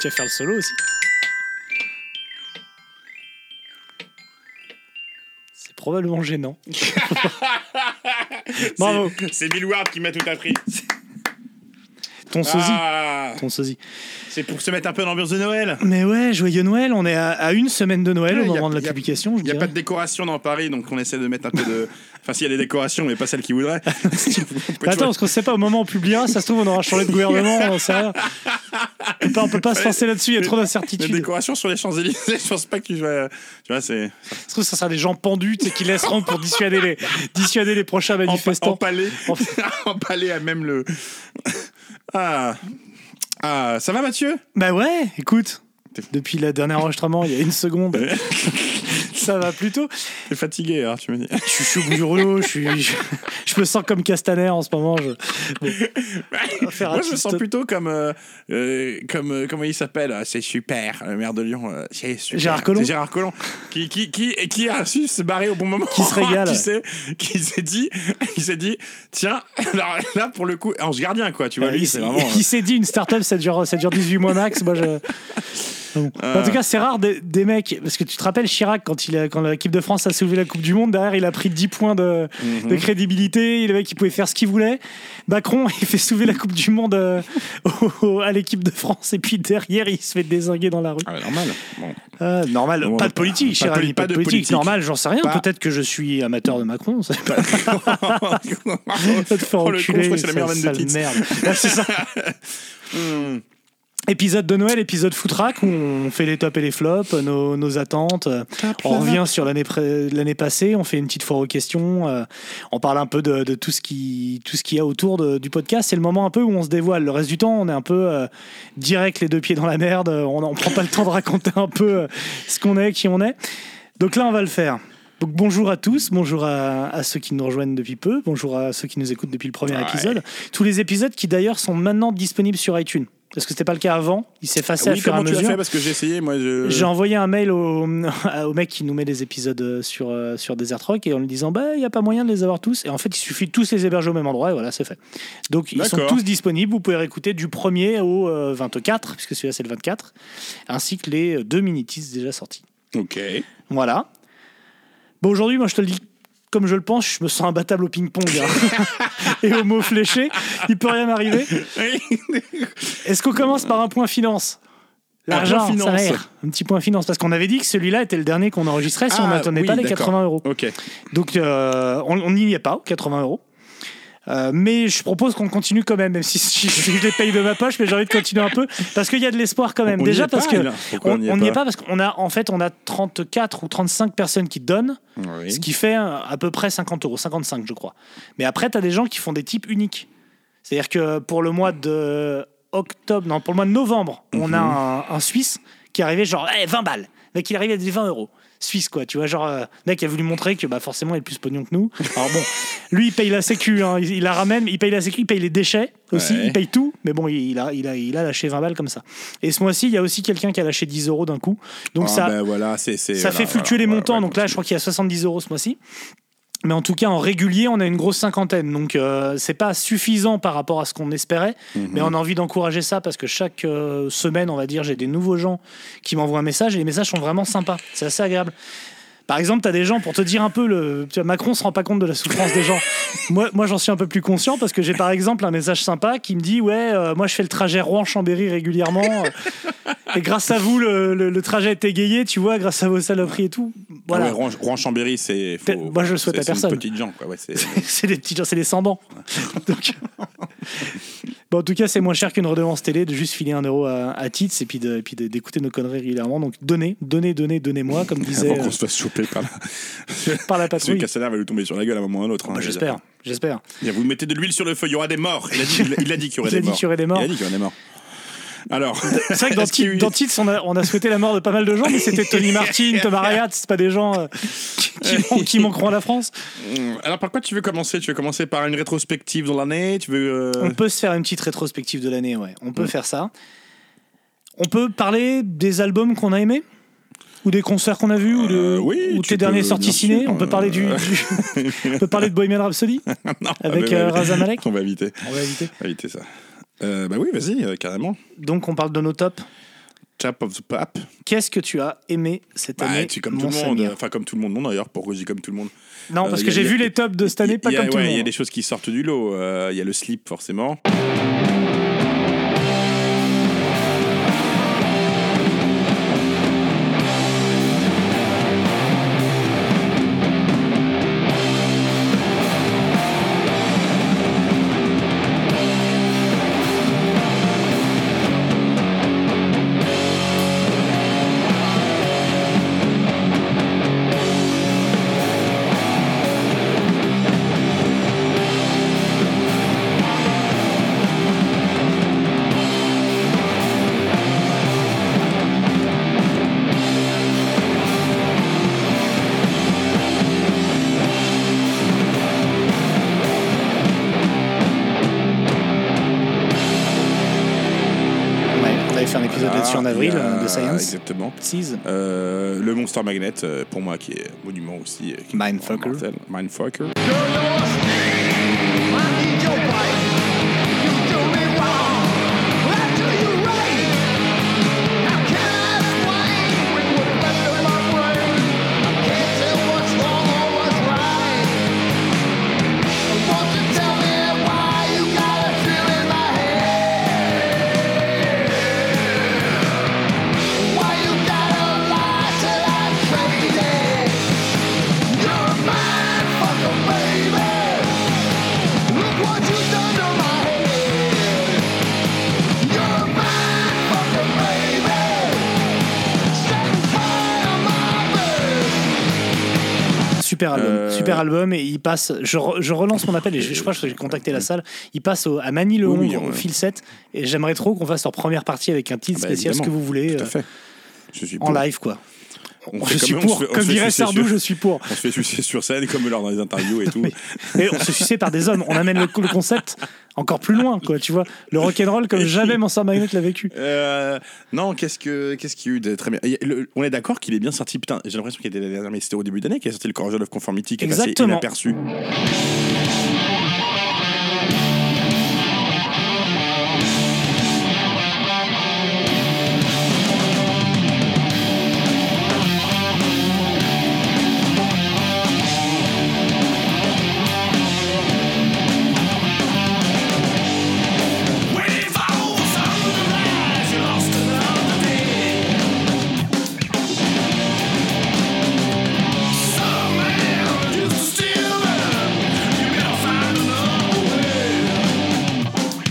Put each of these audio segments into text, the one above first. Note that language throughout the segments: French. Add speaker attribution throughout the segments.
Speaker 1: tu vas faire le solo aussi. C'est probablement gênant. Bravo.
Speaker 2: C'est- C'est Bill Ward qui m'a tout appris.
Speaker 1: Ton sosie.
Speaker 2: Ah,
Speaker 1: Ton sosie.
Speaker 2: c'est pour se mettre un peu dans l'ambiance de Noël.
Speaker 1: Mais ouais, joyeux Noël. On est à, à une semaine de Noël
Speaker 2: Ouais,
Speaker 1: au
Speaker 2: y a-
Speaker 1: moment de la
Speaker 2: y a-
Speaker 1: publication. Je
Speaker 2: Il n'y a
Speaker 1: dirais.
Speaker 2: pas de décoration dans Paris, donc on essaie de mettre un peu de. Enfin, s'il y a des décorations, mais pas celles qu'ils voudraient. On
Speaker 1: Bah
Speaker 2: peut
Speaker 1: attends,
Speaker 2: toujours-
Speaker 1: parce qu'on sait pas au moment où on publiera, ça se trouve on aura changé de gouvernement, on sait rien. On peut pas, on peut pas se lancer là-dessus, il y a trop
Speaker 2: les
Speaker 1: d'incertitudes.
Speaker 2: décorations sur les Champs-Élysées, je pense pas que tu vas. Tu vois, c'est.
Speaker 1: Ça se trouve ça sera des gens pendus, tu sais, qui laisseront pour dissuader les, dissuader les prochains
Speaker 2: Empa-
Speaker 1: manifestants.
Speaker 2: Empalé.
Speaker 1: Empa-
Speaker 2: Empalé à même le. Ah. Ah, ça va, Mathieu
Speaker 1: Bah ouais, écoute,
Speaker 2: T'es-
Speaker 1: depuis le dernier enregistrement, il y a une seconde,
Speaker 2: Ouais.
Speaker 1: ça va plutôt.
Speaker 2: T'es fatigué, alors tu me dis.
Speaker 1: Je suis au bout du rouleau, je, suis, je, je me sens comme Castaner en ce moment. Je, bon. On va faire un
Speaker 2: Moi, je me
Speaker 1: petit
Speaker 2: sens
Speaker 1: stop.
Speaker 2: plutôt comme. euh, euh, comme euh, comment il s'appelle euh, C'est super, le maire de Lyon. euh, c'est super.
Speaker 1: Gérard Collomb.
Speaker 2: C'est Gérard Collomb. Qui, qui, qui, et qui a su se barrer au bon moment.
Speaker 1: Qui se régale.
Speaker 2: qui s'est qui s'est dit, qui s'est dit tiens, alors là, pour le coup, ange gardien, quoi. Tu vois,
Speaker 1: Bah, il
Speaker 2: lui, c'est
Speaker 1: s'est-
Speaker 2: vraiment. euh,
Speaker 1: il s'est dit une startup ça dure, ça dure 18 mois max. Moi, je... Bon.
Speaker 2: Euh.
Speaker 1: En tout cas, c'est rare des, des mecs. Parce que tu te rappelles Chirac, quand, il a- quand l'équipe de France a soulevé la Coupe du Monde, derrière, il a pris 10 points de,
Speaker 2: Mhm.
Speaker 1: de crédibilité. Le mec, il pouvait faire ce qu'il voulait. Macron, il fait soulever la Coupe du Monde euh, au- au- à l'équipe de France. Et puis derrière, il se fait désinguer dans la rue.
Speaker 2: Ah, bah, normal. Bon.
Speaker 1: Euh, normal,
Speaker 2: Bon,
Speaker 1: pas
Speaker 2: pas-
Speaker 1: de politique,
Speaker 2: Ah, pas
Speaker 1: cher
Speaker 2: poli-
Speaker 1: ami,
Speaker 2: pas
Speaker 1: pas, de
Speaker 2: de
Speaker 1: politique.
Speaker 2: politique.
Speaker 1: Normal, j'en sais rien.
Speaker 2: Pas-
Speaker 1: Peut-être que je suis amateur de Macron. Ça
Speaker 2: Pas-
Speaker 1: Ah. peut te faire
Speaker 2: Oh, le con, je crois
Speaker 1: enculer,
Speaker 2: que c'est la meilleure
Speaker 1: sale-
Speaker 2: vanne
Speaker 1: sale
Speaker 2: de titre.
Speaker 1: merde. Ouais, c'est ça.
Speaker 2: Hmm.
Speaker 1: Épisode de Noël, épisode footrack où on fait les tops et les flops, nos, nos attentes. euh, On revient sur l'année pré- l'année passée, on fait une petite foire aux questions, euh, on parle un peu de, de tout ce qui tout ce qu'il y a autour de- du podcast. C'est le moment un peu où on se dévoile. Le reste du temps, on est un peu euh, direct, les deux pieds dans la merde. euh, On ne prend pas le temps de raconter un peu euh, ce qu'on est, qui on est. Donc là, on va le faire. Donc bonjour à tous, bonjour à, à ceux qui nous rejoignent depuis peu, bonjour à ceux qui nous écoutent depuis le premier
Speaker 2: Ouais.
Speaker 1: épisode. Tous les épisodes qui d'ailleurs sont maintenant disponibles sur iTunes. Parce que c'était pas le cas avant, il s'effaçait à
Speaker 2: Oui,
Speaker 1: fur et à
Speaker 2: comment tu as
Speaker 1: mesure.
Speaker 2: fait Parce que j'ai essayé, moi. Je...
Speaker 1: J'ai envoyé un mail au, au mec qui nous met des épisodes euh, sur, euh, sur Desert Rock et en lui disant bah il n'y a pas moyen de les avoir tous. Et en fait, il suffit de tous les héberger au même endroit et voilà, c'est fait. Donc ils sont
Speaker 2: D'accord.
Speaker 1: tous disponibles. Vous pouvez réécouter du 1er au euh, 24, puisque celui-là c'est le 24, ainsi que les euh, deux mini-tis déjà sortis.
Speaker 2: Ok.
Speaker 1: Voilà. Bon, aujourd'hui, moi je te le dis. Comme je le pense, je me sens imbattable au ping-pong hein. et au mot fléché. Il peut rien m'arriver. Est-ce qu'on commence par un point finance L'argent,
Speaker 2: Un point
Speaker 1: ça
Speaker 2: finance.
Speaker 1: rire. Un petit point finance, parce qu'on avait dit que celui-là était le dernier qu'on enregistrait si on
Speaker 2: Ah,
Speaker 1: n'attendait
Speaker 2: oui,
Speaker 1: pas les
Speaker 2: d'accord.
Speaker 1: 80 euros.
Speaker 2: ok.
Speaker 1: Donc euh, on on n'y est pas aux 80 euros. Euh, mais je propose qu'on continue quand même, même si si je les paye de ma poche, mais j'ai envie de continuer un peu parce qu'il y a de l'espoir quand même.
Speaker 2: On y
Speaker 1: Déjà
Speaker 2: est
Speaker 1: parce
Speaker 2: pas,
Speaker 1: que
Speaker 2: là. Pourquoi
Speaker 1: on on n'y est
Speaker 2: pas
Speaker 1: pas parce qu'on a en fait on a 34 ou 35 personnes qui donnent,
Speaker 2: Oui.
Speaker 1: ce qui fait euh, à peu près 50 euros, 55 je crois. Mais après, tu as des gens qui font des types uniques. C'est-à-dire que pour le mois de octobre, non, pour le mois de novembre, on
Speaker 2: Mhm.
Speaker 1: a un, un Suisse qui est arrivé genre Eh, 20 balles. Le Mec, il arrive à des 20 euros. Suisse, quoi. Tu vois, genre, euh, le mec a voulu montrer que bah, forcément, il est plus pognon que nous. Alors bon, lui, il paye la sécu, hein, il, il la ramène, il paye la sécu, il paye les déchets aussi,
Speaker 2: Ouais.
Speaker 1: il paye tout. Mais bon, il, il a, il, a, il a lâché 20 balles comme ça. Et ce mois-ci, il y a aussi quelqu'un qui a lâché 10 euros d'un coup. Donc
Speaker 2: Ah,
Speaker 1: ça,
Speaker 2: ben voilà, c'est- c'est-
Speaker 1: ça
Speaker 2: voilà,
Speaker 1: fait fluctuer
Speaker 2: voilà,
Speaker 1: les
Speaker 2: voilà,
Speaker 1: montants.
Speaker 2: ouais,
Speaker 1: donc là, je crois qu'il y a 70 euros ce mois-ci. Mais en tout cas, en régulier, on a une grosse cinquantaine. Donc, euh, c'est pas suffisant par rapport à ce qu'on espérait.
Speaker 2: Mhm.
Speaker 1: Mais on a envie d'encourager ça parce que chaque euh, semaine, on va dire, j'ai des nouveaux gens qui m'envoient un message et les messages sont vraiment sympas. C'est assez agréable. Par exemple, tu as des gens pour te dire un peu le. Tu vois, Macron se rend pas compte de la souffrance des gens. Moi, moi j'en suis un peu plus conscient parce que j'ai par exemple un message sympa qui me dit Ouais, euh, moi je fais le trajet Rouen-Chambéry régulièrement. euh, et grâce à vous, le, le- le trajet est égayé, tu vois, grâce à vos saloperies et tout. Voilà.
Speaker 2: Ouais, Rouen- Rouen-Chambéry, c'est. faut-
Speaker 1: Peut- moi, je le souhaite
Speaker 2: c'est-
Speaker 1: à personne.
Speaker 2: C'est une petite gens, quoi. Ouais, c'est-
Speaker 1: c'est des petits gens, c'est des sans bancs. Donc. Bon, en tout cas, c'est moins cher qu'une redevance télé de juste filer un euro à, à Tits et puis de- et puis de- d'écouter nos conneries régulièrement. Donc, donnez, donnez, donnez, donnez-moi, comme disait
Speaker 2: Avant qu'on
Speaker 1: euh,
Speaker 2: se fasse choper par là.
Speaker 1: par la
Speaker 2: Celui
Speaker 1: patrouille.
Speaker 2: qui a salaire va lui tomber sur la gueule à un moment ou à un autre. hein,
Speaker 1: Bah,
Speaker 2: je veux
Speaker 1: J'espère, j'espère.
Speaker 2: dire. Vous mettez de l'huile sur le feu, il y aura des morts. Il a dit, il a- il a dit qu'il y aurait
Speaker 1: Il a
Speaker 2: des
Speaker 1: dit
Speaker 2: morts.
Speaker 1: qu'il y aurait des morts.
Speaker 2: Il a dit qu'il y aurait des morts. Alors.
Speaker 1: C'est vrai que dans,
Speaker 2: Est-ce qu'il y a
Speaker 1: Tit-
Speaker 2: eu-
Speaker 1: dans Tits, on a, on a souhaité la mort de pas mal de gens, mais c'était Tony Martin, Tom Arayat, c'est pas des gens euh, qui, qui man- qui manqueront à la France.
Speaker 2: Hum, Alors, par quoi tu veux commencer Tu veux commencer par une rétrospective dans l'année Tu veux. euh, Mm.
Speaker 1: On peut se faire une petite rétrospective de l'année, ouais. On peut faire ça. On peut parler des albums qu'on a aimés ou des concerts qu'on a vus ou, de,
Speaker 2: Euh, oui,
Speaker 1: ou
Speaker 2: tu
Speaker 1: tes
Speaker 2: peux,
Speaker 1: derniers sorties
Speaker 2: bien
Speaker 1: ciné
Speaker 2: sûr,
Speaker 1: on peut parler du,
Speaker 2: euh,
Speaker 1: du- on peut parler de Bohemian Rhapsody
Speaker 2: non,
Speaker 1: avec
Speaker 2: ah,
Speaker 1: euh,
Speaker 2: bah,
Speaker 1: Raza Malek
Speaker 2: On va éviter.
Speaker 1: on va éviter.
Speaker 2: On va éviter ça. Euh, bah oui, vas-y, euh, carrément.
Speaker 1: donc on parle de nos tops
Speaker 2: Chap of the Pap.
Speaker 1: Qu'est-ce que tu as aimé cette
Speaker 2: Bah,
Speaker 1: année
Speaker 2: tu- comme
Speaker 1: mon
Speaker 2: tout le monde,
Speaker 1: Samir
Speaker 2: enfin comme tout le monde, non d'ailleurs, pourquoi je dis comme tout le monde
Speaker 1: Non,
Speaker 2: Euh,
Speaker 1: parce
Speaker 2: y
Speaker 1: que
Speaker 2: a-
Speaker 1: j'ai
Speaker 2: y a-
Speaker 1: vu les tops de cette année, pas
Speaker 2: Il y a-
Speaker 1: comme tout
Speaker 2: ouais,
Speaker 1: le
Speaker 2: Il y a
Speaker 1: monde.
Speaker 2: des choses qui sortent du lot. Euh, Il y a le slip, forcément.
Speaker 1: Ouais, on avait fait un épisode
Speaker 2: Voilà,
Speaker 1: là-dessus en avril
Speaker 2: Ah, il y a-
Speaker 1: euh, de Science.
Speaker 2: Exactement.
Speaker 1: Seize.
Speaker 2: Euh, le Monster Magnet, euh, pour moi, qui est un monument aussi. euh, qui est
Speaker 1: Mindfucker. Euh,
Speaker 2: mortel. Mindfucker.
Speaker 3: Tell me why you got a feel in my head Why you gotta lie till I'm crazy? You're a mind fucker, baby. Look what you've done to my head. You're a mind fucker, baby. Setting fire to my bed.
Speaker 1: Super album,
Speaker 2: Euh,
Speaker 1: super album et il passe. Je, re- je relance mon appel et je, je crois que j'ai contacté la salle. Il passe au- à Manille le
Speaker 2: Oui, Mm. oui,
Speaker 1: Hongre
Speaker 2: on-
Speaker 1: au fil 7 et j'aimerais trop qu'on fasse leur première partie avec un titre
Speaker 2: Bah,
Speaker 1: spécial, ce que
Speaker 2: évidemment.
Speaker 1: vous voulez,
Speaker 2: Tout à
Speaker 1: euh,
Speaker 2: fait. Je suis
Speaker 1: en
Speaker 2: pour.
Speaker 1: live quoi. Oh,
Speaker 2: On fait
Speaker 1: Je suis
Speaker 2: comme- on se
Speaker 1: pour,
Speaker 2: fait- on se
Speaker 1: comme
Speaker 2: fait
Speaker 1: dirait
Speaker 2: sucer
Speaker 1: Sardou,
Speaker 2: sur-
Speaker 1: je suis pour.
Speaker 2: On se fait sucer sur scène comme lors dans les interviews et tout.
Speaker 1: Et on se suçait par des hommes, on amène le, le concept encore plus loin quoi, tu vois. Le rock'n'roll comme jamais Mansard Magnet l'a vécu.
Speaker 2: Euh, non, qu'est-ce que qu'est-ce qu'il y a eu de très bien Il y a- le- On est d'accord qu'il est bien sorti. Putain, j'ai l'impression qu'il était la dernière, mais c'était au début d'année qu'il a sorti le Corrosion of Conformity qui est passé
Speaker 1: Exactement.
Speaker 2: inaperçu.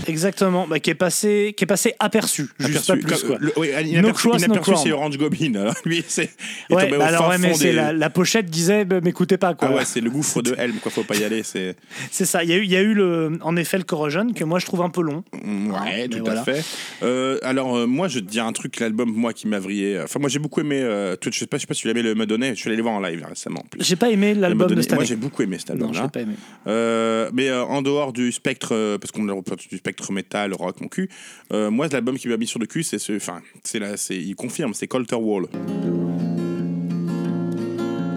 Speaker 1: Exactement, bah, qui est passé, qui est passé aperçu, juste
Speaker 2: Aperçu,
Speaker 1: pas plus
Speaker 2: comme-
Speaker 1: quoi.
Speaker 2: le- ouais, inaperçu,
Speaker 1: No Cross, No
Speaker 2: inaperçu, c'est
Speaker 1: Crown.
Speaker 2: Orange Goblin. Alors, lui, c'est il est
Speaker 1: Ouais,
Speaker 2: tombé
Speaker 1: bah
Speaker 2: au
Speaker 1: alors
Speaker 2: fin
Speaker 1: ouais, mais
Speaker 2: fond
Speaker 1: c'est
Speaker 2: des-
Speaker 1: la, la pochette disait bah, m'écoutez pas quoi.
Speaker 2: Ah ouais, c'est le gouffre de Helm, quoi. Faut pas y aller. C'est
Speaker 1: C'est ça. Il y a eu, il y a eu le, en effet le Corrosion que moi je trouve un peu long.
Speaker 2: Mm, ouais,
Speaker 1: Hein, Mais
Speaker 2: tout
Speaker 1: voilà.
Speaker 2: à fait. Euh, alors euh, moi, je te dis un truc. L'album, moi, qui m'a vrillé. Enfin, moi, j'ai beaucoup aimé. euh, tout, je sais pas, je sais pas si tu l'avais le- me donné. Je suis allé le voir en live là, récemment. En plus.
Speaker 1: J'ai pas aimé
Speaker 2: Elle m'a
Speaker 1: l'album
Speaker 2: donné-
Speaker 1: de cette
Speaker 2: Moi,
Speaker 1: année.
Speaker 2: j'ai beaucoup aimé cet
Speaker 1: Non, je
Speaker 2: album-là.
Speaker 1: l'ai pas aimé.
Speaker 2: Euh, mais euh, en dehors du spectre, euh, parce qu'on a entendu du spectre métal, rock, mon cul, euh, moi, l'album qui m'a mis sur le cul, c'est ce. Enfin, c'est là, c'est. Il confirme, c'est Colter Wall.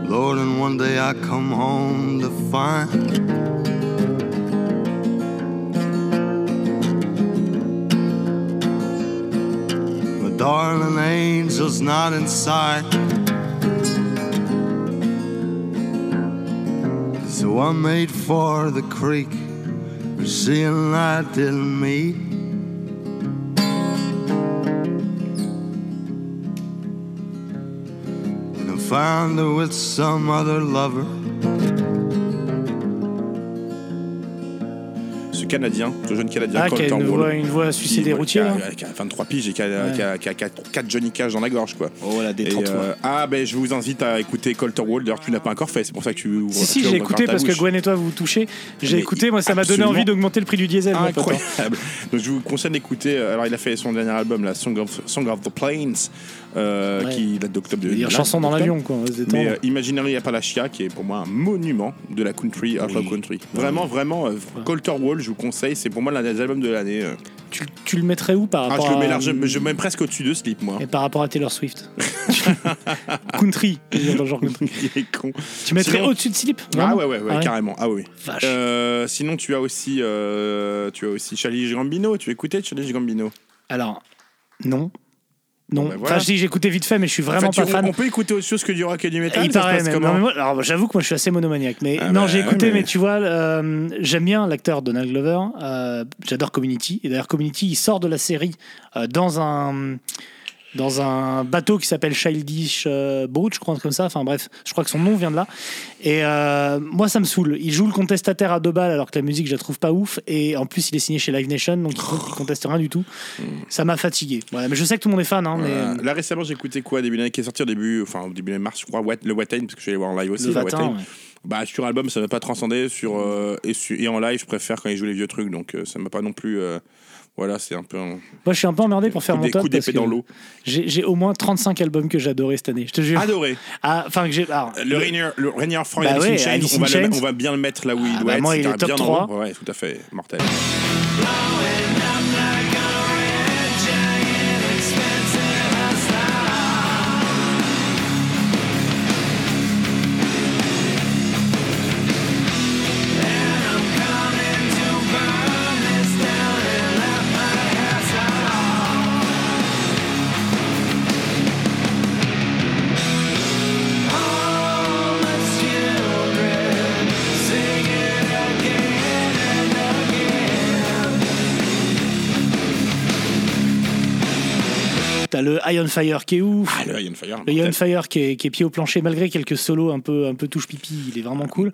Speaker 4: Lord, and one day I come home to find my darling angel's not inside. So I made for the creek where she and I didn't meet. and I found her with some other lover.
Speaker 2: Ce Canadien, ce jeune Canadien,
Speaker 1: Ah, qui a
Speaker 2: Colter
Speaker 1: une voix,
Speaker 2: Wall.
Speaker 1: une voix hein. suicidée
Speaker 2: qui
Speaker 1: routier.
Speaker 2: a,
Speaker 1: là.
Speaker 2: qui a 23 piges et qui a,
Speaker 1: Ouais.
Speaker 2: qui a- qui a quatre- quatre Johnny Cage dans la gorge, quoi.
Speaker 1: Oh la
Speaker 2: Et, euh, ah, ben je vous invite à écouter Colter Wall. D'ailleurs, tu n'as pas encore fait, c'est pour ça que tu. ouvres-
Speaker 1: Si, si,
Speaker 2: tu
Speaker 1: j'ai
Speaker 2: ouvres
Speaker 1: écouté
Speaker 2: ta
Speaker 1: parce que
Speaker 2: bouche.
Speaker 1: Gwen et toi vous vous touchez. J'ai
Speaker 2: Ah, Mais
Speaker 1: écouté, moi ça m'a donné
Speaker 2: absolument.
Speaker 1: envie d'augmenter le prix du diesel. hein. mon pote.
Speaker 2: Incroyable. Donc je vous conseille d'écouter. euh, Alors il a fait son dernier album, la Song of, Song of the Plains, euh,
Speaker 1: Ouais.
Speaker 2: qui date d'octobre.
Speaker 1: Je veux dire, chanson dans l'avion quoi. on va se détendre.
Speaker 2: Mais euh, Imaginary Appalachia, qui est pour moi un monument de la country, hard rock country. Vraiment, vraiment, euh, Colter Wall, je vous conseille, c'est pour moi l'un des albums de l'année. euh.
Speaker 1: tu, tu le mettrais où par
Speaker 2: Ah,
Speaker 1: rapport
Speaker 2: je le mets
Speaker 1: à
Speaker 2: large, je mets presque au-dessus de Slip, moi.
Speaker 1: et par rapport à Taylor Swift Country, je veux dire, dans le genre country.
Speaker 2: Il est con.
Speaker 1: Tu mettrais
Speaker 2: Sinon-
Speaker 1: au-dessus de Slip
Speaker 2: Ah
Speaker 1: vraiment
Speaker 2: ouais, ouais, ouais,
Speaker 1: Ah ouais
Speaker 2: carrément. Ah oui.
Speaker 1: Vache.
Speaker 2: Euh, sinon, tu as aussi, euh, tu as aussi Charlie Gambino. Tu écoutais Charlie Gambino
Speaker 1: Alors, non. Non,
Speaker 2: Bon, ben voilà.
Speaker 1: enfin, je dis que j'écoutais vite fait, mais je suis vraiment
Speaker 2: Enfin, tu-
Speaker 1: pas fan.
Speaker 2: On peut écouter autre chose que du rock et du métal
Speaker 1: Il
Speaker 2: ça se
Speaker 1: paraît, hein,
Speaker 2: passe
Speaker 1: mais,
Speaker 2: comment
Speaker 1: non, mais moi- alors j'avoue que moi je suis assez monomaniaque. Mais
Speaker 2: Ah
Speaker 1: non,
Speaker 2: bah,
Speaker 1: j'ai
Speaker 2: ouais,
Speaker 1: écouté,
Speaker 2: mais-
Speaker 1: mais tu vois, euh, j'aime bien l'acteur Donald Glover. euh, J'adore Community. Et d'ailleurs, Community, il sort de la série euh, dans un dans un bateau qui s'appelle Childish euh, Boat, je crois, un truc comme ça. Enfin bref, je crois que son nom vient de là. Et euh, moi, ça me saoule. Il joue le contestataire à deux balles alors que la musique, je la trouve pas ouf. Et en plus, il est signé chez Live Nation, donc il conteste rien du tout.
Speaker 2: Hmm.
Speaker 1: Ça m'a fatigué. Voilà, mais je sais que tout le monde est fan. Hein,
Speaker 2: Voilà.
Speaker 1: mais...
Speaker 2: Euh, Là récemment j'ai écouté quoi début d'année qui est sorti au début enfin au début mars je crois Wat- le Watain parce que je suis allé voir en live aussi
Speaker 1: Le
Speaker 2: le
Speaker 1: Watain,
Speaker 2: Watain.
Speaker 1: ouais.
Speaker 2: bah sur album ça m'a pas transcendé sur, euh, et, su- et en live je préfère quand ils jouent les vieux trucs donc euh, ça m'a pas non plus euh, voilà c'est un peu un
Speaker 1: Moi, je suis un peu emmerdé pour faire
Speaker 2: coup
Speaker 1: mon
Speaker 2: d'é-
Speaker 1: top.
Speaker 2: coup
Speaker 1: parce
Speaker 2: d'épée
Speaker 1: que
Speaker 2: dans l'eau
Speaker 1: J'ai j'ai au moins 35 albums que j'ai adorés cette année, je te jure.
Speaker 2: adoré
Speaker 1: Ah, Enfin, que j'ai. alors,
Speaker 2: Euh, le Rainier le Rainier Frank
Speaker 1: Bah
Speaker 2: Alice in
Speaker 1: ouais,
Speaker 2: Chains,
Speaker 1: Alice
Speaker 2: on, va
Speaker 1: in
Speaker 2: le-
Speaker 1: Chains.
Speaker 2: on va bien le mettre là où
Speaker 1: Ah,
Speaker 2: il doit
Speaker 1: bah,
Speaker 2: être
Speaker 1: moi, il
Speaker 2: c'était
Speaker 1: est
Speaker 2: un
Speaker 1: top
Speaker 2: bien dans
Speaker 1: 3.
Speaker 2: l'eau. ouais tout à fait mortel
Speaker 1: T'as le Iron Fire qui est ouf.
Speaker 2: ah le Iron Fire
Speaker 1: le Iron
Speaker 2: mortel.
Speaker 1: Fire qui est, qui est pied au plancher malgré quelques solos un peu, un peu touche pipi, il est vraiment cool.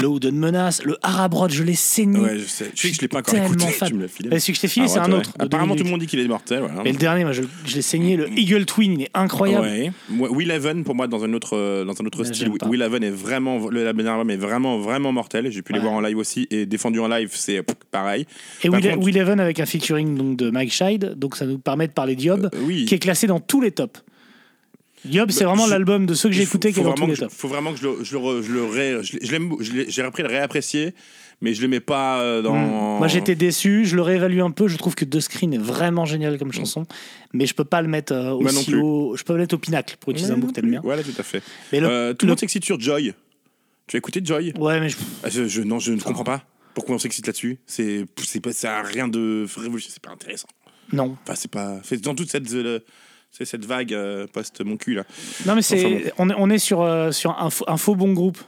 Speaker 1: Le Houdon Menace, le Arabrod, je l'ai saigné.
Speaker 2: Ouais, je sais. Je sais que je l'ai pas encore
Speaker 1: Tellement
Speaker 2: écouté.
Speaker 1: fan.
Speaker 2: Tu me l'as filé.
Speaker 1: Bah, celui que je t'ai filé,
Speaker 2: Ah,
Speaker 1: c'est
Speaker 2: ouais,
Speaker 1: un
Speaker 2: ouais.
Speaker 1: autre, de
Speaker 2: Apparemment,
Speaker 1: deux
Speaker 2: tout le monde dit qu'il est mortel. Voilà.
Speaker 1: Mais le dernier, moi, je, je l'ai saigné. Le Eagle Twin, il est incroyable.
Speaker 2: Ouais. Moi, Will Haven, pour moi, dans un autre, euh, dans un autre
Speaker 1: Ouais,
Speaker 2: style,
Speaker 1: j'aime pas.
Speaker 2: Will Haven est vraiment, le dernier album est vraiment, vraiment mortel. J'ai pu les
Speaker 1: Ouais.
Speaker 2: voir en live aussi et défendu en live, c'est pff, pareil.
Speaker 1: Et
Speaker 2: Par
Speaker 1: Will,
Speaker 2: contre,
Speaker 1: Will Even avec un featuring donc, de Mike Scheid, donc ça nous permet de parler d'Yob,
Speaker 2: Euh, oui.
Speaker 1: Bah, qui est classé dans tous les tops. Yob, c'est
Speaker 2: Bah,
Speaker 1: vraiment
Speaker 2: je-
Speaker 1: l'album de ceux que j'ai
Speaker 2: il faut-
Speaker 1: écouté qui est
Speaker 2: faut
Speaker 1: dans tous les
Speaker 2: vraiment que je-
Speaker 1: tops.
Speaker 2: Faut vraiment que je le, je le, re- je le ré- je l'ai- je l'aime- je l'ai- j'ai appris à le réapprécier, mais je le mets pas euh, dans.
Speaker 1: Mm. Moi j'étais déçu, je le réévalue un peu, je trouve que The Screen est vraiment génial comme chanson, mais je peux pas le mettre euh,
Speaker 2: Mm. Moi non
Speaker 1: aussi
Speaker 2: plus.
Speaker 1: haut, je peux le mettre au pinacle pour utiliser un mot que t'aimes bien.
Speaker 2: Voilà, tout à fait.
Speaker 1: Mais le-
Speaker 2: Euh, tout le
Speaker 1: le-
Speaker 2: monde s'excite sur Joy. Tu as écouté Joy
Speaker 1: Ouais, mais je-
Speaker 2: Ah, je, je- Non, je ne comprends pas. Pourquoi on s'excite là-dessus C'est, c'est pas, ça a rien de révolution. C'est pas intéressant.
Speaker 1: non.
Speaker 2: Enfin, c'est pas. C'est dans toute cette, euh, c'est cette vague euh, post mon cul là.
Speaker 1: Non mais c'est
Speaker 2: Enfin,
Speaker 1: on est on est sur euh, sur un, faux- un faux bon groupe.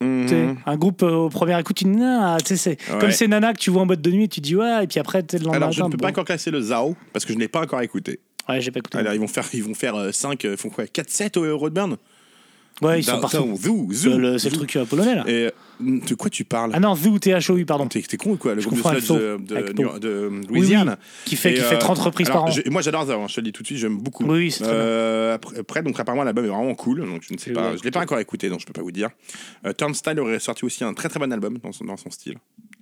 Speaker 1: tu sais. Un groupe euh, au premier écoute, tu dis, Nah, tu sais, c'est
Speaker 2: Mm. Ouais.
Speaker 1: comme ces nanas que tu vois en boîte de nuit, tu dis ouais, et puis après tu le lendemain.
Speaker 2: Alors, je ne
Speaker 1: matin,
Speaker 2: peux
Speaker 1: bon.
Speaker 2: pas encore Ah, classer le Zao parce que je n'ai pas encore écouté.
Speaker 1: Ouais, j'ai pas écouté.
Speaker 2: Alors, ils vont faire, ils vont faire 5, ils font quoi 4 7 au Roadburn
Speaker 1: Ouais, ils sont
Speaker 2: Down-
Speaker 1: partout.
Speaker 2: Down, Zoo, Zoo,
Speaker 1: Euh, le- C'est le
Speaker 2: Zoo.
Speaker 1: truc euh, polonais là.
Speaker 2: Et euh, de quoi tu parles
Speaker 1: Ah non, Zoo THOU, pardon.
Speaker 2: T'es t'es con ou quoi Le
Speaker 1: Je
Speaker 2: groupe de
Speaker 1: confonds avec
Speaker 2: sludge de,
Speaker 1: Faux,
Speaker 2: de,
Speaker 1: avec
Speaker 2: New-
Speaker 1: Faux.
Speaker 2: de Louisiane.
Speaker 1: Qui fait-
Speaker 2: Et, euh,
Speaker 1: qui fait 30 reprises par an.
Speaker 2: je- moi j'adore Zao, hein, je te le dis tout de suite, j'aime beaucoup.
Speaker 1: Oui, oui, c'est très
Speaker 2: Euh, après, après, donc apparemment l'album est vraiment cool, donc je ne sais
Speaker 1: Je
Speaker 2: pas,
Speaker 1: l'ai
Speaker 2: je l'ai pas encore écouté, donc je peux pas vous dire. Euh, Turnstile aurait sorti aussi un très très bon album dans son, dans son style,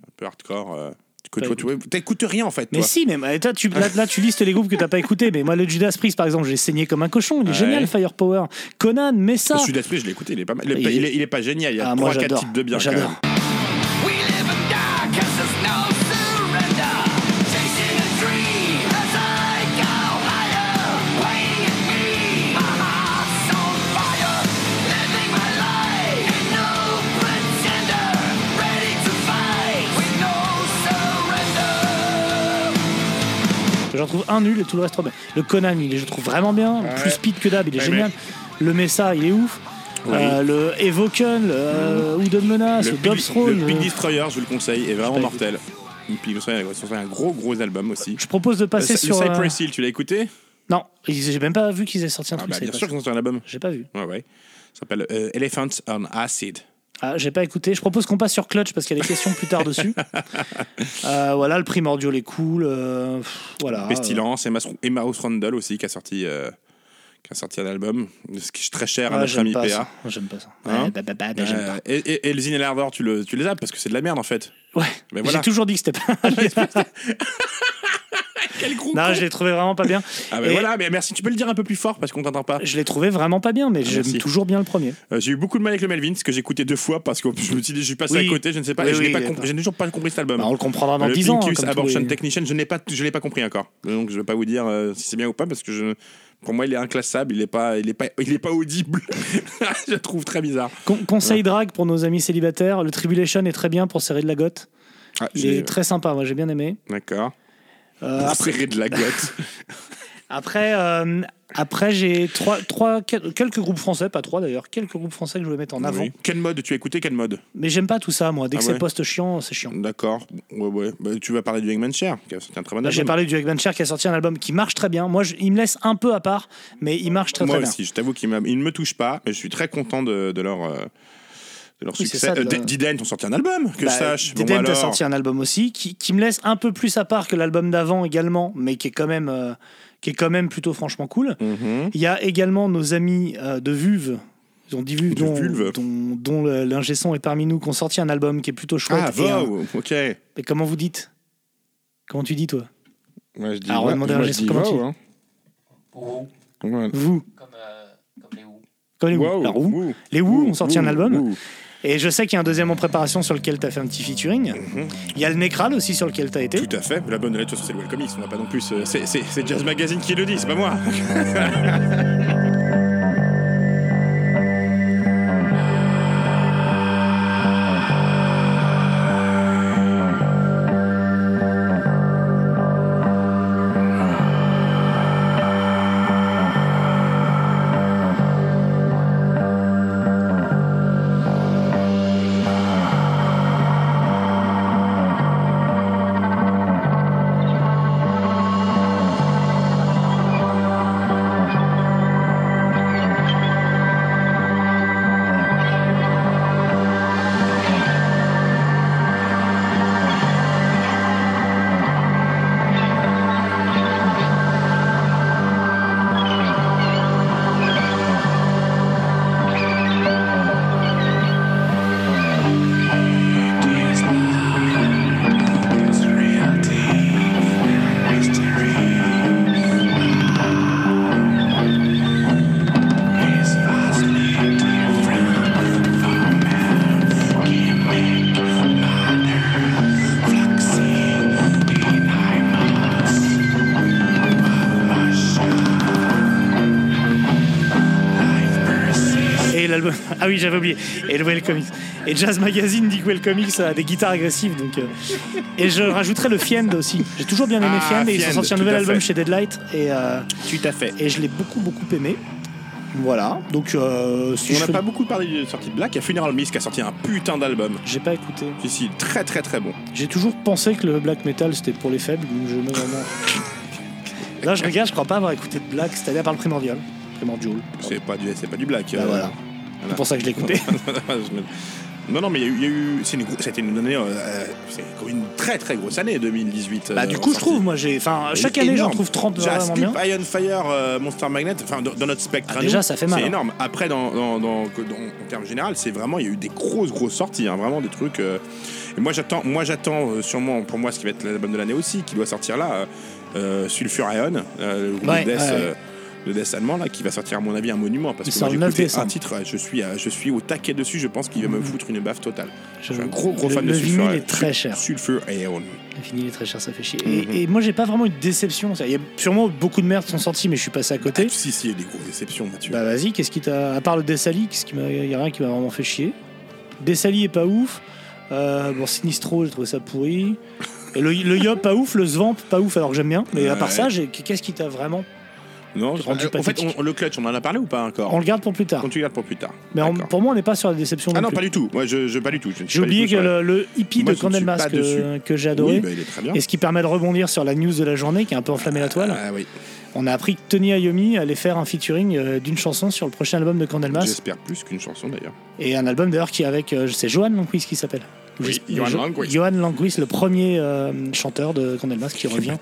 Speaker 2: un peu hardcore. euh, que
Speaker 1: Pas
Speaker 2: toi, tu t'écoutes rien en fait.
Speaker 1: Mais
Speaker 2: toi.
Speaker 1: si, mais mais toi, tu, là, là, tu listes les groupes que t'as pas écouté. Mais moi, le Judas Priest, par exemple, j'ai saigné comme un cochon. Il est
Speaker 2: Ouais.
Speaker 1: génial, Firepower. Conan, Messa.
Speaker 2: Je suis d'esprit, je l'ai écouté, il est pas mal. Il est,
Speaker 1: Il
Speaker 2: pas-
Speaker 1: est-
Speaker 2: il est- il est pas génial, il y a
Speaker 1: Ah, moi,
Speaker 2: 3-4
Speaker 1: j'adore.
Speaker 2: types de bien. quand
Speaker 1: J'adore.
Speaker 2: même.
Speaker 3: We live and die cause there's no surrender. Chasing a dream as I go higher. Weighing at me, my heart's on fire. Living my life ain't no pretender. Ready to fight with no surrender.
Speaker 1: J'en trouve un nul et tout le reste trop bien. Le Conan, il est, je trouve vraiment bien. Plus speed que d'hab, il est
Speaker 2: Ouais,
Speaker 1: génial. Le Messa, il est ouf. Euh, le Evoken, le euh, Hooded Menace, le,
Speaker 2: Le, Big,
Speaker 1: Dobbs Throne,
Speaker 2: le Big
Speaker 1: euh,
Speaker 2: Destroyer, je vous le conseille, est vraiment
Speaker 1: pas
Speaker 2: mortel. Et puis, vous savez, c'est un gros gros album aussi.
Speaker 1: Je propose de
Speaker 2: Le,
Speaker 1: passer
Speaker 2: le
Speaker 1: sur. euh,
Speaker 2: Cypress Hill, tu l'as écouté
Speaker 1: Non, ils- j'ai même pas vu qu'ils aient sorti un
Speaker 2: Ah
Speaker 1: truc.
Speaker 2: bah,
Speaker 1: c'est
Speaker 2: Bien
Speaker 1: pas
Speaker 2: sûr
Speaker 1: ça.
Speaker 2: qu'ils ont sorti un album.
Speaker 1: J'ai pas vu.
Speaker 2: Ouais, ouais. Ça s'appelle euh, Elephants on Acid.
Speaker 1: Ah, j'ai pas écouté. Je propose qu'on passe sur Clutch parce qu'il y a des questions plus tard dessus. Euh, voilà, le primordial est cool. euh, pff, voilà. euh,
Speaker 2: Pestilence, Emma, Sru- Emma House Rundle aussi qui a sorti, euh, qui a sorti un album. Ce qui est très cher
Speaker 1: Ah,
Speaker 2: à notre
Speaker 1: j'aime
Speaker 2: ami
Speaker 1: pas
Speaker 2: PA.
Speaker 1: ça. J'aime pas ça.
Speaker 2: Hein
Speaker 1: Ouais, bah, bah, bah, bah, j'aime
Speaker 2: Euh, et, et, et le Zine et l'Ardor, tu, le, tu les as parce que c'est de la merde en fait.
Speaker 1: pas. Ouais.
Speaker 2: Mais voilà.
Speaker 1: J'ai toujours dit que c'était pas.
Speaker 2: Quel gros
Speaker 1: Non,
Speaker 2: con.
Speaker 1: je l'ai trouvé vraiment pas bien.
Speaker 2: Ah, bah
Speaker 1: Et
Speaker 2: voilà, mais merci, tu peux le dire un peu plus fort parce qu'on t'entend pas.
Speaker 1: Je l'ai trouvé vraiment pas bien, mais j'aime
Speaker 2: merci.
Speaker 1: toujours bien le premier.
Speaker 2: Euh, j'ai eu beaucoup de mal avec le Melvins que j'ai écouté deux fois parce que je me suis dit, je suis passé
Speaker 1: Oui.
Speaker 2: à côté, je ne sais pas,
Speaker 1: Oui,
Speaker 2: et je n'ai
Speaker 1: oui,
Speaker 2: pas
Speaker 1: il est
Speaker 2: compris-
Speaker 1: pas-
Speaker 2: j'ai toujours pas compris cet album.
Speaker 1: Bah, on le comprendra dans
Speaker 2: le
Speaker 1: 10 ans.
Speaker 2: Pincus
Speaker 1: comme tous
Speaker 2: Abortion
Speaker 1: les-
Speaker 2: Technician, je n'ai pas, je l'ai pas compris encore. Donc je vais pas vous dire euh, si c'est bien ou pas parce que je, pour moi il est inclassable, il est pas, il est pas, il est pas audible. je le trouve très bizarre.
Speaker 1: Con- conseil drag pour nos amis célibataires, le Tribulation est très bien pour serrer de la gotte.
Speaker 2: Ah,
Speaker 1: Il
Speaker 2: j'ai-
Speaker 1: est très sympa, moi j'ai bien aimé.
Speaker 2: D'accord.
Speaker 1: Euh,
Speaker 2: Pour
Speaker 1: après,
Speaker 2: serrer de la gotte.
Speaker 1: après, euh, après, j'ai trois, trois, quel- quelques groupes français, pas trois d'ailleurs, quelques groupes français que je vais mettre en avant.
Speaker 2: Oui. Quel mode tu as écouté Quel mode
Speaker 1: Mais j'aime pas tout ça, moi. Dès que
Speaker 2: Ah
Speaker 1: c'est
Speaker 2: ouais
Speaker 1: post chiant, c'est chiant.
Speaker 2: D'accord. Ouais, ouais. Bah, tu vas parler du Hangman Share, qui a sorti un très bon
Speaker 1: Là, Bah, J'ai
Speaker 2: album.
Speaker 1: parlé du Jack Bancher qui a sorti un album qui marche très bien. Moi, je- il me laisse un peu à part, mais il marche très
Speaker 2: Moi
Speaker 1: très
Speaker 2: aussi, je t'avoue qu'il m'a- il ne me touche pas, mais je suis très content de, de leur, euh, de leur
Speaker 1: Oui, c'est
Speaker 2: succès.
Speaker 1: ça,
Speaker 2: Euh,
Speaker 1: de-
Speaker 2: D- Dident ont sorti un album,
Speaker 1: bien.
Speaker 2: que je
Speaker 1: Bah,
Speaker 2: sache. Bon,
Speaker 1: Didem a
Speaker 2: alors.
Speaker 1: sorti un album aussi qui, qui me laisse un peu plus à part que l'album d'avant également, mais qui est quand même euh, qui est quand même plutôt franchement cool.
Speaker 2: Mhm.
Speaker 1: Il y a également nos amis euh, de Vuve. Ils ont dit Vuve,
Speaker 2: De
Speaker 1: dont,
Speaker 2: Vulve.
Speaker 1: dont, dont le- l'ingé son est parmi nous, qui ont sorti un album qui est plutôt chouette.
Speaker 2: Ah,
Speaker 1: et, euh,
Speaker 2: Vow, ok. Ouais,
Speaker 1: mais comment vous dites Comment tu dis toi
Speaker 2: je dis,
Speaker 1: Alors, on va
Speaker 2: ouais,
Speaker 1: demander à
Speaker 2: moi,
Speaker 1: un
Speaker 2: je
Speaker 1: geste
Speaker 2: dis
Speaker 1: comment tu-
Speaker 2: Vow, hein.
Speaker 5: Ou
Speaker 2: Ouais.
Speaker 1: Vous.
Speaker 5: comme, euh, comme les ou.
Speaker 1: Comme les Who.
Speaker 2: Wow,
Speaker 1: Alors, Who.
Speaker 2: Woo,
Speaker 1: Les Who
Speaker 2: Woo,
Speaker 1: ont sorti un
Speaker 2: Woo,
Speaker 1: album.
Speaker 2: Woo.
Speaker 1: Et je sais qu'il y a un deuxième en préparation sur lequel tu as fait un petit featuring. Il y a le Necral aussi sur lequel tu as été.
Speaker 2: Mm-hmm. Tout à fait. La bonne lettre, c'est le Welcome X. On n'a pas non plus. euh, C'est c'est- c'est Jazz Magazine qui le dit, c'est pas moi.
Speaker 1: Et l'album. Ah oui, j'avais oublié. Et le Welcome X. Et Jazz Magazine dit que Welcome X a des guitares agressives. Donc, euh, Et je rajouterai le Fiend aussi. J'ai toujours bien aimé
Speaker 2: Ah,
Speaker 1: Fiend et ils ont
Speaker 2: Fiend,
Speaker 1: sorti un
Speaker 2: tout
Speaker 1: nouvel
Speaker 2: à
Speaker 1: album
Speaker 2: fait.
Speaker 1: chez Deadlight. Et, euh,
Speaker 2: Tout à fait.
Speaker 1: et je l'ai beaucoup, beaucoup aimé. Voilà. Donc, euh, si
Speaker 2: On
Speaker 1: je
Speaker 2: n'a
Speaker 1: fais-
Speaker 2: pas beaucoup parlé de sortie de Black. Il y a Funeral Miss qui a sorti un putain d'album.
Speaker 1: J'ai pas écouté.
Speaker 2: Si, si, très très très bon.
Speaker 1: J'ai toujours pensé que le black metal c'était pour les faibles, donc je me vraiment. Là, je regarde, je crois pas avoir écouté de black, c'est-à-dire par le primordial. Primordial.
Speaker 2: C'est pas du, c'est pas du Black.
Speaker 1: Bah
Speaker 2: euh,
Speaker 1: Euh, voilà. C'est pour ça que je l'ai écouté.
Speaker 2: non, non, mais il y a eu- il y a eu. c'est une gro- C'était une, année. euh, euh, c'est comme une très très grosse année 2018.
Speaker 1: Bah,
Speaker 2: euh,
Speaker 1: du coup,
Speaker 2: en
Speaker 1: je trouve,
Speaker 2: sortie.
Speaker 1: moi, j'ai. Enfin, Euh, chaque
Speaker 2: C'est
Speaker 1: année, j'en
Speaker 2: énorme.
Speaker 1: trouve 30
Speaker 2: J'ai un
Speaker 1: vraiment
Speaker 2: Sleep,
Speaker 1: bien.
Speaker 2: Iron Fire, euh, Monster Magnet, enfin dans, dans notre spectre.
Speaker 1: Ah,
Speaker 2: à
Speaker 1: déjà,
Speaker 2: nous,
Speaker 1: ça fait mal,
Speaker 2: C'est
Speaker 1: hein.
Speaker 2: énorme. Après, dans, dans- dans- que- dans- en termes général, c'est vraiment il y a eu des grosses grosses sorties, hein, vraiment des trucs. euh, et moi j'attends, moi j'attends euh, sûrement pour moi ce qui va être l'album de l'année aussi, qui doit sortir là, euh, euh, Sulfur Ion, euh, le groupe
Speaker 1: Ouais,
Speaker 2: de Death.
Speaker 1: ouais, ouais.
Speaker 2: euh, le Death allemand là qui va sortir à mon avis un monument parce
Speaker 1: Il
Speaker 2: que
Speaker 1: sort
Speaker 2: moi
Speaker 1: le
Speaker 2: j'ai
Speaker 1: 9
Speaker 2: écouté un
Speaker 1: décembre.
Speaker 2: titre euh, je suis euh, je suis au taquet dessus je pense qu'il va me foutre une baffe totale
Speaker 1: Je-
Speaker 2: je suis un gros gros
Speaker 1: le-
Speaker 2: fan de
Speaker 1: le
Speaker 2: Sulfur
Speaker 1: vinyle
Speaker 2: Iron.
Speaker 1: est très cher.
Speaker 2: Sulfur Ion
Speaker 1: Le vinyle est très cher, ça fait chier. Et- Et, moi, j'ai pas vraiment eu de déception. Il y a sûrement beaucoup de merdes qui sont sorties, mais je suis passé à côté.
Speaker 2: si si il y a des grosses déceptions Mathieu
Speaker 1: Bah vas-y, qu'est-ce qui t'a. À part le Dessali, qu'est-ce qui m'a. Y a rien qui m'a vraiment fait chier. Dessali est pas ouf. Euh, bon, Sinistro, j'ai trouvé ça pourri. Et le, le Yop pas ouf, le Svamp pas ouf, alors que j'aime bien. Mais à part
Speaker 2: Ouais.
Speaker 1: ça, j'ai- qu'est-ce qui t'a vraiment.
Speaker 2: Non,
Speaker 1: Rendu
Speaker 2: je- en fait,
Speaker 1: pathétique.
Speaker 2: on- le clutch, on en a parlé ou pas encore
Speaker 1: On le garde pour plus tard.
Speaker 2: On tu garde pour plus tard.
Speaker 1: Mais on-
Speaker 2: D'accord.
Speaker 1: pour moi, on n'est pas sur la déception.
Speaker 2: ah
Speaker 1: non
Speaker 2: non,
Speaker 1: plus.
Speaker 2: pas du tout. Moi, je, je pas du tout. Je ne suis
Speaker 1: J'ai
Speaker 2: pas du
Speaker 1: oublié
Speaker 2: tout
Speaker 1: que
Speaker 2: sur la-
Speaker 1: le, le hippie
Speaker 2: Moi,
Speaker 1: de
Speaker 2: je ne suis
Speaker 1: Candlemas
Speaker 2: pas
Speaker 1: que,
Speaker 2: dessus.
Speaker 1: que j'ai
Speaker 2: Oui,
Speaker 1: adoré.
Speaker 2: bah, il est très bien.
Speaker 1: Et ce qui permet de rebondir sur la news de la journée qui a un peu enflammé la toile.
Speaker 2: Ah oui.
Speaker 1: On a appris que Tony Iommi allait faire un featuring euh, d'une chanson sur le prochain album de Candlemas.
Speaker 2: J'espère plus qu'une chanson d'ailleurs.
Speaker 1: Et un album d'ailleurs qui est avec, euh, c'est Johan Languis qui s'appelle.
Speaker 2: Oui,
Speaker 1: J'espère-
Speaker 2: Johan
Speaker 1: Jo-
Speaker 2: Languis.
Speaker 1: Johan Languis, le premier euh, chanteur de Condelmas qui revient,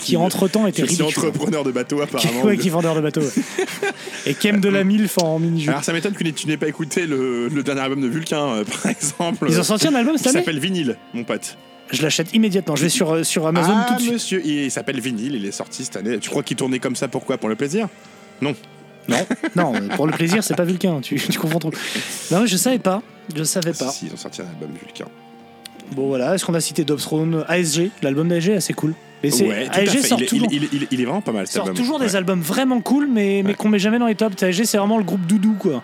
Speaker 1: qui entre temps était
Speaker 2: Qui est
Speaker 1: ridicule.
Speaker 2: entrepreneur de bateau
Speaker 1: Qui,
Speaker 2: apparemment.
Speaker 1: ouais, qui est vendeur de bateau. Et qui aime de la MILF en mini-jeu.
Speaker 2: Alors ça m'étonne que tu n'aies pas écouté le, le dernier album de Vulcain, euh, par exemple.
Speaker 1: Ils ont sorti un album cette
Speaker 2: qui
Speaker 1: année
Speaker 2: s'appelle Vinyle, mon pote.
Speaker 1: Je l'achète immédiatement. Je vais sur, euh, sur Amazon
Speaker 2: ah,
Speaker 1: tout de suite.
Speaker 2: monsieur, il s'appelle Vinyl, il est sorti cette année. Tu crois qu'il tournait comme ça pourquoi Pour le plaisir Non. Non
Speaker 1: Non, euh, pour le plaisir, c'est pas Vulcain. Tu, tu confonds trop. Non, mais je savais pas. Je savais pas.
Speaker 2: Si, ils ont sorti un album Vulcain.
Speaker 1: Bon, voilà. Est-ce qu'on a cité Dobstron ASG L'album d'ASG, assez cool. Mais c'est
Speaker 2: Ouais, tout à
Speaker 1: ASG
Speaker 2: fait.
Speaker 1: sort
Speaker 2: Il, est-
Speaker 1: toujours.
Speaker 2: il- il- il- il est vraiment pas mal cet
Speaker 1: sort
Speaker 2: album.
Speaker 1: toujours des
Speaker 2: Ouais.
Speaker 1: albums vraiment cool, mais, mais qu'on met jamais dans les tops. ASG, c'est vraiment le groupe doudou, quoi.
Speaker 2: Ouais.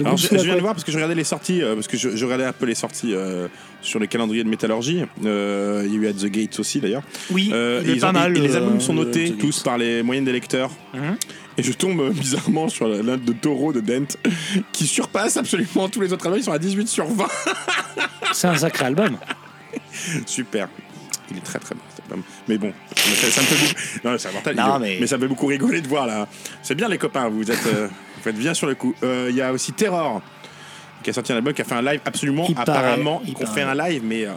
Speaker 1: Le
Speaker 2: Alors,
Speaker 1: groupe
Speaker 2: je,
Speaker 1: sous la
Speaker 2: je viens
Speaker 1: couette.
Speaker 2: de voir parce que je regardais les sorties, euh, parce que je, je regardais un peu les sorties euh, sur les calendriers de métallurgie. Euh, il y a eu At the Gates aussi d'ailleurs.
Speaker 1: Oui,
Speaker 2: Euh,
Speaker 1: il
Speaker 2: et
Speaker 1: est
Speaker 2: ils
Speaker 1: pas
Speaker 2: ont-
Speaker 1: mal.
Speaker 2: et les albums
Speaker 1: euh,
Speaker 2: sont notés
Speaker 1: Tony.
Speaker 2: tous par les moyennes des lecteurs.
Speaker 1: Mhm.
Speaker 2: Et je tombe euh, bizarrement sur la- l'un de Taureau de Dent qui surpasse absolument tous les autres albums. Ils sont à 18 sur 20.
Speaker 1: C'est un sacré album.
Speaker 2: Super. Il est très très bon cet album. Mais bon, ça me fait, ça me fait beaucoup. Non, c'est mortel.
Speaker 1: Non,
Speaker 2: il est-
Speaker 1: mais-
Speaker 2: ça me fait beaucoup rigoler de voir là. C'est bien les copains, vous êtes, euh, vous êtes bien sur le coup. Euh, Il y a aussi Terror qui a sorti un album qui a fait un live absolument
Speaker 1: Il paraît,
Speaker 2: apparemment.
Speaker 1: il
Speaker 2: qu'on
Speaker 1: paraît.
Speaker 2: fait un live mais euh,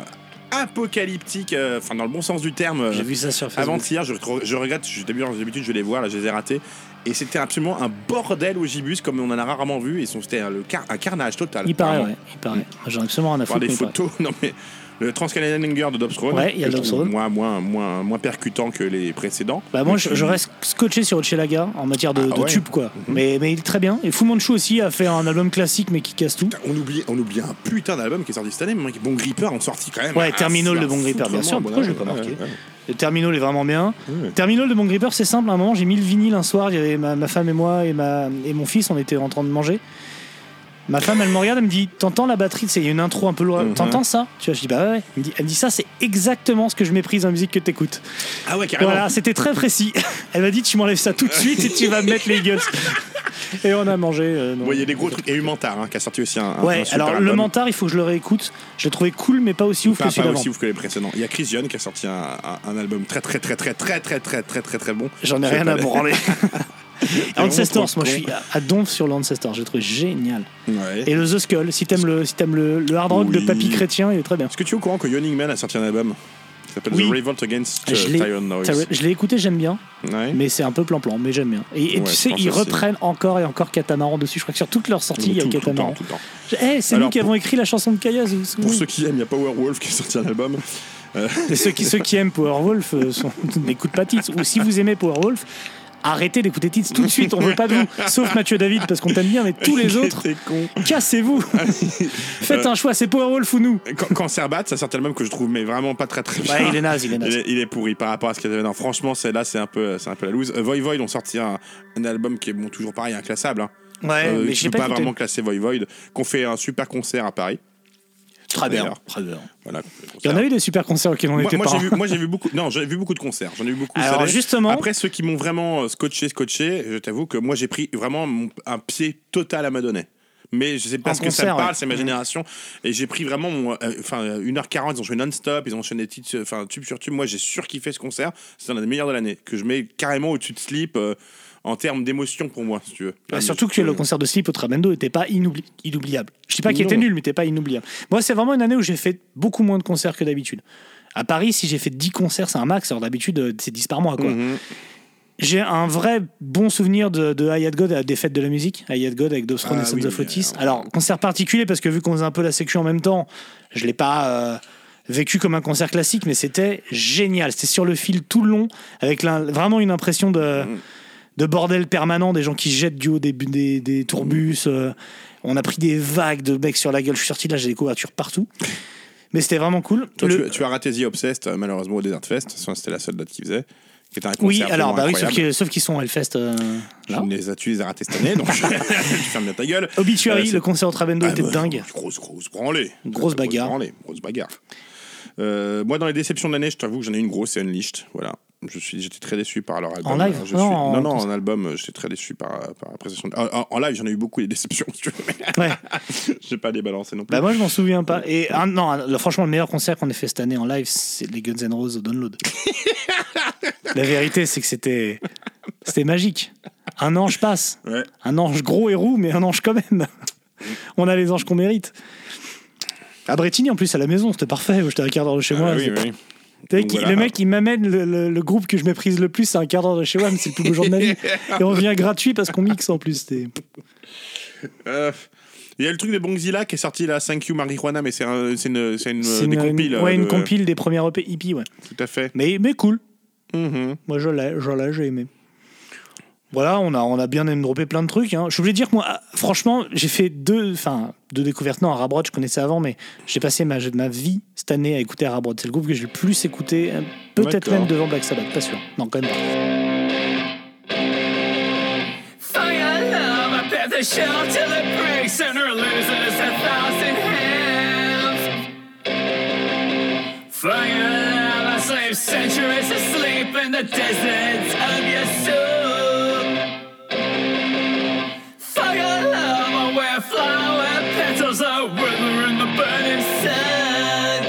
Speaker 2: apocalyptique, euh, enfin dans le bon sens du terme. euh,
Speaker 1: J'ai vu ça sur Facebook.
Speaker 2: Avant-hier, je, re- je regrette, je- d'habitude d'habitude, je les vois, là je les ai ratés. Et c'était absolument un bordel au gibus comme on en a rarement vu. Et c'était un, le car- un carnage total.
Speaker 1: Il paraît,
Speaker 2: Vraiment.
Speaker 1: ouais. Il paraît. J'en ai absolument rien à
Speaker 2: Voir
Speaker 1: foutre.
Speaker 2: des
Speaker 1: mais il paraît.
Speaker 2: photos, non mais le Transcanadian Hunger de Dobbs Road,
Speaker 1: Ouais, il y a
Speaker 2: que je
Speaker 1: Dobbs
Speaker 2: trouve
Speaker 1: Road.
Speaker 2: moins, moins, moins, moins percutant que les précédents.
Speaker 1: Bah moi
Speaker 2: Mais
Speaker 1: je,
Speaker 2: qui-
Speaker 1: je reste scotché sur Ochelaga en matière de,
Speaker 2: Ah
Speaker 1: de
Speaker 2: ouais.
Speaker 1: tube quoi. mais, mais il est très bien. Et Fu Manchu aussi a fait un album classique mais qui casse tout.
Speaker 2: On oublie, on oublie un putain d'album qui est sorti cette année, mais Bon Gripper en sorti quand même.
Speaker 1: Ouais,
Speaker 2: un-
Speaker 1: Terminal
Speaker 2: un
Speaker 1: de Bon
Speaker 2: foutre
Speaker 1: Gripper, bien
Speaker 2: vraiment
Speaker 1: sûr,
Speaker 2: bon
Speaker 1: pourquoi je l'ai
Speaker 2: album.
Speaker 1: pas marqué
Speaker 2: Ouais, ouais,
Speaker 1: Le Terminal est vraiment bien.
Speaker 2: ouais.
Speaker 1: Terminal de Bon Gripper c'est simple, à un moment j'ai mis le vinyle un soir, il y avait ma, ma femme et moi et, ma, et mon fils, on était en train de manger. Ma femme elle me regarde, elle me dit T'entends la batterie, tu sais, il y a une intro un peu loin,
Speaker 2: Mhm.
Speaker 1: t'entends ça Tu vois, je dis Bah ouais. Elle me dit, elle me dit Ça c'est exactement ce que je méprise en musique que t'écoutes.
Speaker 2: Ah ouais, carrément.
Speaker 1: Voilà, c'était très précis. Elle m'a dit Tu m'enlèves ça tout de suite et tu vas mettre les gueules. Et on a mangé. euh, non.
Speaker 2: Bon, il y a des gros trucs. Et eu Mentar, hein, qui a sorti aussi un. un-
Speaker 1: Ouais,
Speaker 2: un super
Speaker 1: alors le
Speaker 2: album.
Speaker 1: mentar, il faut que je le réécoute. Je l'ai trouvé cool, mais pas aussi ouf
Speaker 2: pas,
Speaker 1: que celui
Speaker 2: pas
Speaker 1: d'avant.
Speaker 2: aussi ouf que les précédents. Il y a Chris Young qui a sorti un, un- un album très très très très très très très très très très bon.
Speaker 1: J'en ai
Speaker 2: Je sais
Speaker 1: rien
Speaker 2: pas,
Speaker 1: à
Speaker 2: mais-
Speaker 1: branler. Ancestors,
Speaker 2: trop
Speaker 1: moi je
Speaker 2: con.
Speaker 1: suis à- à donf sur l'Ancestors, j'ai trouvé génial.
Speaker 2: Ouais.
Speaker 1: Et le The Skull, si t'aimes le, si t'aimes le, le hard rock de
Speaker 2: Oui.
Speaker 1: Papy Chrétien, il est très bien.
Speaker 2: Est-ce que tu es au courant que Yawning Man a sorti un album qui s'appelle
Speaker 1: Oui.
Speaker 2: The Revolt Against euh,
Speaker 1: Je l'ai-
Speaker 2: Tyrant Noise
Speaker 1: Tyrell- Je l'ai écouté, j'aime bien,
Speaker 2: Ouais.
Speaker 1: mais c'est un peu plan-plan, mais j'aime bien. Et, et
Speaker 2: Ouais,
Speaker 1: tu
Speaker 2: je
Speaker 1: sais,
Speaker 2: pense
Speaker 1: ils
Speaker 2: aussi.
Speaker 1: reprennent encore et encore Catamaran dessus. Je crois que sur toutes leurs sorties, il y a
Speaker 2: Tout- tout le temps,
Speaker 1: Catamaran.
Speaker 2: tout le temps.
Speaker 1: Eh, c'est
Speaker 2: Alors,
Speaker 1: nous qui
Speaker 2: pour-
Speaker 1: avons écrit la chanson de Kayaz. vous vous
Speaker 2: Pour
Speaker 1: souvenez
Speaker 2: ceux qui aiment, il y a Powerwolf qui a sorti un album.
Speaker 1: Et ceux qui, ceux qui aiment Powerwolf euh, sont- n'écoutent pas Tits. Ou si vous aimez Powerwolf, arrêtez d'écouter Tits tout de suite. On veut pas de vous. Sauf Mathieu David, parce qu'on t'aime bien, mais tous les autres,
Speaker 2: T'es con. Ah,
Speaker 1: cassez-vous. Faites un choix, c'est Powerwolf ou nous.
Speaker 2: Can- Cancer Bat, ça sort un album que je trouve mais vraiment pas très très bien.
Speaker 1: Ouais, il est naze, il est naze.
Speaker 2: Il est, il est pourri par rapport à ce qu'il y avait. Non, franchement, celle-là, c'est un peu, c'est un peu la loose. Euh, Void Void ont sorti un, un album qui est bon, toujours pareil, inclassable. Hein.
Speaker 1: Ouais,
Speaker 2: Euh,
Speaker 1: mais je
Speaker 2: tu peux
Speaker 1: sais
Speaker 2: pas,
Speaker 1: pas, écouté.
Speaker 2: vraiment classer Void Void. Qu'on fait un super concert à Paris.
Speaker 1: Très bien,
Speaker 2: d'ailleurs.
Speaker 1: très bien.
Speaker 2: Voilà.
Speaker 1: Il y en a eu des super concerts auxquels on
Speaker 2: Moi,
Speaker 1: était
Speaker 2: moi,
Speaker 1: pas. Ah,
Speaker 2: j'ai vu, moi j'ai vu beaucoup. Non, j'ai vu beaucoup de concerts. J'en ai vu beaucoup.
Speaker 1: Alors,
Speaker 2: cette année.
Speaker 1: justement-
Speaker 2: Après ceux qui m'ont vraiment euh, scotché, scotché, je t'avoue que moi j'ai pris vraiment mon- un pied total à Madonna. Mais je sais pas
Speaker 1: En
Speaker 2: ce que ça
Speaker 1: concert,
Speaker 2: me parle,
Speaker 1: ouais.
Speaker 2: c'est ma génération. Et j'ai pris vraiment mon, euh, enfin euh, 1h40, ils ont joué non-stop, ils ont enchaîné titres, euh, enfin tube sur tube. Moi j'ai surkiffé ce concert. C'est l'un des meilleurs de l'année que je mets carrément au-dessus de Slip euh, en termes d'émotion pour moi, si tu veux.
Speaker 1: Bah,
Speaker 2: Là,
Speaker 1: surtout que
Speaker 2: je-
Speaker 1: le concert de Sleep au Tramendo était pas inoubli- inoubliable. Je dis pas qu'il était
Speaker 2: Non.
Speaker 1: nul, mais était pas inoubliable. Moi, c'est vraiment une année où j'ai fait beaucoup moins de concerts que d'habitude. À Paris, si j'ai fait 10 concerts, c'est un max. Alors d'habitude, euh, c'est 10 par mois. Quoi.
Speaker 2: Mhm.
Speaker 1: J'ai un vrai bon souvenir de, de Hayat God à des fêtes de la musique. Hayat God avec Dobson
Speaker 2: Ah
Speaker 1: et Sons
Speaker 2: oui,
Speaker 1: of Otis.
Speaker 2: euh,
Speaker 1: Alors, concert particulier parce que vu qu'on faisait un peu la sécu en même temps, je l'ai pas euh, vécu comme un concert classique, mais c'était génial. C'était sur le fil tout le long avec la- vraiment une impression de,
Speaker 2: Mm.
Speaker 1: de bordel permanent, des gens qui se jettent du haut des, bu- des, des tourbus.
Speaker 2: Mm.
Speaker 1: euh, on a pris des vagues de mecs sur la gueule. Je suis sorti de là, j'ai des couvertures partout. Mais c'était vraiment cool.
Speaker 2: Toi,
Speaker 1: Le-
Speaker 2: tu, tu as raté The Obsessed, euh, malheureusement, au Desert Fest. Enfin, C'était la seule date qu'ils faisaient. qui était un
Speaker 1: oui,
Speaker 2: concert
Speaker 1: alors, bah
Speaker 2: vraiment
Speaker 1: oui, sauf
Speaker 2: incroyable. Ah.
Speaker 1: qu'ils sauf qu'ils sont à Hellfest. euh, là.
Speaker 2: Tu les as, tu les as ratés cette année, donc tu fermes bien ta gueule. Euh,
Speaker 1: Obituary,
Speaker 2: c'est-
Speaker 1: le concert au Travendo
Speaker 2: Ah,
Speaker 1: était
Speaker 2: bah,
Speaker 1: dingue.
Speaker 2: Grosse, grosse branlée.
Speaker 1: Grosse bagarre.
Speaker 2: branlée, grosse bagarre. Euh, moi, dans les déceptions de l'année, je t'avoue que j'en ai une grosse, c'est Unleashed. Voilà. Je suis, j'étais très déçu par leur album.
Speaker 1: En live
Speaker 2: Je
Speaker 1: Non,
Speaker 2: suis-
Speaker 1: en-
Speaker 2: non, non, en album, euh, j'étais très déçu par, par la prestation. de- Ah, En, en- en live, j'en ai eu beaucoup des déceptions. si tu veux, mais
Speaker 1: Ouais.
Speaker 2: J'ai pas débalancé non plus.
Speaker 1: Bah moi je m'en souviens pas. Et un- non, un- le- franchement le meilleur concert qu'on ait fait cette année en live, c'est les Guns N' Roses au Download. La vérité c'est que c'était c'était magique. Un ange passe,
Speaker 2: Ouais.
Speaker 1: un ange gros et roux, mais un ange quand même. On a les anges qu'on mérite. À Bretigny en plus à la maison, c'était parfait. J'étais à un quart d'heure de chez
Speaker 2: Ah,
Speaker 1: moi.
Speaker 2: oui,
Speaker 1: c'est-
Speaker 2: oui.
Speaker 1: T'as vu
Speaker 2: Donc
Speaker 1: qu'il-
Speaker 2: voilà.
Speaker 1: Le mec, il m'amène le, le- le groupe que je méprise le plus, c'est un quart d'heure de chez moi, mais c'est le plus beau jour de ma vie. Et on vient gratuit parce qu'on mixe en plus. c'était-
Speaker 2: Euh, Il y a le truc de Bongzilla qui est sorti là, 5Q Marijuana, mais c'est un- c'est une, c'est une,
Speaker 1: C'est
Speaker 2: des
Speaker 1: une,
Speaker 2: compiles.
Speaker 1: ouais,
Speaker 2: euh,
Speaker 1: une
Speaker 2: de-
Speaker 1: compile des premières EP hippies, ouais.
Speaker 2: Tout à fait.
Speaker 1: Mais, mais cool.
Speaker 2: Mhm.
Speaker 1: Moi, je l'ai, je l'ai, j'ai aimé. Voilà, on a, on a bien aimé dropper plein de trucs. hein. Je voulais dire que moi, ah, franchement, j'ai fait deux, enfin, deux découvertes. Non, Arabrod, je connaissais avant, mais j'ai passé ma, ma vie cette année à écouter Arabrod. C'est le groupe que j'ai le plus écouté, euh, peut-être
Speaker 2: D'accord.
Speaker 1: même devant Black Sabbath, pas sûr. Non, quand même pas.
Speaker 6: Fire love, I bet the shell till it breaks and her loses a thousand hands. Fire love, I slave centuries asleep in the deserts of your soul. Fire love, I wear flower petals, I wither in the burning sun.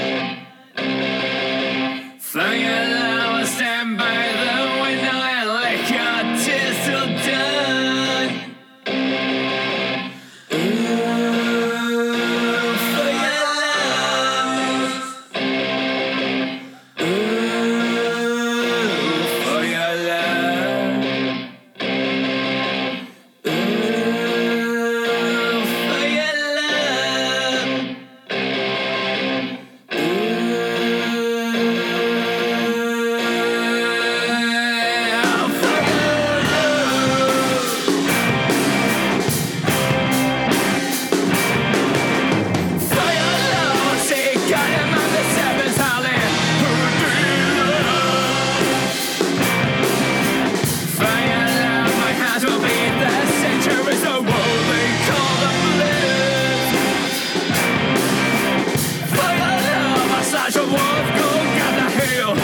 Speaker 6: Fire love, I stand by the window and lick your tears till dawn. Ooh, fire love. Ooh, fire love. Ooh, fire love. Wolf, go gather hail.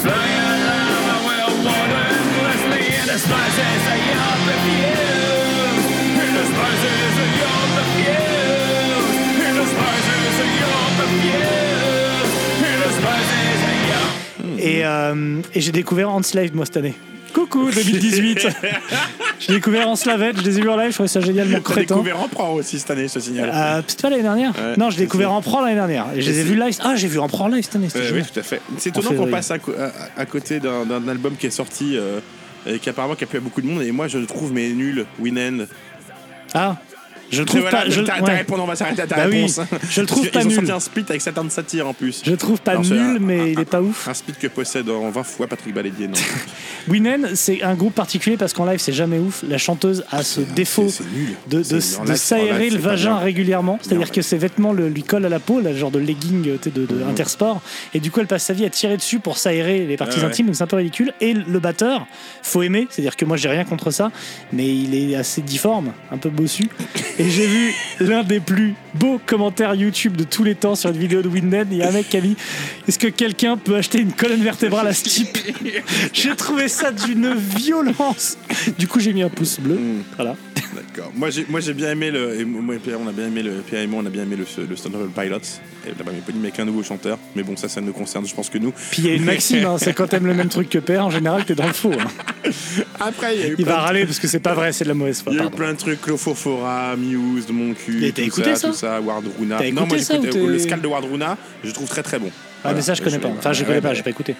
Speaker 6: Fly alarm, I will water endlessly in the spices of your perfume. In the spices of your perfume. In the spices of your perfume. In the spices of your
Speaker 2: Hmm.
Speaker 1: Et, euh, et j'ai découvert Enslaved, moi, cette année. Coucou 2018 J'ai découvert Enslaved, je les ai vus en live, je trouvais ça génial, mon
Speaker 2: T'as
Speaker 1: crétin.
Speaker 2: découvert Emperor aussi cette année, ce signal.
Speaker 1: Euh, c'est pas l'année dernière
Speaker 2: Ouais,
Speaker 1: Non, j'ai
Speaker 2: c'est
Speaker 1: découvert
Speaker 2: ça.
Speaker 1: Empereur l'année dernière. Et je les ai vus live. Ah, j'ai vu Empereur live cette année. c'était
Speaker 2: Euh, oui,
Speaker 1: génial.
Speaker 2: tout à fait. C'est
Speaker 1: En
Speaker 2: étonnant qu'on
Speaker 1: février.
Speaker 2: passe à, co- à- à côté d'un d'un album qui est sorti euh, et qui apparemment qui a plu à beaucoup de monde. Et moi, je le trouve mais nul. Win End.
Speaker 1: Ah, je le trouve
Speaker 2: Mais voilà,
Speaker 1: pas. Je,
Speaker 2: ta, ta
Speaker 1: ouais.
Speaker 2: réponse, on va s'arrêter à ta
Speaker 1: Bah oui,
Speaker 2: réponse. hein.
Speaker 1: je le trouve
Speaker 2: Parce que
Speaker 1: pas
Speaker 2: Ils ont sorti
Speaker 1: nul.
Speaker 2: un split avec Satan Satire en plus.
Speaker 1: Je le trouve pas
Speaker 2: Non, c'est
Speaker 1: nul,
Speaker 2: un-
Speaker 1: mais
Speaker 2: un-
Speaker 1: il est pas ouf.
Speaker 2: Un split que possède en 20 fois Patrick Balédier. non.
Speaker 1: Winen, c'est un groupe particulier parce qu'en live, c'est jamais ouf. La chanteuse a ce défaut
Speaker 2: c'est nul.
Speaker 1: de, de,
Speaker 2: C'est nul. En
Speaker 1: de
Speaker 2: live, en
Speaker 1: s'aérer
Speaker 2: live,
Speaker 1: le
Speaker 2: c'est pas
Speaker 1: vagin
Speaker 2: bien.
Speaker 1: régulièrement.
Speaker 2: en
Speaker 1: C'est-à-dire
Speaker 2: live.
Speaker 1: que ses vêtements le, lui collent à la peau, là, genre de legging euh, tu sais, de,
Speaker 2: Mhm.
Speaker 1: de intersport. Et du coup, elle passe sa vie à tirer dessus pour s'aérer les parties
Speaker 2: Ah Ouais, ouais.
Speaker 1: intimes, donc c'est un peu ridicule. Et le batteur, faut aimer. C'est-à-dire que moi, j'ai rien contre ça, mais il est assez difforme, un peu bossu. Et j'ai vu l'un des plus beaux commentaires YouTube de tous les temps sur une vidéo de Winden. Il y a un mec qui a mis Est-ce que quelqu'un peut acheter une colonne vertébrale à ce type J'ai trouvé ça d'une violence. Du coup, j'ai mis un pouce bleu.
Speaker 2: Mm.
Speaker 1: Voilà.
Speaker 2: D'accord. Moi, j'ai moi, j'ai bien aimé le. Et moi et Pierre, on a bien aimé le. Pierre et moi, on a bien aimé le, le Stone Temple Pilots. Et là, bah, mais avec un nouveau chanteur. Mais bon, ça, ça ne concerne, je pense que nous.
Speaker 1: Puis il y a une maxime hein, c'est quand t'aimes le même truc que père, en général, t'es dans le faux. hein.
Speaker 2: Après, il y a eu
Speaker 1: Il
Speaker 2: plein
Speaker 1: va
Speaker 2: de-
Speaker 1: râler parce que c'est pas vrai, c'est de la mauvaise foi.
Speaker 2: Il y a eu
Speaker 1: pardon.
Speaker 2: plein de trucs, Clofophora, Muse, de mon cul,
Speaker 1: Mais
Speaker 2: tout
Speaker 1: t'as écouté ça
Speaker 2: tout ça, Wardruna.
Speaker 1: T'as
Speaker 2: non, moi
Speaker 1: écouté ça
Speaker 2: j'écoute
Speaker 1: ou
Speaker 2: euh, le
Speaker 1: t'es-
Speaker 2: scal de Wardruna, je le trouve très très bon.
Speaker 1: Ah, mais ça, je
Speaker 2: Voilà,
Speaker 1: connais pas.
Speaker 2: l'ai-
Speaker 1: Enfin, je
Speaker 2: ouais,
Speaker 1: connais pas,
Speaker 2: ouais.
Speaker 1: j'ai pas écouté.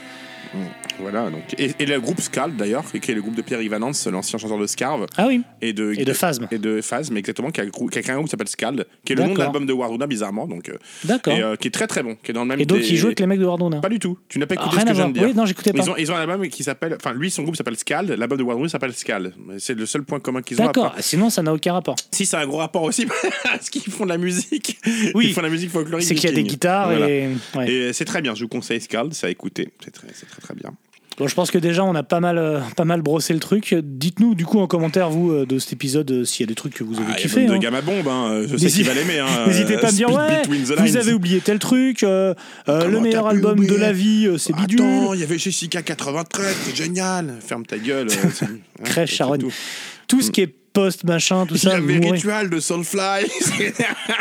Speaker 2: Voilà, donc. Et, et le groupe Scal d'ailleurs, qui est le groupe de Pierre Ivanance, l'ancien chanteur de Scarve.
Speaker 1: Ah oui.
Speaker 2: Et de,
Speaker 1: Et de Phasm.
Speaker 2: Et de Phasm, exactement, qui a, grou- qui a créé un groupe qui s'appelle Scald, qui est le nom de
Speaker 1: D'accord.
Speaker 2: l'album de Wardruna, bizarrement, donc, euh,
Speaker 1: D'accord.
Speaker 2: et euh, qui est très très bon, qui est dans le même
Speaker 1: Et donc,
Speaker 2: des-
Speaker 1: il joue avec les mecs de Wardona.
Speaker 2: Pas du tout, tu n'as pas
Speaker 1: Ah,
Speaker 2: écouté
Speaker 1: rien
Speaker 2: ce que
Speaker 1: à
Speaker 2: je viens de
Speaker 1: voir.
Speaker 2: dire.
Speaker 1: Oui, non, j'écoutais pas.
Speaker 2: Ils ont, ils ont un album qui s'appelle. Enfin, lui, son groupe s'appelle Scald, l'album de Wardruna s'appelle Scald. C'est le seul point commun qu'ils ont à part-
Speaker 1: D'accord, sinon ça n'a aucun rapport.
Speaker 2: Si, c'est un gros rapport aussi parce qu'ils font de la musique.
Speaker 1: Oui.
Speaker 2: Ils font de la musique folklorique.
Speaker 1: C'est qu'il y a des
Speaker 2: viking.
Speaker 1: guitares
Speaker 2: Voilà.
Speaker 1: et. ouais.
Speaker 2: Et c'est très bien, je vous conseille Scald, ça à écouter. C'est très, c'est très très bien.
Speaker 1: Bon, je pense que déjà on a pas mal, euh, pas mal brossé le truc. Dites-nous du coup en commentaire, vous, euh, de cet épisode, euh, s'il y a des trucs que vous avez
Speaker 2: Ah, il y a
Speaker 1: kiffé.
Speaker 2: même
Speaker 1: hein.
Speaker 2: de gamme à bombe, hein. je sais
Speaker 1: N'hésitez-
Speaker 2: qu'il va l'aimer. hein.
Speaker 1: N'hésitez pas à me dire,
Speaker 2: Speed
Speaker 1: ouais,
Speaker 2: Between the
Speaker 1: vous
Speaker 2: Lines.
Speaker 1: avez oublié tel truc, euh, euh,
Speaker 2: Comment
Speaker 1: le meilleur
Speaker 2: t'as pu
Speaker 1: album de
Speaker 2: oublier
Speaker 1: la vie, euh, c'est bidule.
Speaker 2: Attends, il y avait Jessica 93, c'est génial. Ferme ta gueule. euh, c'est- hein,
Speaker 1: Crèche,
Speaker 2: c'est
Speaker 1: Sharon.
Speaker 2: tout.
Speaker 1: Tout Mm. ce qui est post, machin, tout
Speaker 2: Il y
Speaker 1: ça.
Speaker 2: avait
Speaker 1: vous mourrez.
Speaker 2: Ritual de Soulfly. bah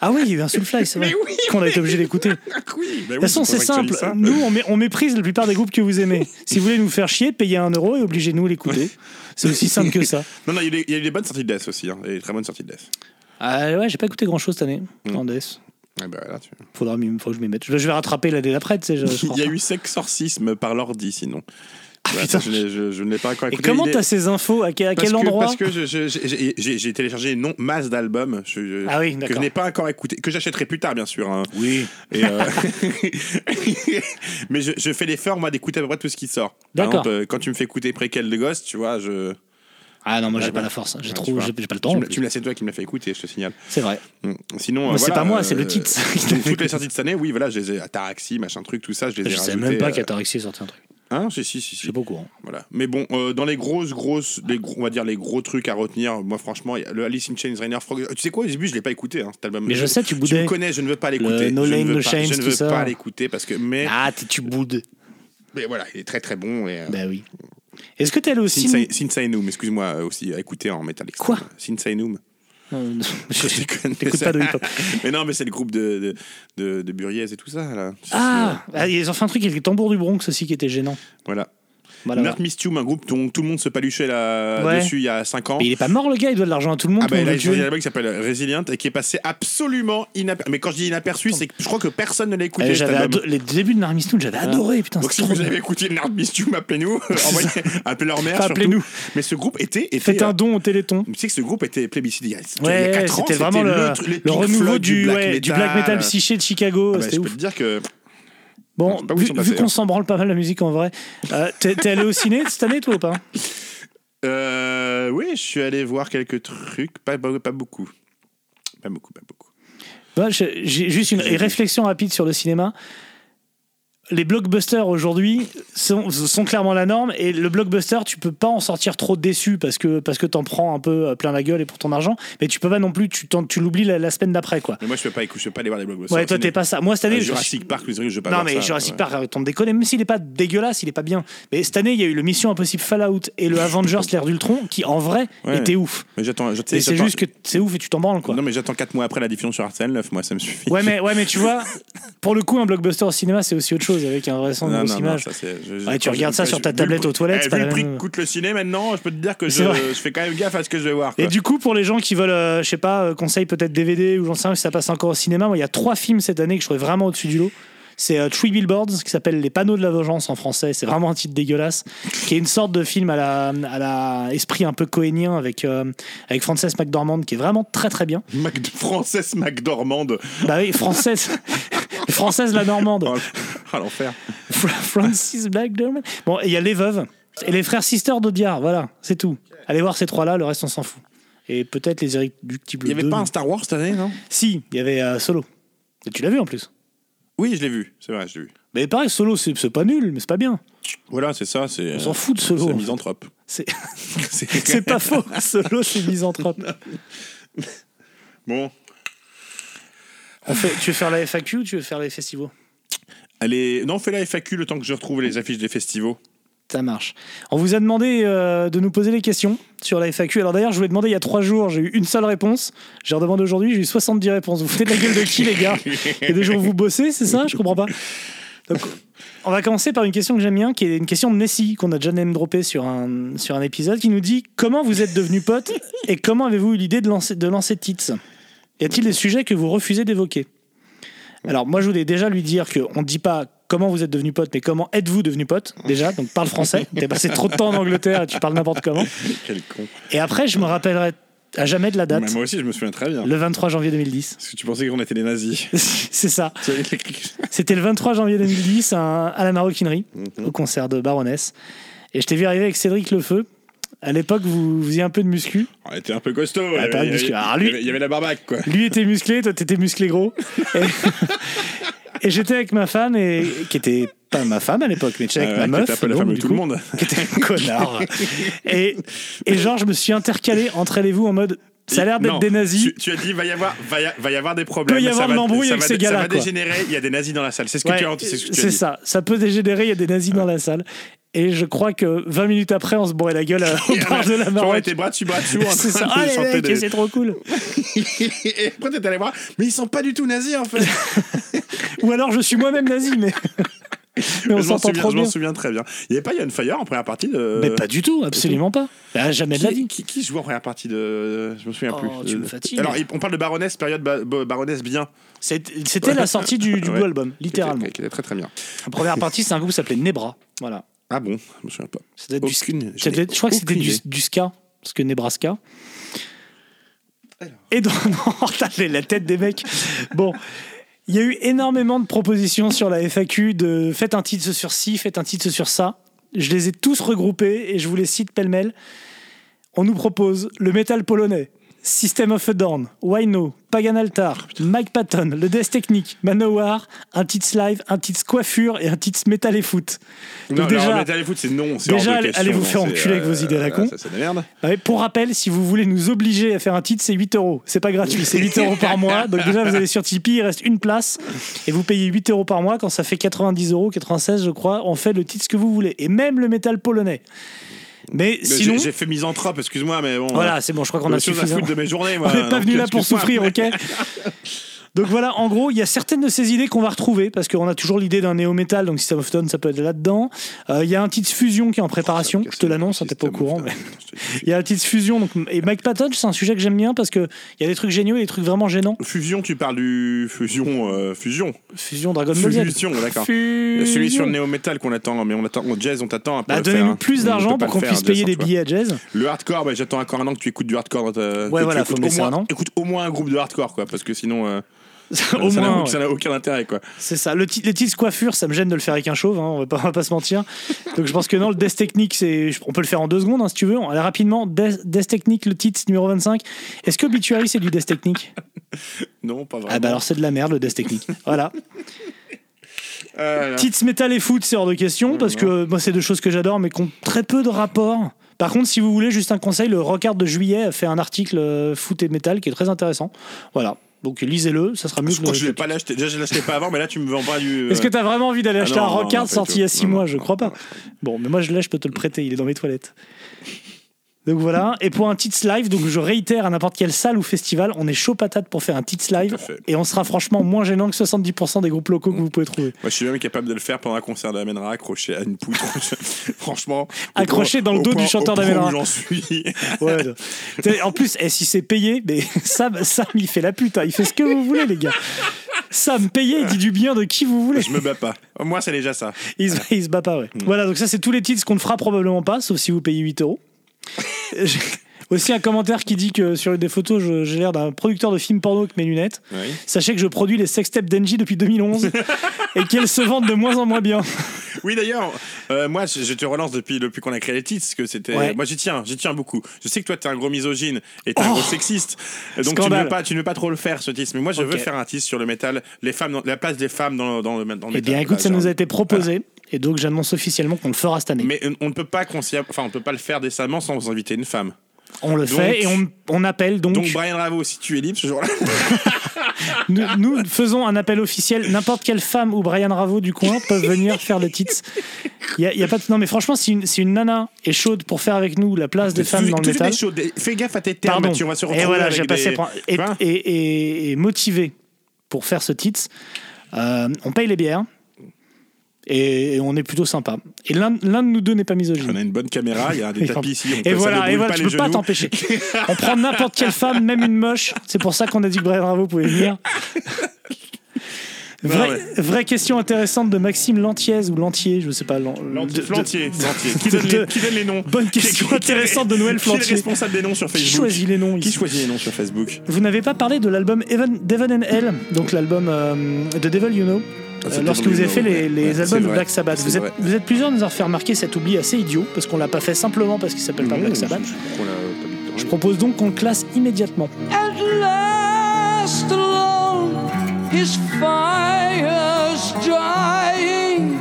Speaker 1: Ah oui, il y a eu un Soulfly, c'est vrai, qu'on a été obligé d'écouter. De
Speaker 2: oui, de
Speaker 1: toute façon, Ah c'est simple. Nous, on, mé- on méprise la plupart des groupes que vous aimez. Si vous voulez nous faire chier, payez un euro et obligez-nous à l'écouter. C'est aussi simple que ça.
Speaker 2: Non, non, il y a eu des- il y a eu des bonnes sorties de Death aussi. hein, et des très bonnes sorties de Death.
Speaker 1: Ah ouais, j'ai pas écouté grand chose cette année. En Death.
Speaker 2: Ah bah voilà, tu-
Speaker 1: Faudra, Euh, m'y- faut que je m'y mette. Je, je vais rattraper l'année d'après, tu sais. je- je
Speaker 2: Il y a
Speaker 1: crois.
Speaker 2: eu sexorcisme par l'ordi sinon. Voilà,
Speaker 1: Ah, putain.
Speaker 2: je, n'ai- je- je ne l'ai pas encore
Speaker 1: Et
Speaker 2: écouté.
Speaker 1: comment
Speaker 2: Il est-
Speaker 1: t'as ces infos À quel, à
Speaker 2: parce
Speaker 1: quel
Speaker 2: que-
Speaker 1: endroit
Speaker 2: Parce que je- je- j'ai j'ai- j'ai téléchargé une non- masse d'albums je- je-
Speaker 1: Ah oui,
Speaker 2: que je
Speaker 1: d'accord.
Speaker 2: n'ai pas encore écouté, que j'achèterai plus tard, bien sûr. hein.
Speaker 1: Oui.
Speaker 2: Et, euh, Mais je, je fais l'effort, moi, d'écouter à peu près tout ce qui sort. Par
Speaker 1: D'accord.
Speaker 2: exemple, euh, Quand tu me fais écouter Préquel de Ghost, tu vois, je.
Speaker 1: Ah non, moi j'ai
Speaker 2: Ouais,
Speaker 1: pas
Speaker 2: ouais.
Speaker 1: la force. J'ai
Speaker 2: Ouais, tu
Speaker 1: trop,
Speaker 2: vois.
Speaker 1: j'ai j'ai pas le
Speaker 2: tu
Speaker 1: temps.
Speaker 2: me- tu me l'as, c'est toi qui me l'as fait écouter, je te signale.
Speaker 1: C'est vrai.
Speaker 2: Mm. Sinon, euh,
Speaker 1: Mais c'est
Speaker 2: voilà,
Speaker 1: pas moi,
Speaker 2: euh,
Speaker 1: c'est le titre.
Speaker 2: Toutes les sorties de cette année, oui, voilà, je les ai. Ataraxi, machin truc, tout ça, je les ai
Speaker 1: Je sais
Speaker 2: rajoutées,
Speaker 1: même pas
Speaker 2: euh,
Speaker 1: qu'Atarixie est sorti un truc.
Speaker 2: Hein, si, si, si,
Speaker 1: Je
Speaker 2: si.
Speaker 1: sais pas au courant.
Speaker 2: Voilà. Mais bon, euh, dans les grosses, grosses, les gros- on va dire les gros trucs à retenir, moi franchement, il y a le Alice in Chains, Rainer Frog. euh, Tu sais quoi, au début, je l'ai pas écouté, hein, cet album.
Speaker 1: Mais je sais, tu
Speaker 2: Je
Speaker 1: boudais.
Speaker 2: me connais, je ne veux pas l'écouter.
Speaker 1: Le No
Speaker 2: je ne
Speaker 1: Name,
Speaker 2: veux
Speaker 1: No
Speaker 2: pas-
Speaker 1: Chains,
Speaker 2: Je ne
Speaker 1: tout
Speaker 2: veux
Speaker 1: ça.
Speaker 2: pas l'écouter parce que. Mais,
Speaker 1: Ah, t'es- tu boudes.
Speaker 2: mais voilà, il est très très bon. Et, euh,
Speaker 1: Bah oui. Est-ce que t'es allé au ciné
Speaker 2: Sinsei- Sinsei Noom, excuse-moi euh, aussi, à écouter en métal. extrême.
Speaker 1: Quoi
Speaker 2: Sinsei Noom.
Speaker 1: Euh, non, je- je-
Speaker 2: déconne.
Speaker 1: T'écoutes pas de hip-hop.
Speaker 2: Mais non, mais c'est le groupe de, de, de, de Buriez et tout ça, là.
Speaker 1: Ah, ah, ils ont fait un truc avec les tambours du Bronx aussi qui était gênant.
Speaker 2: Voilà.
Speaker 1: Voilà.
Speaker 2: Nerd Mistium, un groupe dont tout le monde se paluchait
Speaker 1: Ouais.
Speaker 2: là-dessus il y a 5 ans.
Speaker 1: Mais il est pas mort le gars, il doit de l'argent à tout le monde.
Speaker 2: Ah
Speaker 1: tout le
Speaker 2: ben
Speaker 1: monde
Speaker 2: là,
Speaker 1: veut
Speaker 2: il y a un
Speaker 1: tuer.
Speaker 2: album qui s'appelle Resilient et qui est passé absolument inaperçu. Mais quand je dis inaperçu, c'est que je crois que personne ne l'a écouté.
Speaker 1: Eh,
Speaker 2: cet
Speaker 1: j'avais
Speaker 2: album.
Speaker 1: ado- les débuts de Narmistoun, j'avais adoré. Putain,
Speaker 2: Ah. Donc
Speaker 1: c'est
Speaker 2: si vous
Speaker 1: trop bien.
Speaker 2: avez écouté Nerd Mistium, appelez-nous, envoyez, appelez leur mère.
Speaker 1: Pas
Speaker 2: surtout.
Speaker 1: appelez-nous.
Speaker 2: Mais ce groupe était. était
Speaker 1: Faites un don au Téléthon.
Speaker 2: euh, Tu sais que ce groupe était plébiscité il y a, il y a
Speaker 1: Ouais,
Speaker 2: quatre ans.
Speaker 1: c'était vraiment le,
Speaker 2: tru-
Speaker 1: le
Speaker 2: les Pink
Speaker 1: renouveau
Speaker 2: Floyd,
Speaker 1: du, ouais, du black metal psyché de Chicago.
Speaker 2: Ah ben,
Speaker 1: c'était
Speaker 2: je
Speaker 1: ouf.
Speaker 2: peux te dire que
Speaker 1: Bon,
Speaker 2: sais pas où ils
Speaker 1: vu,
Speaker 2: sont
Speaker 1: vu
Speaker 2: passés, hein.
Speaker 1: qu'on s'en branle pas mal la musique en vrai, euh, t'es t'es allé au ciné cette année toi ou pas
Speaker 2: euh, oui, je suis allé voir quelques trucs, pas, pas, pas beaucoup, pas beaucoup, pas beaucoup.
Speaker 1: Bah, je- J'ai juste une réflexion rapide sur le cinéma. Les blockbusters aujourd'hui sont, sont clairement la norme et le blockbuster, tu peux pas en sortir trop déçu parce que, parce que t'en prends un peu euh, plein la gueule et pour ton argent, mais tu peux pas non plus, tu, t'en- tu l'oublies la, la semaine d'après quoi.
Speaker 2: Mais moi, je peux pas écouter, je peux pas aller voir les blockbusters.
Speaker 1: Ouais, toi
Speaker 2: au
Speaker 1: t'es
Speaker 2: ciné.
Speaker 1: pas ça. Moi cette année,
Speaker 2: Ah,
Speaker 1: je-
Speaker 2: Jurassic Park, les trucs, je vais pas
Speaker 1: Non
Speaker 2: voir
Speaker 1: mais
Speaker 2: ça,
Speaker 1: Jurassic
Speaker 2: ouais.
Speaker 1: Park, arrête de déconner, même s'il est pas dégueulasse, il est pas bien. Mais cette année, il y a eu le Mission Impossible Fallout et le Avengers l'ère d'Ultron qui en vrai
Speaker 2: Ouais.
Speaker 1: était ouf.
Speaker 2: Mais j'attends, je- tu sais,
Speaker 1: Et c'est
Speaker 2: j'attends-
Speaker 1: juste que c'est ouf et tu t'en branles quoi.
Speaker 2: Non, mais j'attends 4 mois après la diffusion sur RTL 9, moi, ça me suffit.
Speaker 1: Ouais mais, ouais, mais tu vois, pour le coup, un blockbuster au cinéma, c'est aussi autre chose avec un vrai son,
Speaker 2: Non,
Speaker 1: une
Speaker 2: non,
Speaker 1: grosse
Speaker 2: non,
Speaker 1: image.
Speaker 2: ça, c'est- je- je-
Speaker 1: Ouais, tu
Speaker 2: quand
Speaker 1: regardes
Speaker 2: je-
Speaker 1: ça
Speaker 2: je-
Speaker 1: sur ta
Speaker 2: vu le
Speaker 1: tablette
Speaker 2: prix-
Speaker 1: aux toilettes,
Speaker 2: eh,
Speaker 1: c'est
Speaker 2: Vu
Speaker 1: pas
Speaker 2: le
Speaker 1: la
Speaker 2: prix
Speaker 1: même-
Speaker 2: que coûte le ciné maintenant, je peux te dire que je,
Speaker 1: C'est vrai.
Speaker 2: je fais quand même gaffe à ce que je vais voir.
Speaker 1: Et
Speaker 2: quoi.
Speaker 1: du coup, pour les gens qui veulent, euh, je sais pas, euh, conseil peut-être DVD ou j'en sais rien, si ça passe encore au cinéma, moi, il y a trois films cette année que je trouvais vraiment au-dessus du lot. C'est euh, Three Billboards, qui s'appelle Les panneaux de la vengeance en français. C'est vraiment un titre dégueulasse, qui est une sorte de film à la, à la esprit un peu cohénien avec, euh, avec Frances McDormand, qui est vraiment très très bien.
Speaker 2: Mac... Frances McDormand.
Speaker 1: Bah oui, française, française la normande.
Speaker 2: Oh, à l'enfer.
Speaker 1: Fra- Francis Blackderman. Bon, et il y a les veuves et les frères sisters d'Audiard, voilà, c'est tout. Allez voir ces trois-là, le reste on s'en fout. Et peut-être les irréductibles.
Speaker 2: Il y avait
Speaker 1: 2,
Speaker 2: pas
Speaker 1: mais-
Speaker 2: un Star Wars cette année, non
Speaker 1: Si, il y avait euh, Solo. Et tu l'as vu en plus.
Speaker 2: Oui, je l'ai vu, c'est vrai, je l'ai vu.
Speaker 1: Mais pareil, Solo, c'est c'est pas nul, mais c'est pas bien.
Speaker 2: Voilà, c'est ça, c'est.
Speaker 1: On s'en fout de
Speaker 2: Euh, C'est
Speaker 1: Solo.
Speaker 2: misanthrope.
Speaker 1: C'est
Speaker 2: C'est-
Speaker 1: c'est pas faux, Solo, c'est misanthrope.
Speaker 2: Bon,
Speaker 1: On fait, tu veux faire la FAQ ou tu veux faire les festivals
Speaker 2: allez. Non, fais la FAQ le temps que je retrouve les affiches des festivals.
Speaker 1: Ça marche. On vous a demandé euh, de nous poser des questions sur la FAQ. Alors d'ailleurs, je vous ai demandé il y a trois jours, j'ai eu une seule réponse. J'ai redemandé aujourd'hui, j'ai eu 70 réponses. Vous foutez de la gueule de qui, les gars Et deux jours, vous bossez, c'est ça Je comprends pas. Donc, on va commencer par une question que j'aime bien, qui est une question de Nessie, qu'on a déjà name droppé sur un, sur un épisode, qui nous dit Comment vous êtes devenu pote et comment avez-vous eu l'idée de lancer, de lancer Tits Y a-t-il des sujets que vous refusez d'évoquer alors moi je voulais déjà lui dire qu'on ne dit pas comment vous êtes devenu pote, mais comment êtes-vous devenu pote déjà, donc parle français, t'es passé trop de temps en Angleterre et tu parles n'importe comment.
Speaker 2: Quel con.
Speaker 1: Et après je me rappellerai à jamais de la
Speaker 2: Mais
Speaker 1: date,
Speaker 2: moi aussi, je me souviens très bien.
Speaker 1: le 23 janvier 2010.
Speaker 2: Parce que tu pensais qu'on était des nazis.
Speaker 1: C'est ça,
Speaker 2: Tu sais, les-
Speaker 1: c'était le 23 janvier 2010 à, à la maroquinerie,
Speaker 2: Mhm.
Speaker 1: au concert de Baroness. Et je t'ai vu arriver avec Cédric Lefeu. À l'époque, vous, vous faisiez un peu de muscu.
Speaker 2: On était un peu costaud.
Speaker 1: Ah,
Speaker 2: il, y
Speaker 1: pas
Speaker 2: avait,
Speaker 1: parce que- alors,
Speaker 2: il y
Speaker 1: lui-
Speaker 2: avait- il y avait la barbaque, quoi.
Speaker 1: Lui était musclé, toi t'étais musclé gros. Et, et j'étais avec ma femme, et, qui était pas ma femme à l'époque, mais j'étais avec
Speaker 2: Euh,
Speaker 1: ma
Speaker 2: qui
Speaker 1: meuf.
Speaker 2: était un peu la
Speaker 1: donc,
Speaker 2: femme de
Speaker 1: du
Speaker 2: tout le
Speaker 1: coup,
Speaker 2: monde.
Speaker 1: qui était un connard. Et, et genre, je me suis intercalé entre elle et vous en mode ça a l'air d'être
Speaker 2: Non,
Speaker 1: des nazis.
Speaker 2: Tu, tu as dit va y avoir, va y, a- va y avoir des problèmes.
Speaker 1: Peut y
Speaker 2: ça
Speaker 1: avoir
Speaker 2: va-
Speaker 1: de l'embrouille
Speaker 2: ça
Speaker 1: avec
Speaker 2: va-
Speaker 1: ces gars-là,
Speaker 2: Ça va
Speaker 1: quoi.
Speaker 2: dégénérer. Il y a des nazis dans la salle. C'est ce que
Speaker 1: Ouais,
Speaker 2: tu as, c'est ce que tu as
Speaker 1: c'est
Speaker 2: dit.
Speaker 1: ça, ça peut dégénérer, il y a des nazis dans la salle. Et je crois que 20 minutes après, on se bourrait la gueule euh, au bar de la
Speaker 2: Genre, on
Speaker 1: Maroc.
Speaker 2: était bras dessus, bras dessous. hein, en train
Speaker 1: C'est ça,
Speaker 2: de
Speaker 1: ah les
Speaker 2: chanter
Speaker 1: mecs,
Speaker 2: des-
Speaker 1: c'est trop cool.
Speaker 2: Et après, t'es allé voir. Mais ils sont pas du tout nazis en fait.
Speaker 1: Ou alors je suis moi-même nazi, mais, mais on
Speaker 2: je m'en
Speaker 1: s'entend
Speaker 2: souviens,
Speaker 1: trop
Speaker 2: je m'en
Speaker 1: bien.
Speaker 2: souviens très bien. Il n'y avait pas Yann Fire en première partie de.
Speaker 1: Mais pas du tout, absolument pas. Bah, jamais de la vie.
Speaker 2: Qui, qui, qui jouait en première partie de. Je me souviens
Speaker 1: Oh,
Speaker 2: plus.
Speaker 1: tu
Speaker 2: Euh,
Speaker 1: me fatigues.
Speaker 2: Alors, il- on parle de Baroness, période ba- ba- Baroness bien.
Speaker 1: C'est- C'était la sortie du, du
Speaker 2: Ouais.
Speaker 1: Blue Album,
Speaker 2: Qui était-
Speaker 1: littéralement.
Speaker 2: Qui était très très bien.
Speaker 1: La première partie, c'est un groupe qui s'appelait Nebra. Voilà.
Speaker 2: Ah bon Je me souviens pas.
Speaker 1: C'était du-
Speaker 2: Aucune.
Speaker 1: Ça devait être- je crois que c'était du, du ska, parce que Nebraska. Et donc, non, t'as les- la tête des mecs. Bon, il y a eu énormément de propositions sur la FAQ de faites un titre sur ci, faites un titre sur ça. Je les ai tous regroupés et je vous les cite pêle-mêle. On nous propose le métal polonais, System of a Down, Wino, Pagan Altar, Mike Patton, Le Death Technique, Manowar, un titre live, un titre coiffure et un titre métal et foot.
Speaker 2: Non,
Speaker 1: Donc déjà-
Speaker 2: déjà, métal et foot, c'est non. c'est
Speaker 1: déjà,
Speaker 2: hors de
Speaker 1: allez-
Speaker 2: question,
Speaker 1: allez vous
Speaker 2: non,
Speaker 1: faire
Speaker 2: c'est,
Speaker 1: enculer avec vos idées à la
Speaker 2: euh,
Speaker 1: con.
Speaker 2: Ça, c'est de la merde.
Speaker 1: Ah oui, pour rappel, si vous voulez nous obliger à faire un titre, c'est 8 euros. C'est pas gratuit, c'est 8 euros par mois. Donc déjà, vous allez sur Tipeee, il reste une place. Et vous payez 8 euros par mois. Quand ça fait 90 euros, 96, je crois, on fait le titre ce que vous voulez. Et même le métal polonais. Mais
Speaker 2: Mais
Speaker 1: sinon.
Speaker 2: j'ai- J'ai fait misanthrope, excuse-moi, mais bon.
Speaker 1: Voilà, c'est bon, je crois qu'on
Speaker 2: on
Speaker 1: a
Speaker 2: a chose à
Speaker 1: suffisamment.
Speaker 2: foutre de mes journées,
Speaker 1: On
Speaker 2: moi.
Speaker 1: n'est pas
Speaker 2: donc,
Speaker 1: venu là pour
Speaker 2: excuse-moi,
Speaker 1: souffrir, hein.
Speaker 2: mais-
Speaker 1: ok Donc voilà, en gros, il y a certaines de ces idées qu'on va retrouver, parce qu'on a toujours l'idée d'un néo-metal, donc System of a Down, ça peut être là-dedans. Euh, Il y a un titre fusion qui est en préparation, je te l'annonce, hein, t'es pas au courant, mais il y a la petite fusion. Donc, et Mike Patton, c'est un sujet que j'aime bien parce qu'il y a des trucs géniaux et des trucs vraiment gênants.
Speaker 2: Fusion, tu parles du fusion, euh, fusion,
Speaker 1: Fusion Dragon Ball Z.
Speaker 2: fusion, d'accord. Celui sur le néo metal qu'on attend, mais on attend en jazz, on hein. t'attend.
Speaker 1: Bah, donnez-nous plus d'argent pour qu'on puisse payer des
Speaker 2: billets.
Speaker 1: billets à Jazz.
Speaker 2: Le hardcore, bah, j'attends encore un an que tu écoutes du hardcore. dans ta- que tu
Speaker 1: voilà, faut
Speaker 2: écoutes
Speaker 1: me laisser
Speaker 2: au moins,
Speaker 1: un an.
Speaker 2: Écoute au moins un groupe de hardcore, quoi, parce que sinon, euh,
Speaker 1: Au
Speaker 2: ça n'a-
Speaker 1: moins, ouais.
Speaker 2: ça n'a aucun intérêt, quoi.
Speaker 1: c'est ça. Le ti- les titres coiffure, ça me gêne de le faire avec un chauve, hein, on, va pas, on va pas se mentir. Donc je pense que non, le Death Technique, c'est, je- on peut le faire en deux secondes hein, si tu veux. On- Allez rapidement, Death, Death Technique, le titre numéro 25. Est-ce que Obituary, c'est du Death Technique
Speaker 2: Non, pas vraiment.
Speaker 1: Ah bah alors c'est de la merde le Death Technique. Voilà.
Speaker 2: Euh,
Speaker 1: Tits metal et foot, c'est hors de question
Speaker 2: Mmh,
Speaker 1: parce que moi, c'est deux choses que j'adore mais qui ont très peu de rapport. Par contre, si vous voulez juste un conseil, le Rockard de juillet a fait un article euh, foot et métal qui est très intéressant. Voilà. Donc lisez-le, ça sera mieux
Speaker 2: je
Speaker 1: que
Speaker 2: crois
Speaker 1: le
Speaker 2: que je l'ai pas l'acheté. Déjà, je l'achetais pas avant, mais là, tu me vends pas du. euh,
Speaker 1: Est-ce que t'as vraiment envie d'aller
Speaker 2: Ah
Speaker 1: acheter
Speaker 2: non,
Speaker 1: un
Speaker 2: non, non,
Speaker 1: Rockard
Speaker 2: pas du
Speaker 1: sorti
Speaker 2: tout.
Speaker 1: il y a 6
Speaker 2: Non,
Speaker 1: mois
Speaker 2: non,
Speaker 1: Je
Speaker 2: non,
Speaker 1: crois pas. Bon, mais moi je l'ai, je peux te le prêter, il est dans mes toilettes. Donc voilà, et pour un Tits Live, donc je réitère à n'importe quelle salle ou festival, on est chaud patate pour faire un Tits Live,
Speaker 2: Tout à fait.
Speaker 1: et on sera franchement moins gênant que 70% des groupes locaux que vous pouvez trouver.
Speaker 2: Moi, je suis même capable de le faire pendant un concert d'Amenra, accroché à une poutre. Franchement. au
Speaker 1: Accroché dans
Speaker 2: point-
Speaker 1: le
Speaker 2: au
Speaker 1: dos du
Speaker 2: point-
Speaker 1: chanteur
Speaker 2: au point
Speaker 1: d'Amenra.
Speaker 2: où J'en suis.
Speaker 1: Ouais, non. T'sais, en plus, eh, si c'est payé, mais Sam, Sam, il fait la pute. hein. Il fait ce que vous voulez, les gars. Sam, payé, il dit du bien de qui vous voulez.
Speaker 2: je me bats pas. Moi, c'est déjà ça.
Speaker 1: Il se, il se bat pas, ouais. Voilà, donc ça, c'est tous les titres qu'on ne fera probablement pas, sauf si vous payez 8 euros. J'ai Aussi un commentaire qui dit que sur une des photos, je- j'ai l'air d'un producteur de films porno avec mes lunettes.
Speaker 2: Oui.
Speaker 1: Sachez que je produis les sextapes d'Engie depuis 2011 et qu'elles se vendent de moins en moins bien.
Speaker 2: Oui, d'ailleurs, euh, moi, je, je te relance depuis, depuis qu'on a créé les titres, parce que c'était.
Speaker 1: Ouais.
Speaker 2: Moi, j'y tiens, j'y tiens beaucoup. Je sais que toi, t'es un gros misogyne et t'es un
Speaker 1: Oh
Speaker 2: gros sexiste. Et Donc, tu ne,
Speaker 1: Scandale.
Speaker 2: veux pas, tu ne veux pas trop le faire, ce titre. Mais moi, je
Speaker 1: Ok.
Speaker 2: veux faire un titre sur le métal, les femmes dans- la place des femmes dans, dans le, dans le métal.
Speaker 1: Eh bien, écoute, ça
Speaker 2: Voilà,
Speaker 1: nous a
Speaker 2: genre.
Speaker 1: été proposé. Et donc, j'annonce officiellement qu'on le fera cette année.
Speaker 2: bah, Mais euh, on ne peut pas consciem- enfin, on peut pas le faire décemment sans vous inviter une femme.
Speaker 1: on le
Speaker 2: donc-
Speaker 1: fait et on, on appelle donc,
Speaker 2: Donc, bah, Brian Ravo, si tu es libre ce jour-là,
Speaker 1: Nous, nous faisons un appel officiel. N'importe quelle femme ou Brian Ravo du coin peuvent venir faire le titre. Y a, y a pas de- Non, mais franchement, si une, si une nana est chaude pour faire avec nous la place des femmes dans le
Speaker 2: Toujours des
Speaker 1: métal.
Speaker 2: choses, des- fais gaffe à tes termes,
Speaker 1: Pardon.
Speaker 2: tu on va se retrouver
Speaker 1: et voilà,
Speaker 2: avec
Speaker 1: j'ai passé
Speaker 2: des-
Speaker 1: pour-
Speaker 2: Tu
Speaker 1: et,
Speaker 2: vois
Speaker 1: et, et- et motivé pour faire ce titre. Euh, on paye les bières et, et on est plutôt sympa. Et l'un l'un de nous deux n'est pas
Speaker 2: On
Speaker 1: misogyne.
Speaker 2: a une bonne caméra, il y a des tapis ici. on
Speaker 1: et
Speaker 2: peut- ça ne
Speaker 1: voilà,
Speaker 2: brûle
Speaker 1: et voilà,
Speaker 2: pas
Speaker 1: tu
Speaker 2: les
Speaker 1: peux pas
Speaker 2: genoux.
Speaker 1: t'empêcher. On prend n'importe quelle femme, même une moche. C'est pour ça qu'on a dit que Brian Ravo pouvait venir. Vraie,
Speaker 2: Non, ouais.
Speaker 1: vraie question intéressante de Maxime Lantiez ou Lantier, je sais pas. Lan- de-
Speaker 2: Lantier,
Speaker 1: de-
Speaker 2: Lantier, Lantier. Qui,
Speaker 1: de-
Speaker 2: donne les,
Speaker 1: de-
Speaker 2: qui donne les noms
Speaker 1: Bonne question
Speaker 2: Qui- qui-
Speaker 1: intéressante de Noël
Speaker 2: Qui est le
Speaker 1: Flantier.
Speaker 2: responsable des noms sur
Speaker 1: Qui
Speaker 2: Facebook
Speaker 1: choisit les noms
Speaker 2: Qui
Speaker 1: ici
Speaker 2: choisit les noms sur Facebook
Speaker 1: Vous n'avez pas parlé de l'album Evan- Devon and Hell, donc l'album euh, de Devil You Know, euh,
Speaker 2: Ah, c'est
Speaker 1: lorsque
Speaker 2: Devil
Speaker 1: vous avez
Speaker 2: You
Speaker 1: fait
Speaker 2: Know,
Speaker 1: les,
Speaker 2: ouais.
Speaker 1: les
Speaker 2: Ouais, c'est
Speaker 1: albums de
Speaker 2: vrai.
Speaker 1: Black Sabbath.
Speaker 2: C'est
Speaker 1: Vous êtes,
Speaker 2: vrai.
Speaker 1: vous êtes plusieurs à nous avoir fait remarquer cet oubli assez idiot, parce qu'on l'a pas fait simplement parce qu'il s'appelle
Speaker 2: Mmh,
Speaker 1: pas Black Sabbath. Je propose donc qu'on le classe immédiatement.
Speaker 7: At last alone, his fire's dying.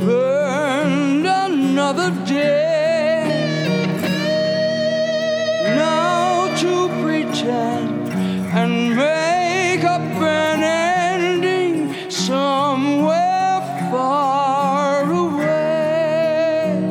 Speaker 7: Burned another day. Now to pretend and make up an ending somewhere far away.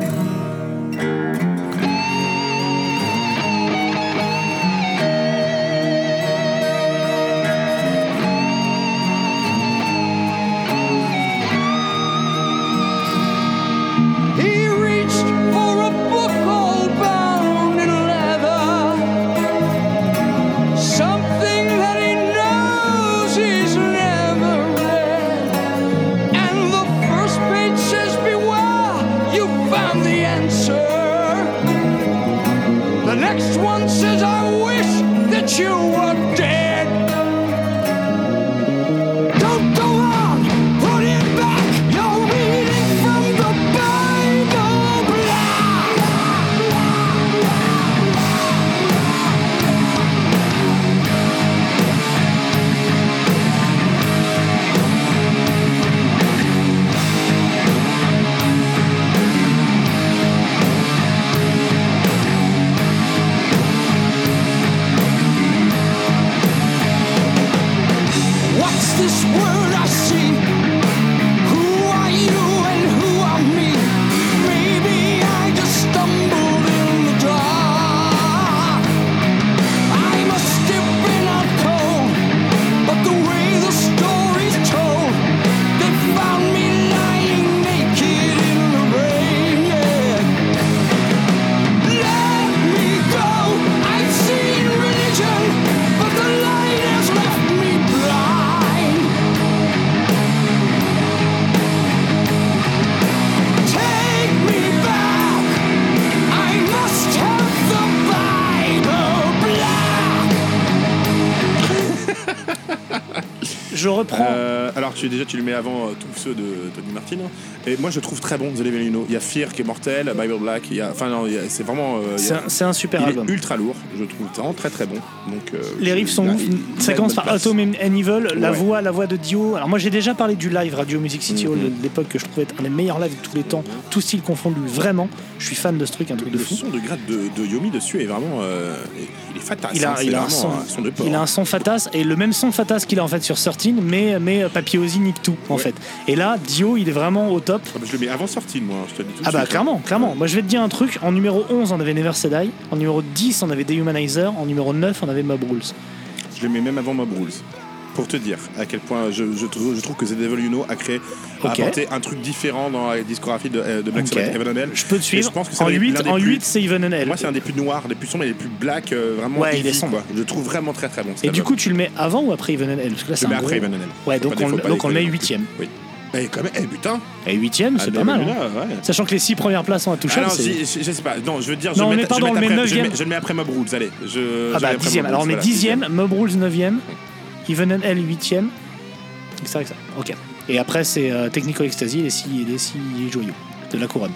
Speaker 1: je reprends.
Speaker 2: Euh, alors tu, déjà tu le mets avant euh, tous ceux de Tony Martin hein. et moi je trouve très bon The Levelino il y a Fear qui est mortel Bible Black il y a enfin non il y a- c'est vraiment euh, il y
Speaker 1: C'est
Speaker 2: a-
Speaker 1: un, c'est un super
Speaker 2: il
Speaker 1: album.
Speaker 2: est ultra lourd je trouve vraiment très très bon donc euh,
Speaker 1: Les riffs sont
Speaker 2: il a-
Speaker 1: ouf.
Speaker 2: il- il a
Speaker 1: Ça
Speaker 2: une
Speaker 1: commence
Speaker 2: bonne
Speaker 1: par
Speaker 2: place.
Speaker 1: Atom and Evil, la
Speaker 2: Ouais.
Speaker 1: voix, la voix de Dio. Alors moi j'ai déjà parlé du live Radio Music
Speaker 2: Mm-hmm.
Speaker 1: City Hall de l'époque que je trouvais être un des meilleurs lives de tous les temps, tout style confondu. Vraiment, je suis fan de ce truc, un truc de
Speaker 2: le
Speaker 1: fou.
Speaker 2: son de grade de, de Yomi dessus est vraiment euh, il est fatal
Speaker 1: Il a, il, a un son,
Speaker 2: vraiment un son de porc
Speaker 1: il a un son fatas et le même son fatas qu'il a en fait sur 13 mais, mais euh, Papiozi nique tout en
Speaker 2: Ouais.
Speaker 1: fait. Et là, Dio il est vraiment au top.
Speaker 2: Ah, bah, je le mets avant sortie moi je te le dis tout de
Speaker 1: Ah bah
Speaker 2: suite. hein.
Speaker 1: clairement, clairement. Moi je vais te dire un truc, en numéro 11 on avait Never Said Die, en numéro 10 on avait Dehumanizer, en numéro 9 on avait Mob Rules.
Speaker 2: Je le mets même avant Mob Rules. Pour te dire à quel point je, je trouve, je trouve que The Devil You Know a créé, a
Speaker 1: Ok.
Speaker 2: apporté un truc différent dans la discographie de, euh, de Black
Speaker 1: Ok.
Speaker 2: Sabbath Heaven and Hell.
Speaker 1: Je peux te
Speaker 2: Et
Speaker 1: suivre.
Speaker 2: je pense que c'est
Speaker 1: en
Speaker 2: l'un des-
Speaker 1: 8,
Speaker 2: l'un des
Speaker 1: en
Speaker 2: plus-
Speaker 1: 8 c'est Even and Hell.
Speaker 2: Moi, c'est un des plus noirs, des plus sombres et des plus black, euh, vraiment.
Speaker 1: Ouais, il est
Speaker 2: heavy,
Speaker 1: sombre.
Speaker 2: quoi. Je le trouve vraiment très très bon. cet
Speaker 1: Et du
Speaker 2: album.
Speaker 1: coup, tu le mets avant ou après Even and Hell Parce que là,
Speaker 2: je
Speaker 1: c'est
Speaker 2: le mets
Speaker 1: un
Speaker 2: après
Speaker 1: gros-
Speaker 2: Heaven and Hell.
Speaker 1: Ouais,
Speaker 2: Faut
Speaker 1: donc
Speaker 2: pas-
Speaker 1: on-
Speaker 2: faut pas
Speaker 1: donc on le met
Speaker 2: déconner non plus.
Speaker 1: huitième.
Speaker 2: Oui. Eh, quand même, eh putain
Speaker 1: Et huitième, c'est
Speaker 2: Ah,
Speaker 1: pas mal.
Speaker 2: Devil You
Speaker 1: hein.
Speaker 2: Know, ouais.
Speaker 1: Sachant que les 6 premières places sont
Speaker 2: Ah
Speaker 1: intouchables.
Speaker 2: non,
Speaker 1: c'est-
Speaker 2: si, je, je sais pas, non, je veux dire, je,
Speaker 1: Non, on
Speaker 2: le
Speaker 1: est
Speaker 2: mets,
Speaker 1: pas
Speaker 2: je,
Speaker 1: dans
Speaker 2: le
Speaker 1: le
Speaker 2: mets
Speaker 1: même
Speaker 2: après, je, le
Speaker 1: neuvième.
Speaker 2: mets, je le mets après Mob Rules, allez. Je, je
Speaker 1: ah
Speaker 2: le mets
Speaker 1: bah,
Speaker 2: après
Speaker 1: dixième.
Speaker 2: Mob
Speaker 1: Alors on
Speaker 2: Rules,
Speaker 1: met
Speaker 2: voilà,
Speaker 1: dixième, Mob Rules 9ème, Even and Hell 8ème. C'est vrai que ça. Ok. Et après, c'est euh, Technical Ecstasy, les 6 les six joyaux de la couronne.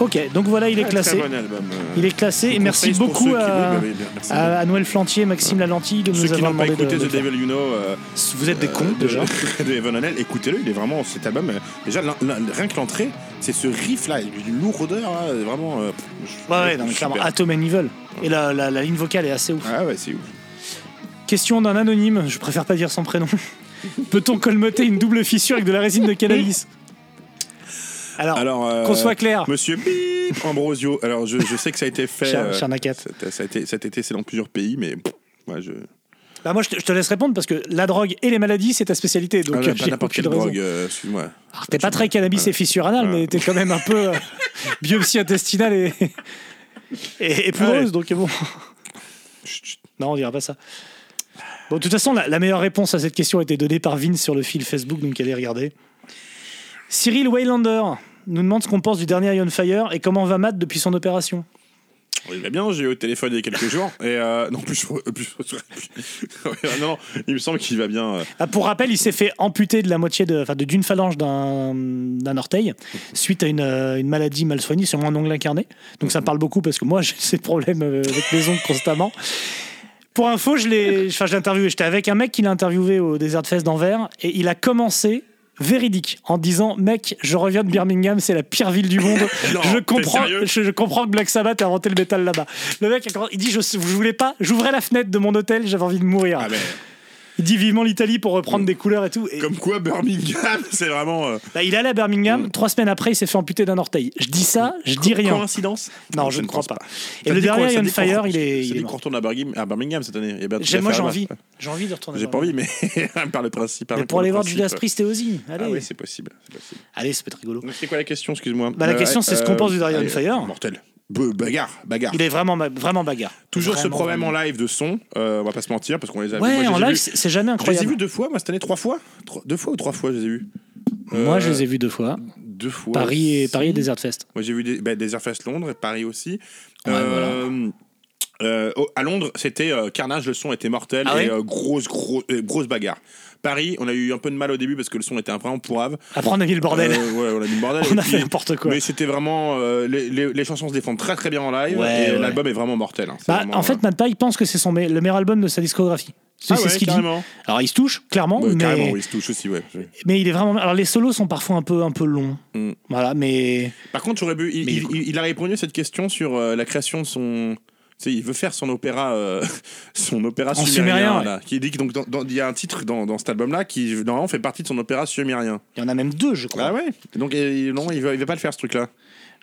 Speaker 1: Ok, donc voilà, il est
Speaker 2: Ah, Très,
Speaker 1: classé.
Speaker 2: Très bon album. euh,
Speaker 1: Il est classé et
Speaker 2: qu'on
Speaker 1: merci
Speaker 2: fasse pour ceux
Speaker 1: beaucoup
Speaker 2: qui-
Speaker 1: à,
Speaker 2: oui, bah oui, merci
Speaker 1: à- à Noël Flantier, Maxime Lalentille de
Speaker 2: Ceux
Speaker 1: nous
Speaker 2: qui
Speaker 1: avoir
Speaker 2: n'ont pas
Speaker 1: demandé de,
Speaker 2: écouté
Speaker 1: de
Speaker 2: The
Speaker 1: faire.
Speaker 2: Devil You Know. euh,
Speaker 1: Vous êtes des cons
Speaker 2: de-
Speaker 1: déjà.
Speaker 2: de Evan Honnell, écoutez-le, il est vraiment cet album. euh, déjà, l'un- l'un- rien que l'entrée, c'est ce riff là, une lourdeur là, est vraiment. euh, je-
Speaker 1: Ouais, ouais, non, mais
Speaker 2: super.
Speaker 1: clairement, Atom and Evil. Et la, la- la ligne vocale est assez ouf.
Speaker 2: Ah ouais, c'est ouf.
Speaker 1: Question d'un anonyme, je préfère pas dire son prénom. Peut-on colmater une double fissure avec de la résine de cannabis Alors,
Speaker 2: Alors, euh,
Speaker 1: Ah, qu'on soit clair,
Speaker 2: Monsieur Bip Ambrosio, alors je, je sais que ça a été fait.
Speaker 1: Cher-
Speaker 2: euh,
Speaker 1: cher Nakat.
Speaker 2: cet- ça a été, cet été, c'est dans plusieurs pays, mais. pff, ouais, je...
Speaker 1: bah moi je te, je te laisse répondre parce que la drogue et les maladies c'est ta spécialité donc
Speaker 2: Ah,
Speaker 1: euh,
Speaker 2: non, pas
Speaker 1: j'ai
Speaker 2: n'importe
Speaker 1: aucune
Speaker 2: quelle
Speaker 1: raison.
Speaker 2: drogue, euh, excuse-moi.
Speaker 1: Alors, Ah, t'es pas très cannabis et fissure anale mais t'es quand même un peu euh, biopsie intestinale et, Ah et, et pleureuse, donc bon.
Speaker 2: Chut, chut.
Speaker 1: Non, on dira pas ça. Bon, de toute façon, la, la meilleure réponse à cette question a été donnée par Vince sur le fil Facebook, donc allez regarder. Cyril Waylander nous demande ce qu'on pense du dernier Iron Fire et comment va Matt depuis son opération.
Speaker 2: Il va bien, j'ai eu au téléphone il y a quelques jours. Et euh, non, plus, je- plus, je- non, non, il me semble qu'il va bien. euh,
Speaker 1: Ah, pour rappel, il s'est fait amputer de la moitié de, enfin, de- d'une phalange d'un d'un orteil suite à une, euh, une maladie mal soignée, sûrement un ongle incarné. Donc
Speaker 2: Mhm.
Speaker 1: ça me parle beaucoup parce que moi j'ai ces problèmes euh, avec mes ongles constamment. Pour info, je l'ai, enfin, je l'ai interviewé. J'étais avec un mec qui l'a interviewé au Desert Fest d'Anvers et il a commencé véridique en disant mec je reviens de Birmingham c'est la pire ville du monde
Speaker 2: Non,
Speaker 1: je
Speaker 2: t'es
Speaker 1: comprends
Speaker 2: sérieux
Speaker 1: je, je comprends que Black Sabbath a inventé le métal là-bas le mec a commencé- il dit je, je voulais pas j'ouvrais la fenêtre de mon hôtel j'avais envie de mourir
Speaker 2: Ah, mais
Speaker 1: il dit vivement l'Italie pour reprendre des couleurs et tout. Et
Speaker 2: comme quoi, Birmingham, c'est vraiment. euh,
Speaker 1: bah, il allait à Birmingham, trois semaines après, il s'est fait amputer d'un orteil. Je dis ça, je dis rien.
Speaker 2: Coïncidence
Speaker 1: Non, je ne crois
Speaker 2: pense
Speaker 1: pas. Et le dernier Iron Fire, il est. il est
Speaker 2: C'est
Speaker 1: mort.
Speaker 2: qu'on retourne à Birmingham, à Birmingham cette année. Il y a bien- il y
Speaker 1: J'ai-
Speaker 2: a
Speaker 1: Moi,
Speaker 2: faire
Speaker 1: j'ai
Speaker 2: là-bas.
Speaker 1: envie. J'ai envie de retourner.
Speaker 2: J'ai
Speaker 1: voir.
Speaker 2: pas envie, mais par le principe. par
Speaker 1: Mais
Speaker 2: le-
Speaker 1: pour aller
Speaker 2: le
Speaker 1: voir
Speaker 2: principe.
Speaker 1: Judas Priest et Ozzy. Allez,
Speaker 2: Ah oui, c'est possible. c'est possible.
Speaker 1: Allez, ça peut être rigolo.
Speaker 2: Donc, C'est quoi la question, excuse-moi
Speaker 1: Bah, la
Speaker 2: Euh,
Speaker 1: question, c'est ce qu'on pense du Iron
Speaker 2: allez,
Speaker 1: Fire.
Speaker 2: Mortel. Be- Bagarre, bagarre.
Speaker 1: Il est vraiment, ma- vraiment bagarre.
Speaker 2: Toujours ce
Speaker 1: Vraiment,
Speaker 2: problème
Speaker 1: vraiment.
Speaker 2: en live de son, euh, on va pas se mentir, parce qu'on les a vus.
Speaker 1: Ouais,
Speaker 2: Moi, je
Speaker 1: en
Speaker 2: les ai
Speaker 1: live,
Speaker 2: vus-
Speaker 1: c'est c'est jamais
Speaker 2: Je les ai
Speaker 1: incroyable.
Speaker 2: vus deux fois, moi, cette année, trois fois Trois- Deux fois ou trois fois, je les ai vus
Speaker 1: Moi,
Speaker 2: Euh,
Speaker 1: je les ai vus deux fois.
Speaker 2: Deux fois.
Speaker 1: Paris et Paris et Desert Fest.
Speaker 2: Moi, j'ai vu des, bah, des Airfest Londres et Paris aussi.
Speaker 1: Ouais,
Speaker 2: Euh, euh, au- à Londres, c'était euh, carnage, le son était mortel
Speaker 1: Ah ouais
Speaker 2: et euh, grosse, gros- euh, grosse bagarre. Paris, on a eu un peu de mal au début parce que le son était un vraiment pourrave.
Speaker 1: Après, on a mis le bordel.
Speaker 2: Euh, ouais, on a mis le bordel.
Speaker 1: On
Speaker 2: Et
Speaker 1: a
Speaker 2: puis-
Speaker 1: fait n'importe quoi.
Speaker 2: Mais c'était vraiment. euh, les, les- les chansons se défendent très très bien en live
Speaker 1: Ouais,
Speaker 2: et
Speaker 1: ouais.
Speaker 2: l'album est vraiment mortel. hein. C'est
Speaker 1: Bah,
Speaker 2: vraiment,
Speaker 1: en
Speaker 2: euh,
Speaker 1: fait, Matt Pike pense que c'est son me- le meilleur album de sa discographie. C'est
Speaker 2: ah
Speaker 1: c'est
Speaker 2: ouais,
Speaker 1: ce qu'il dit.
Speaker 2: carrément.
Speaker 1: Alors, il se touche, clairement,
Speaker 2: Ouais, Carrément,
Speaker 1: mais,
Speaker 2: oui, il se touche aussi, ouais.
Speaker 1: mais il est vraiment. Alors, les solos sont parfois un peu, un peu longs.
Speaker 2: Mm.
Speaker 1: Voilà, mais.
Speaker 2: Par contre, j'aurais bu. Il,
Speaker 1: Mais-
Speaker 2: il- il- il a répondu à cette question sur euh, la création de son. Tu sais, il veut faire son opéra, euh, son opéra
Speaker 1: En sumérien,
Speaker 2: sumérien.
Speaker 1: ouais.
Speaker 2: là, qui dit que donc dans- dans- il y a un titre dans, dans cet album-là qui normalement fait partie de son opéra sumérien.
Speaker 1: Il y en a même deux, je crois.
Speaker 2: Ah ouais. Donc euh, non, il va, il va pas le faire ce truc-là.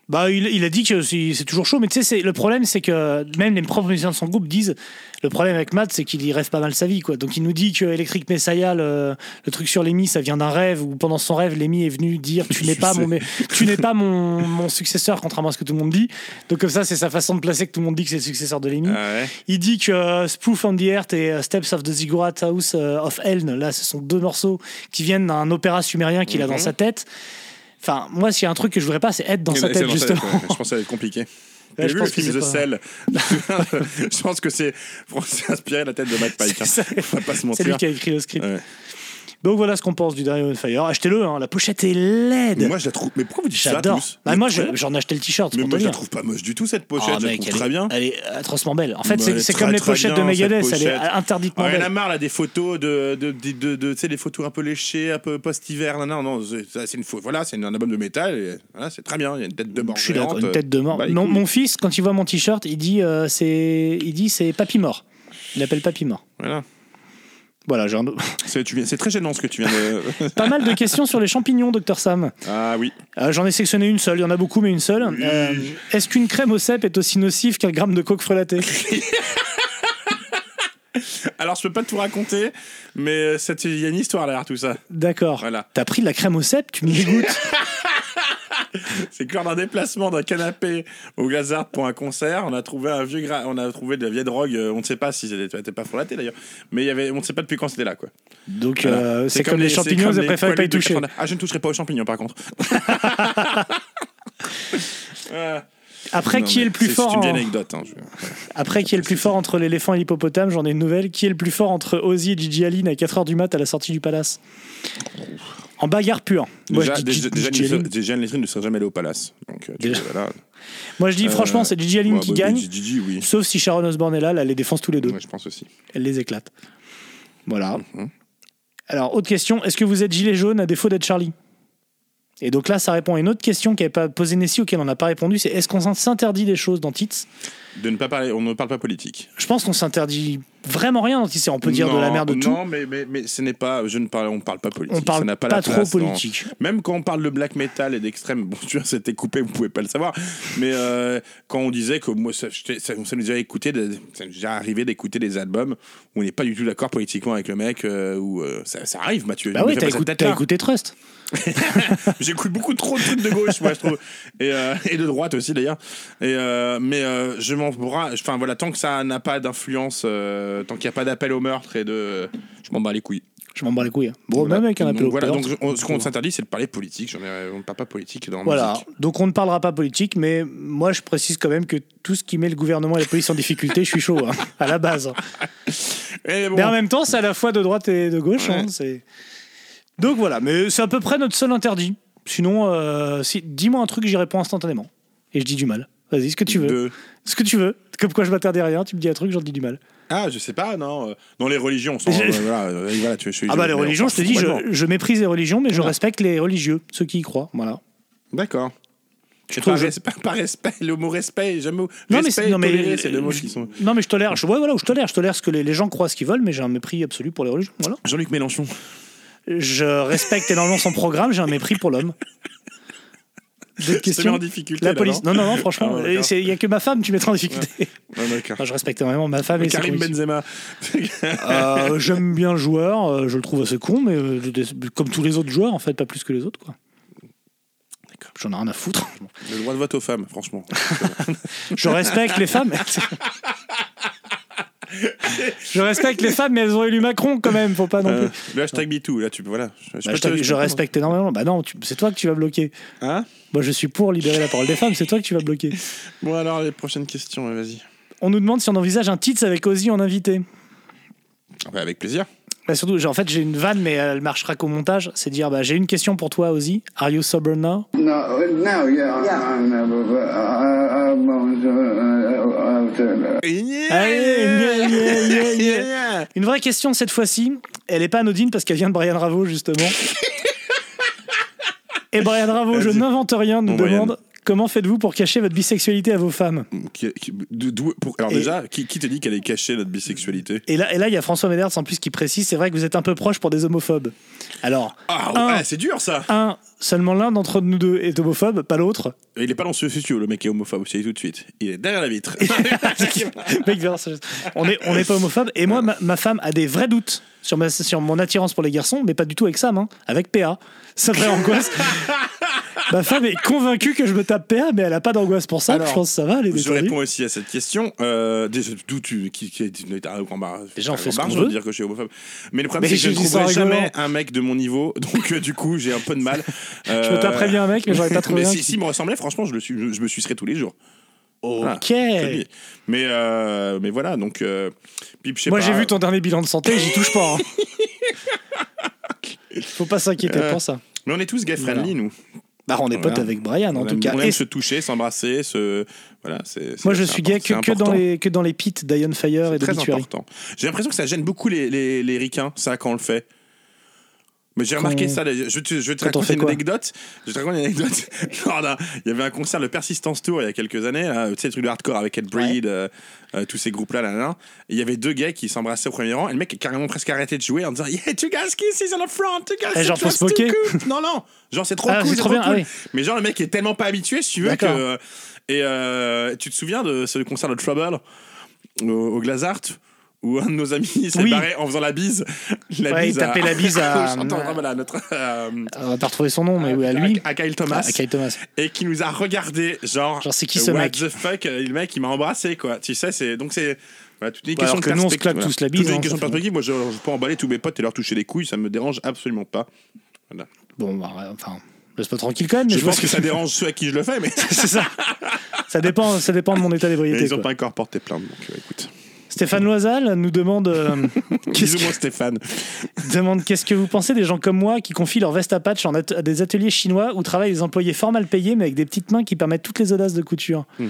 Speaker 1: Bah, il, il a dit que c'est c'est toujours chaud, mais tu sais, c'est- le problème, c'est que même les propres musiciens de son groupe disent le problème avec Matt, c'est qu'il y rêve pas mal sa vie, quoi. Donc, il nous dit que Electric Messiah, le, le truc sur Lemmy, ça vient d'un rêve, où pendant son rêve, Lemmy est venu dire Tu n'es
Speaker 2: Je
Speaker 1: pas,
Speaker 2: sais.
Speaker 1: mon, mais- tu n'es pas mon, mon successeur, contrairement à ce que tout le monde dit. Donc, comme ça, c'est sa façon de placer que tout le monde dit que c'est le successeur de Lemmy.
Speaker 2: Ah ouais.
Speaker 1: Il dit que euh, Spoof on the Earth et euh, Steps of the Ziggurat House euh, of Eln, là, ce sont deux morceaux qui viennent d'un opéra sumérien qu'il a dans
Speaker 2: Mhm.
Speaker 1: sa tête. Enfin, moi, s'il y a un truc que je voudrais pas, c'est être dans
Speaker 2: Et
Speaker 1: sa
Speaker 2: Eh ben, c'est
Speaker 1: tête,
Speaker 2: dans sa
Speaker 1: justement.
Speaker 2: ouais. Je pense que ça va être compliqué.
Speaker 1: Ouais,
Speaker 2: J'ai
Speaker 1: je
Speaker 2: vu le
Speaker 1: pense que
Speaker 2: film
Speaker 1: c'est
Speaker 2: The
Speaker 1: pas-
Speaker 2: Cell. je pense que c'est c'est inspiré de la tête de Matt Pike.
Speaker 1: C'est
Speaker 2: hein. On va pas se
Speaker 1: C'est lui
Speaker 2: mentir.
Speaker 1: qui a écrit le script.
Speaker 2: Ouais.
Speaker 1: Donc voilà ce qu'on pense du dernier Fire. Achetez-le, hein, la pochette est laide.
Speaker 2: Mais Moi, je la trouve. Mais pourquoi vous dites ça
Speaker 1: J'adore.
Speaker 2: tous
Speaker 1: Bah,
Speaker 2: Mais
Speaker 1: moi,
Speaker 2: pourquoi-
Speaker 1: je- j'en ai acheté le t-shirt. c'est
Speaker 2: Mais
Speaker 1: pour
Speaker 2: moi,
Speaker 1: te
Speaker 2: je la
Speaker 1: dire.
Speaker 2: trouve pas moche du tout, cette
Speaker 1: Ah,
Speaker 2: pochette. je la
Speaker 1: mec,
Speaker 2: trouve
Speaker 1: elle
Speaker 2: très
Speaker 1: est-
Speaker 2: bien.
Speaker 1: Elle est atrocement belle. En fait,
Speaker 2: Bah,
Speaker 1: c'est-
Speaker 2: elle est
Speaker 1: c'est
Speaker 2: très,
Speaker 1: comme les
Speaker 2: très
Speaker 1: pochettes de
Speaker 2: bien, cette
Speaker 1: Megadeth. Elle est
Speaker 2: pochette.
Speaker 1: interditement
Speaker 2: Ah, il y en a
Speaker 1: belle.
Speaker 2: marre là des photos de, de, de, de- de- tu sais, les photos un peu léchées, un peu post-hiver. Non, non, non, c'est ça, c'est une faute. Voilà, c'est une- un album de métal. et, voilà, c'est très bien. Il y a une tête de mort.
Speaker 1: Je suis d'accord,
Speaker 2: géante.
Speaker 1: une tête de mort.
Speaker 2: Bah,
Speaker 1: Mon-
Speaker 2: écoute,
Speaker 1: Mon fils, quand il voit mon t-shirt, il dit euh, c'est il dit c'est papy mort. Il l'appelle papy mort.
Speaker 2: voilà.
Speaker 1: Voilà, j'ai un...
Speaker 2: C'est tu viens- c'est très gênant ce que tu viens de.
Speaker 1: pas mal de questions sur les champignons, docteur Sam.
Speaker 2: ah oui.
Speaker 1: Euh, J'en ai sélectionné une seule, il y en a beaucoup, mais une seule. Euh, Est-ce qu'une crème au cèpe est aussi nocive qu'un gramme de coke frelatée
Speaker 2: Alors, je peux pas tout raconter, mais euh, cette- il y a une histoire derrière tout ça.
Speaker 1: D'accord.
Speaker 2: Voilà.
Speaker 1: T'as pris de la crème au cèpe, tu me dégoûtes.
Speaker 2: C'est que lors d'un déplacement d'un canapé au Glazart pour un concert, on a trouvé un vieux gra- on a trouvé de la vieille drogue. euh, On ne sait pas si c'était pas forlaté d'ailleurs, mais il y avait, on ne sait pas depuis quand c'était là quoi.
Speaker 1: Donc
Speaker 2: Voilà.
Speaker 1: euh, c'est comme, les
Speaker 2: c'est
Speaker 1: champignons,
Speaker 2: comme
Speaker 1: je
Speaker 2: les
Speaker 1: préfère pas y
Speaker 2: poilus de
Speaker 1: toucher.
Speaker 2: 80. Ah, je ne toucherai pas aux champignons par contre. Euh,
Speaker 1: Après,
Speaker 2: non,
Speaker 1: qui
Speaker 2: mais
Speaker 1: est le plus
Speaker 2: c'est-
Speaker 1: fort
Speaker 2: C'est une
Speaker 1: en-
Speaker 2: vieille anecdote. hein, je-
Speaker 1: Après, qui est le plus fort entre l'éléphant et l'hippopotame J'en ai une nouvelle. Qui est le plus fort entre Ozzy et Gigi Allen à 4h du mat à la sortie du palace En bagarre pure. Moi,
Speaker 2: Déjà,
Speaker 1: je dis
Speaker 2: déjà,
Speaker 1: Gigi-
Speaker 2: déjà,
Speaker 1: Gigi Allen.
Speaker 2: Nisrin- déjà, Nisrin ne serait jamais allé au palace. Donc, euh, tu
Speaker 1: Déjà.
Speaker 2: vois, voilà.
Speaker 1: Moi, je dis franchement,
Speaker 2: Euh,
Speaker 1: c'est Gigi Allen
Speaker 2: Ouais,
Speaker 1: qui
Speaker 2: bah,
Speaker 1: gagne.
Speaker 2: Gigi, oui.
Speaker 1: Sauf si Sharon Osbourne est là, là, elle les défonce tous les deux.
Speaker 2: Ouais, je pense aussi.
Speaker 1: Elle les éclate. Voilà.
Speaker 2: Mhm.
Speaker 1: Alors, autre question. Est-ce que vous êtes gilet jaune à défaut d'être Charlie Et donc là, ça répond à une autre question qu'avait pas posée Nessie, auquel on n'a pas répondu. C'est est-ce qu'on s'interdit des choses dans Tits
Speaker 2: De ne pas parler, on ne parle pas politique.
Speaker 1: Je pense qu'on s'interdit vraiment rien dans Tits. On peut dire de la
Speaker 2: Non,
Speaker 1: merde de tout.
Speaker 2: Non, mais, mais, mais ce n'est pas. Je ne parle, on ne parle pas politique.
Speaker 1: On parle
Speaker 2: ça n'a
Speaker 1: pas,
Speaker 2: pas, la
Speaker 1: trop
Speaker 2: place dans-
Speaker 1: politique.
Speaker 2: Même quand on parle de black metal et d'extrême, bon, tu vois, c'était coupé, vous pouvez pas le savoir. Mais euh, quand on disait que moi, ça, j'étais- ça- ça nous a écouté, de- ça nous est arrivé d'écouter des albums où on n'est pas du tout d'accord politiquement avec le mec, euh, où euh, ça, ça arrive, Mathieu.
Speaker 1: Bah
Speaker 2: Ne
Speaker 1: oui,
Speaker 2: fais
Speaker 1: t'as
Speaker 2: pas cette
Speaker 1: écouté,
Speaker 2: tête-là.
Speaker 1: t'as écouté Trust.
Speaker 2: J'écoute beaucoup trop de trucs de gauche, moi, je trouve. Et, euh, et de droite aussi, d'ailleurs. Et, euh, mais euh, je m'en bras- Enfin, voilà, tant que ça n'a pas d'influence, euh, tant qu'il n'y a pas d'appel au meurtre et de. Je m'en bats les couilles.
Speaker 1: Je m'en bats les couilles. hein. Bon,
Speaker 2: Voilà.
Speaker 1: même avec un
Speaker 2: donc,
Speaker 1: appel au
Speaker 2: voilà,
Speaker 1: port,
Speaker 2: donc,
Speaker 1: c'est
Speaker 2: on- ce qu'on
Speaker 1: cool.
Speaker 2: s'interdit, c'est de parler politique. J'en ai- on ne parle pas politique dans la
Speaker 1: Voilà,
Speaker 2: musique.
Speaker 1: donc on ne parlera pas politique, mais moi je précise quand même que tout ce qui met le gouvernement et la police en difficulté, je suis chaud, hein, à la base.
Speaker 2: Et Eh bon,
Speaker 1: Mais en même temps, c'est à la fois de droite et de gauche. hein, c'est- donc voilà, mais c'est à peu près notre seul interdit. Sinon, euh, si- dis-moi un truc, j'y réponds instantanément. Et je dis du mal. Vas-y, ce que tu veux.
Speaker 2: de-
Speaker 1: Ce que tu veux. Comme quoi je m'interdis rien, tu me dis un truc, j'en dis du mal.
Speaker 2: Ah, je sais pas, non. euh, Dans les religions, on s'en-
Speaker 1: Je-
Speaker 2: voilà, euh, voilà, tu- je suis-
Speaker 1: Ah bah les
Speaker 2: on s'en
Speaker 1: religions, je te
Speaker 2: fout
Speaker 1: dis, je,
Speaker 2: complètement.
Speaker 1: je méprise les religions, mais je
Speaker 2: Voilà.
Speaker 1: respecte les religieux, ceux qui y croient. Voilà.
Speaker 2: D'accord. C'est
Speaker 1: trouve
Speaker 2: pas,
Speaker 1: que je-
Speaker 2: res- pas- pas respect, le mot respect, est jamais.
Speaker 1: Non mais,
Speaker 2: respect
Speaker 1: c'est-
Speaker 2: et
Speaker 1: non, mais,
Speaker 2: tolérer, c'est deux mots
Speaker 1: je-
Speaker 2: qui sont.
Speaker 1: non mais je tolère, je, ouais, voilà, je tolère, je tolère ce que les, les gens croient ce qu'ils veulent, mais j'ai un mépris absolu pour les religions. Voilà.
Speaker 2: Jean-Luc Mélenchon.
Speaker 1: Je respecte énormément son programme, j'ai un mets pour l'homme. D'autres
Speaker 2: Je te mets
Speaker 1: questions
Speaker 2: en difficulté.
Speaker 1: La
Speaker 2: là,
Speaker 1: police. Non, non, non, franchement,
Speaker 2: Ah,
Speaker 1: il
Speaker 2: d'accord.
Speaker 1: n'y a que ma femme, tu mettras en difficulté.
Speaker 2: Ah, d'accord.
Speaker 1: Enfin, je respecte vraiment ma femme et ses
Speaker 2: Karim
Speaker 1: convictions.
Speaker 2: Benzema.
Speaker 1: Euh, J'aime bien le joueur, euh, je le trouve assez con, mais euh, je déteste- comme tous les autres joueurs, en fait, pas plus que les autres, quoi. J'en ai rien à foutre.
Speaker 2: Le droit de vote aux femmes, franchement.
Speaker 1: Je respecte les femmes. je respecte les femmes, mais elles ont élu Macron quand même, faut pas non plus.
Speaker 2: Euh, le hashtag MeToo, là, tu peux. Voilà. Je, je
Speaker 1: Bah,
Speaker 2: peux
Speaker 1: je, t'ai-
Speaker 2: te-
Speaker 1: je
Speaker 2: peux te-
Speaker 1: respecte énormément. Bah non, tu- c'est toi que tu vas bloquer.
Speaker 2: Hein
Speaker 1: Moi, je suis pour libérer la parole des femmes, c'est toi que tu vas bloquer.
Speaker 2: Bon, alors, les prochaines questions, ouais, vas-y.
Speaker 1: On nous demande si on envisage un titre avec Ozzy en invité.
Speaker 2: Ah, bah, avec plaisir.
Speaker 1: Bah, surtout, j'ai- en fait, j'ai une vanne, mais elle marchera qu'au montage. C'est dire, bah, j'ai une question pour toi, Ozzy. Are you sober now
Speaker 8: No, uh, no, yeah, I'm, I'm, I'm, I'm, I'm, I'm
Speaker 1: Allez, Ah, yeah, yeah, yeah, yeah.
Speaker 2: yeah.
Speaker 1: Une vraie question cette fois-ci. Elle est pas anodine parce qu'elle vient de Brian Ravo, justement. Et Brian Ravo, je
Speaker 2: Vas-y.
Speaker 1: n'invente rien, nous
Speaker 2: Bon, Brian.
Speaker 1: demande comment faites-vous pour cacher votre bisexualité à vos femmes
Speaker 2: Qui- qui- d'o- d'où- pour- alors,
Speaker 1: Et-
Speaker 2: déjà, qui, qui t'a dit qu'elle est cachée, notre bisexualité
Speaker 1: Et là, et là, il y a François Médertz en plus qui précise c'est vrai que vous êtes un peu proche pour des homophobes. Alors,
Speaker 2: Ah,
Speaker 1: Un.
Speaker 2: ouais, c'est dur, ça
Speaker 1: un, seulement l'un d'entre nous deux est homophobe, pas l'autre.
Speaker 2: Il est pas dans ce studio, le mec est homophobe aussi, tout de suite. Il est derrière la vitre.
Speaker 1: Mec, vraiment, c'est- on n'est on est pas homophobe. Et moi, ma, ma femme a des vrais doutes sur, ma, sur mon attirance pour les garçons, mais pas du tout avec Sam, hein, avec PA. Ça vraie angoisse. ma femme est convaincue que je me tape PA, mais elle a pas d'angoisse pour ça.
Speaker 2: Alors,
Speaker 1: je pense que ça va, elle est
Speaker 2: Je
Speaker 1: détendue.
Speaker 2: réponds aussi à cette question. Euh, déjà, d'où tu. Qui, qui, qui- t'as un grand bar-
Speaker 1: Déjà, on
Speaker 2: un
Speaker 1: fait
Speaker 2: grand
Speaker 1: ce
Speaker 2: bar,
Speaker 1: qu'on
Speaker 2: je veux
Speaker 1: veut.
Speaker 2: dire que je suis homophobe. Mais le
Speaker 1: Mais
Speaker 2: problème, c'est que
Speaker 1: je
Speaker 2: je ne
Speaker 1: dis ça en
Speaker 2: trouverai jamais
Speaker 1: rigolant.
Speaker 2: un mec de mon niveau. Donc, euh, du coup, j'ai un peu de mal. Euh,
Speaker 1: Je me taperais bien un mec, mais j'aurais pas trouvé
Speaker 2: Mais
Speaker 1: un
Speaker 2: si,
Speaker 1: qui-
Speaker 2: s'il me ressemblait, franchement, je, le suis, je, je me sucerais tous les jours. Voilà,
Speaker 1: Ok.
Speaker 2: je te le dis. mais, euh, mais voilà, donc. euh, puis, je sais
Speaker 1: Moi,
Speaker 2: pas,
Speaker 1: j'ai vu ton dernier bilan de santé, j'y touche pas. hein. Faut pas s'inquiéter
Speaker 2: Euh,
Speaker 1: pour ça.
Speaker 2: Mais on est tous gay friendly, nous.
Speaker 1: Bah, on est potes
Speaker 2: voilà.
Speaker 1: avec Brian, en
Speaker 2: on
Speaker 1: tout
Speaker 2: aime,
Speaker 1: cas.
Speaker 2: on
Speaker 1: Et
Speaker 2: aime se toucher, s'embrasser, se. Voilà, c'est. c'est-
Speaker 1: moi, je
Speaker 2: c'est
Speaker 1: suis gay
Speaker 2: important,
Speaker 1: que,
Speaker 2: c'est
Speaker 1: que, dans
Speaker 2: important.
Speaker 1: les, que dans les pits d'Ion Fire et de
Speaker 2: Très
Speaker 1: Bituary.
Speaker 2: important. J'ai l'impression que ça gêne beaucoup les, les, les ricains, ça, quand on le fait. Mais j'ai remarqué
Speaker 1: Quand-
Speaker 2: ça. les- Je, te- je vais te
Speaker 1: Quand on fait
Speaker 2: raconter une
Speaker 1: quoi
Speaker 2: anecdote. Je vais te raconter une anecdote. Genre, là, il y avait un concert, le Persistence Tour, il y a quelques années. là, tu sais, le truc de hardcore avec Ed Breed, euh, euh, tous ces groupes-là. Là, là, là. Et Il y avait deux gays qui s'embrassaient au premier rang. Et le mec a carrément presque arrêté de jouer en disant Yeah, two guys kiss, he's on the front, two guys
Speaker 1: Eh, genre,
Speaker 2: kiss,
Speaker 1: faut
Speaker 2: it's
Speaker 1: se
Speaker 2: too
Speaker 1: moquer.
Speaker 2: cool. Non, non. Genre, c'est trop
Speaker 1: Ah,
Speaker 2: cool.
Speaker 1: c'est
Speaker 2: C'est
Speaker 1: trop
Speaker 2: trop
Speaker 1: bien,
Speaker 2: cool.
Speaker 1: ah oui.
Speaker 2: Mais genre, le mec est tellement pas habitué, si tu veux,
Speaker 1: D'accord.
Speaker 2: que. Et euh, tu te souviens de ce concert de Trouble au, au Glazart où un de nos amis s'est
Speaker 1: Oui.
Speaker 2: barré en faisant la bise. La
Speaker 1: Ouais, il
Speaker 2: à-
Speaker 1: tapait la bise à-
Speaker 2: Attends, attends, voilà, notre, euh,
Speaker 1: On va pas retrouver Ah, son nom, mais oui, à lui.
Speaker 2: à, à Kyle
Speaker 1: Ah,
Speaker 2: Thomas,
Speaker 1: à Kyle Thomas.
Speaker 2: et qui nous a regardé genre.
Speaker 1: Genre, c'est qui ce
Speaker 2: What
Speaker 1: mec
Speaker 2: the fuck, euh, le mec, il m'a embrassé quoi. Tu sais, c'est donc c'est. Voilà, toute une
Speaker 1: alors
Speaker 2: question de
Speaker 1: que nous, on se
Speaker 2: perspective,
Speaker 1: claque
Speaker 2: voilà.
Speaker 1: tous la
Speaker 2: Toute
Speaker 1: bise,
Speaker 2: une
Speaker 1: hein,
Speaker 2: question de
Speaker 1: ça fait-
Speaker 2: perspective. Moi, je, je peux emballer tous mes potes et leur toucher les couilles, ça me dérange absolument pas.
Speaker 1: Bon, bah, enfin, laisse-moi tranquille quand même. mais
Speaker 2: Je,
Speaker 1: je vois
Speaker 2: pense que ça dérange ceux à qui je le fais, mais
Speaker 1: C'est ça. Ça dépend, ça dépend de mon état d'ébriété.
Speaker 2: ils ont
Speaker 1: quoi.
Speaker 2: pas encore porté plainte. Donc, euh, écoute.
Speaker 1: Stéphane Loisal nous demande euh, qu'est-ce
Speaker 2: Bisous, mon Stéphane.
Speaker 1: que, demande qu'est-ce que vous pensez des gens comme moi qui confient leur veste à patch en at- à des ateliers chinois où travaillent des employés fort mal payés mais avec des petites mains qui permettent toutes les audaces de couture.
Speaker 2: Mhm.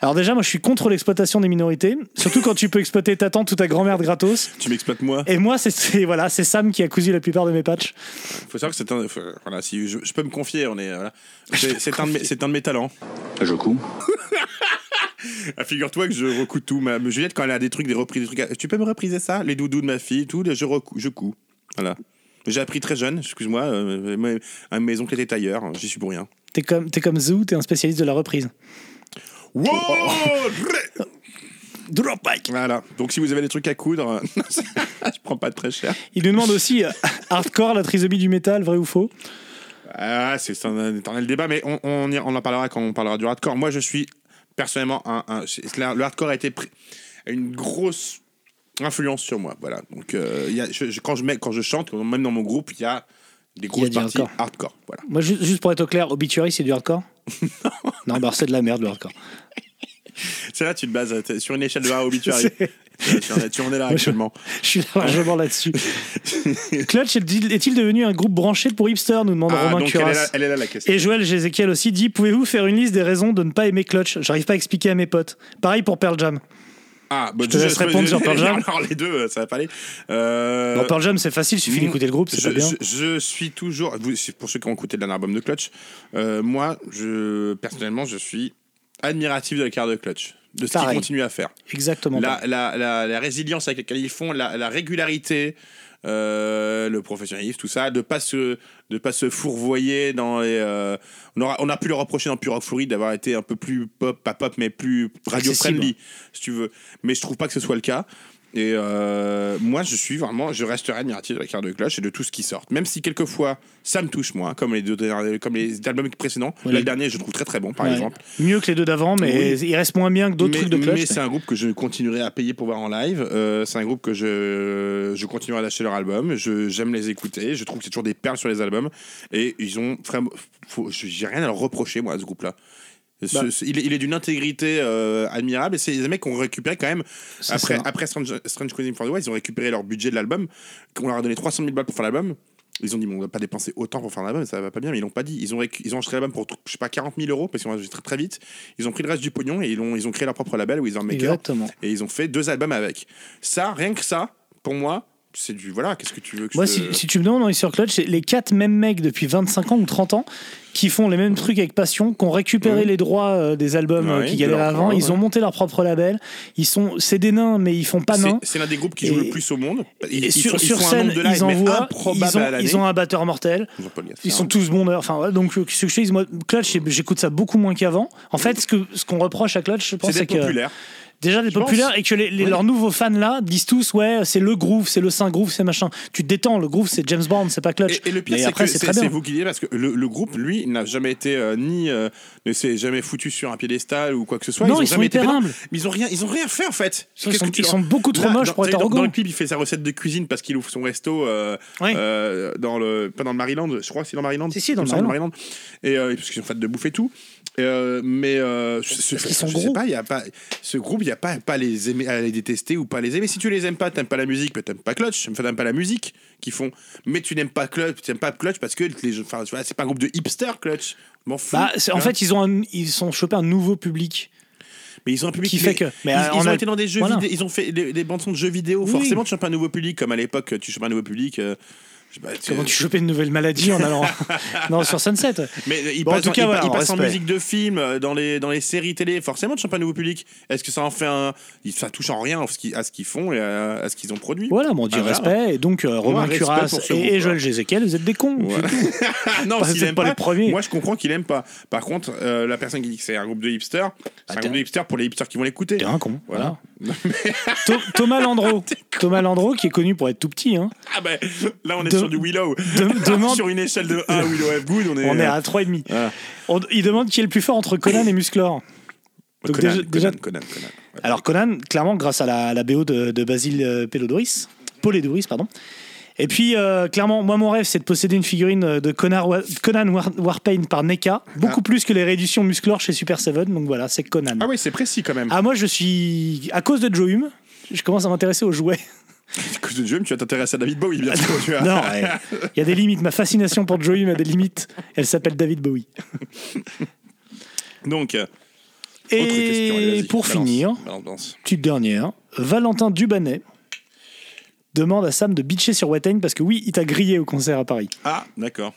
Speaker 1: Alors déjà, moi, je suis contre l'exploitation des minorités, surtout quand tu peux exploiter ta tante ou ta grand-mère de gratos.
Speaker 2: Tu m'exploites moi.
Speaker 1: Et moi, c'est- c'est voilà, c'est Sam qui a cousu la plupart de mes patchs.
Speaker 2: faut savoir que c'est un. faut- Voilà, si je, je peux me confier, on est. Voilà. C'est c'est un, de mes- c'est un de mes talents.
Speaker 9: Je couds.
Speaker 2: Ah, Figure-toi que je recoue tout. Ma, ma Juliette, quand elle a des trucs, des reprises, des trucs. elle- Tu peux me repriser ça Les doudous de ma fille, tout. Je recoue. Je couds. Voilà. J'ai appris très jeune, excuse-moi. euh, moi, un de mes oncles était tailleur, j'y suis pour rien.
Speaker 1: T'es comme, t'es comme Zoo, t'es un spécialiste de la reprise.
Speaker 2: Wow Drop mic. oh, Voilà. Donc si vous avez des trucs à coudre, je prends pas de très cher.
Speaker 1: Il nous demande aussi euh, hardcore, la trisomie du métal, vrai ou faux
Speaker 2: Ah, c'est un éternel débat, mais on, on, y- on en parlera quand on parlera du hardcore. Moi, je suis personnellement un. un- c'est- la- le hardcore a été pris- a une grosse influence sur moi. Voilà. Donc, euh, il y a- je- je- quand, je mets, quand je chante, même dans mon groupe, il y a des grosses
Speaker 1: du
Speaker 2: parties
Speaker 1: hardcore.
Speaker 2: hardcore. Voilà.
Speaker 1: Moi, ju- juste pour être au clair, Obituary, c'est du hardcore Non, bah alors c'est de la merde, le hardcore.
Speaker 2: C'est là, tu te bases t'es sur une échelle de A à obituary.
Speaker 1: C'est-
Speaker 2: tu, tu en es- tu en es là
Speaker 1: Moi, je-
Speaker 2: actuellement.
Speaker 1: Je suis largement là-dessus. Clutch est-il est-il devenu un groupe branché pour hipster nous demande
Speaker 2: Ah,
Speaker 1: Romain
Speaker 2: donc, elle est,
Speaker 1: Curas.
Speaker 2: là, elle est là, la question.
Speaker 1: Et Joël Jézéchiel aussi dit Pouvez-vous faire une liste des raisons de ne pas aimer Clutch J'arrive pas à expliquer à mes potes. Pareil pour Pearl Jam.
Speaker 2: Ah, bah,
Speaker 1: Je te laisse répondre sur Pearl Jam.
Speaker 2: Alors, les deux, ça va pas aller. Euh,
Speaker 1: Bon, Pearl Jam, c'est facile, il suffit
Speaker 2: Mon-
Speaker 1: d'écouter le groupe, c'est
Speaker 2: Mm. je,
Speaker 1: pas bien.
Speaker 2: je- je suis toujours. vous- c'est pour ceux qui ont écouté le dernier album de Clutch, euh, moi, je, personnellement, je suis admiratif de la carrière de Clutch, de ce qu'ils
Speaker 1: Pareil.
Speaker 2: continuent à faire.
Speaker 1: Exactement.
Speaker 2: La, la- la- la résilience avec laquelle ils font, la, la régularité, euh, le professionnalisme, tout ça, de pas se, de pas se fourvoyer dans les. euh, on, aura, on a pu le reprocher dans Pure Rock Fury d'avoir été un peu plus pop, pas pop, mais plus radio friendly, si tu veux. Mais je trouve pas que ce soit le cas. Et euh, moi, je suis vraiment, je resterai admiratif de la carte de cloche et de tout ce qui sort. Même si quelquefois, ça me touche moins, comme les deux derniers- comme les albums précédents.
Speaker 1: Ouais,
Speaker 2: Là,
Speaker 1: les-
Speaker 2: le dernier, je le trouve très très bon, par
Speaker 1: Ouais.
Speaker 2: exemple
Speaker 1: Mieux que les deux d'avant, mais il reste moins bien que d'autres
Speaker 2: mais,
Speaker 1: trucs de Clutch.
Speaker 2: mais c'est un groupe que je continuerai à payer pour voir en live. Euh, c'est un groupe que je, je continuerai à lâcher leur album. Je, j'aime les écouter. Je trouve que c'est toujours des perles sur les albums. Et ils ont vraiment. faut- J'ai rien à leur reprocher, moi, à ce groupe-là. Ce-
Speaker 1: Bah.
Speaker 2: ce- il, est- il est d'une intégrité euh, admirable et c'est des mecs qui ont récupéré quand même
Speaker 1: C'est
Speaker 2: après,
Speaker 1: ça. hein.
Speaker 2: après Strange, Strange Coding for the Wild ils ont récupéré leur budget de l'album qu'on leur a donné 300 000 balles pour faire l'album ils ont dit bon, on va pas dépenser autant pour faire l'album ça va pas bien mais ils l'ont pas dit ils ont, récu- ils ont acheté l'album pour je sais pas 40 000 euros parce qu'ils ont acheté très, très vite ils ont pris le reste du pognon et ils ont, ils ont créé leur propre label Wizardmaker
Speaker 1: Exactement.
Speaker 2: et ils ont fait deux albums avec. Ça, rien que ça, pour moi, c'est du voilà, qu'est-ce que tu veux que
Speaker 1: Moi,
Speaker 2: je
Speaker 1: si,
Speaker 2: te-
Speaker 1: si tu me demandes dans sur Clutch, c'est les quatre mêmes mecs depuis 25 ans ou 30 ans qui font les mêmes trucs avec passion, qui ont récupéré
Speaker 2: Ouais.
Speaker 1: les droits euh, des albums euh,
Speaker 2: Mhm. Ouais,
Speaker 1: qui
Speaker 2: de
Speaker 1: galéraient
Speaker 2: leurs
Speaker 1: avant,
Speaker 2: droits,
Speaker 1: ils ont
Speaker 2: ouais.
Speaker 1: monté leur propre label. Ils sont, c'est des nains, mais ils font pas
Speaker 2: C'est-
Speaker 1: nains.
Speaker 2: C'est l'un des groupes qui
Speaker 1: Et-
Speaker 2: joue le plus au monde. Ils,
Speaker 1: Et
Speaker 2: ils
Speaker 1: sur,
Speaker 2: font- ils
Speaker 1: sur
Speaker 2: font un
Speaker 1: scène,
Speaker 2: nombre de lives,
Speaker 1: ils
Speaker 2: mais
Speaker 1: envoient,
Speaker 2: improbables
Speaker 1: ils ont,
Speaker 2: à l'année.
Speaker 1: ils ont un batteur mortel.
Speaker 2: Jean-Paul Gaffard.
Speaker 1: Ils sont tous bons d'ailleurs. Enfin, voilà, donc, euh, ce que je sais, moi, Clutch, j'écoute ça beaucoup moins qu'avant. En fait, ce que ce qu'on reproche à Clutch, je pense,
Speaker 2: Mm. C'est
Speaker 1: c'est
Speaker 2: des
Speaker 1: que
Speaker 2: populaires.
Speaker 1: déjà des
Speaker 2: pense.
Speaker 1: populaires et que les, les-
Speaker 2: Oui.
Speaker 1: leurs nouveaux fans là disent tous ouais c'est le groove c'est le saint groove c'est machin tu te détends le groove c'est James Brown c'est pas clutch
Speaker 2: Et, et le pire,
Speaker 1: Mais
Speaker 2: c'est
Speaker 1: après
Speaker 2: que
Speaker 1: c'est
Speaker 2: c'est
Speaker 1: très
Speaker 2: c'est
Speaker 1: bien
Speaker 2: vous qui dites parce que le, le groupe, lui, il n'a jamais été euh, ni euh, ne s'est jamais foutu sur un piédestal ou quoi que ce soit.
Speaker 1: Non, ils
Speaker 2: ont
Speaker 1: sont
Speaker 2: jamais été
Speaker 1: hyper
Speaker 2: pédants.
Speaker 1: humbles.
Speaker 2: Mais ils ont rien, ils ont rien fait en fait.
Speaker 1: Ils
Speaker 2: Qu'est-ce
Speaker 1: sont-
Speaker 2: que
Speaker 1: ils
Speaker 2: tu leur-
Speaker 1: sont beaucoup trop
Speaker 2: Là,
Speaker 1: moches
Speaker 2: dans-
Speaker 1: pour être
Speaker 2: dans, dans
Speaker 1: arrogants.
Speaker 2: le clip, il fait sa recette de cuisine parce qu'il ouvre son resto euh,
Speaker 1: Oui.
Speaker 2: euh, dans le pas dans le Maryland, je crois, que c'est dans le Maryland.
Speaker 1: Si, si, dans
Speaker 2: Il me
Speaker 1: le
Speaker 2: semble, Et euh, parce qu'ils sont fans de bouffe et tout. Et, euh, mais euh, je, je-
Speaker 1: qu'ils sont
Speaker 2: je sais
Speaker 1: gros.
Speaker 2: pas, il y a pas ce groupe, il y a pas pas les aimer, à les détester ou pas les aimer. Si tu les aimes pas, t'aimes pas la musique, mais t'aimes pas Clutch, enfin, t'aimes pas la musique qu'ils font. Mais tu n'aimes pas Clutch, t'aimes pas Clutch parce que les, gens- enfin, tu vois, c'est pas un groupe de hipsters Clutch. Je M'en fous.
Speaker 1: Bah, c'est- en
Speaker 2: Hein.
Speaker 1: fait, ils ont, un- ils ont chopé un nouveau public.
Speaker 2: Mais ils ont un public
Speaker 1: Qui fait que-
Speaker 2: Mais
Speaker 1: mais,
Speaker 2: ils,
Speaker 1: euh,
Speaker 2: ils
Speaker 1: on
Speaker 2: ont
Speaker 1: a-
Speaker 2: été dans des jeux
Speaker 1: voilà.
Speaker 2: vidéo. Ils ont fait des, des bandes son de jeux vidéo.
Speaker 1: Oui.
Speaker 2: Forcément, tu chopes un nouveau public, comme à l'époque, tu chopes un nouveau public. euh, je sais pas, tu-
Speaker 1: Comment tu chopais une nouvelle maladie en allant non, sur Sunset
Speaker 2: Mais euh, ils
Speaker 1: Bon, en
Speaker 2: passent
Speaker 1: tout
Speaker 2: en,
Speaker 1: cas,
Speaker 2: ils
Speaker 1: voilà,
Speaker 2: pa- ils
Speaker 1: on
Speaker 2: passent en
Speaker 1: respecte.
Speaker 2: musique de film, euh, dans les, dans les séries télé. Forcément, tu chopes un nouveau public. Est-ce que ça en fait un. ils- Ça touche en rien à ce qu'ils- à ce qu'ils font et à, à ce qu'ils ont produit.
Speaker 1: Voilà, bon, on dit
Speaker 2: Ah, voilà.
Speaker 1: respect. Et donc, euh, Romain
Speaker 2: respect
Speaker 1: Curas
Speaker 2: pour ce
Speaker 1: et, et
Speaker 2: groupe,
Speaker 1: Joël Gézéquel, vous êtes des cons.
Speaker 2: Ouais. Ah non,
Speaker 1: Bah,
Speaker 2: s'il
Speaker 1: c'est
Speaker 2: aime
Speaker 1: pas les premiers.
Speaker 2: Moi, je comprends qu'il aime pas. Par contre, euh, la personne qui dit que c'est un groupe de hipsters, c'est un
Speaker 1: t'es-
Speaker 2: groupe de hipsters pour les hipsters qui vont l'écouter.
Speaker 1: T'es un con.
Speaker 2: Voilà.
Speaker 1: Voilà. Tho- Thomas Landreau. Thomas Landreau, qui est connu pour être tout petit. hein.
Speaker 2: Ah ben, là, on est
Speaker 1: De-
Speaker 2: sur du Willow.
Speaker 1: de- demande-
Speaker 2: sur une échelle de 1 Willow F. Good, on est.
Speaker 1: On est
Speaker 2: euh,
Speaker 1: à 3,5.
Speaker 2: Voilà.
Speaker 1: On- Il demande qui est le plus fort entre Conan et Musclor. Donc
Speaker 2: euh, Conan,
Speaker 1: déjà- déjà-
Speaker 2: Conan, Conan, Conan. Ouais.
Speaker 1: Alors Conan, clairement, grâce à la, la BO de, de Basile euh, Pelodoris, Paul et Doris, pardon. Et puis, euh, clairement, moi, mon rêve, c'est de posséder une figurine euh, de Conan, Wa- Conan War- Warpaint par NECA, beaucoup plus que les rééditions Musclor chez Super Seven. Donc voilà, c'est Conan.
Speaker 2: Ah oui, c'est précis quand même.
Speaker 1: Ah, moi, je suis. À cause de Joe Hume, je commence à m'intéresser aux jouets.
Speaker 2: Écoute, Dieu, tu vas t'intéresser à David Bowie bientôt. tu vois.
Speaker 1: Non, ouais. il y a des limites. Ma fascination pour Joe Hume a des limites. Elle s'appelle David Bowie.
Speaker 2: Donc, euh,
Speaker 1: Et
Speaker 2: autre question. allez, vas-y,
Speaker 1: pour
Speaker 2: balance,
Speaker 1: finir,
Speaker 2: balance, balance.
Speaker 1: Petite dernière. Valentin Dubanet demande à Sam de bitcher sur Watain parce que oui, il t'a grillé au concert à Paris.
Speaker 2: Ah, d'accord.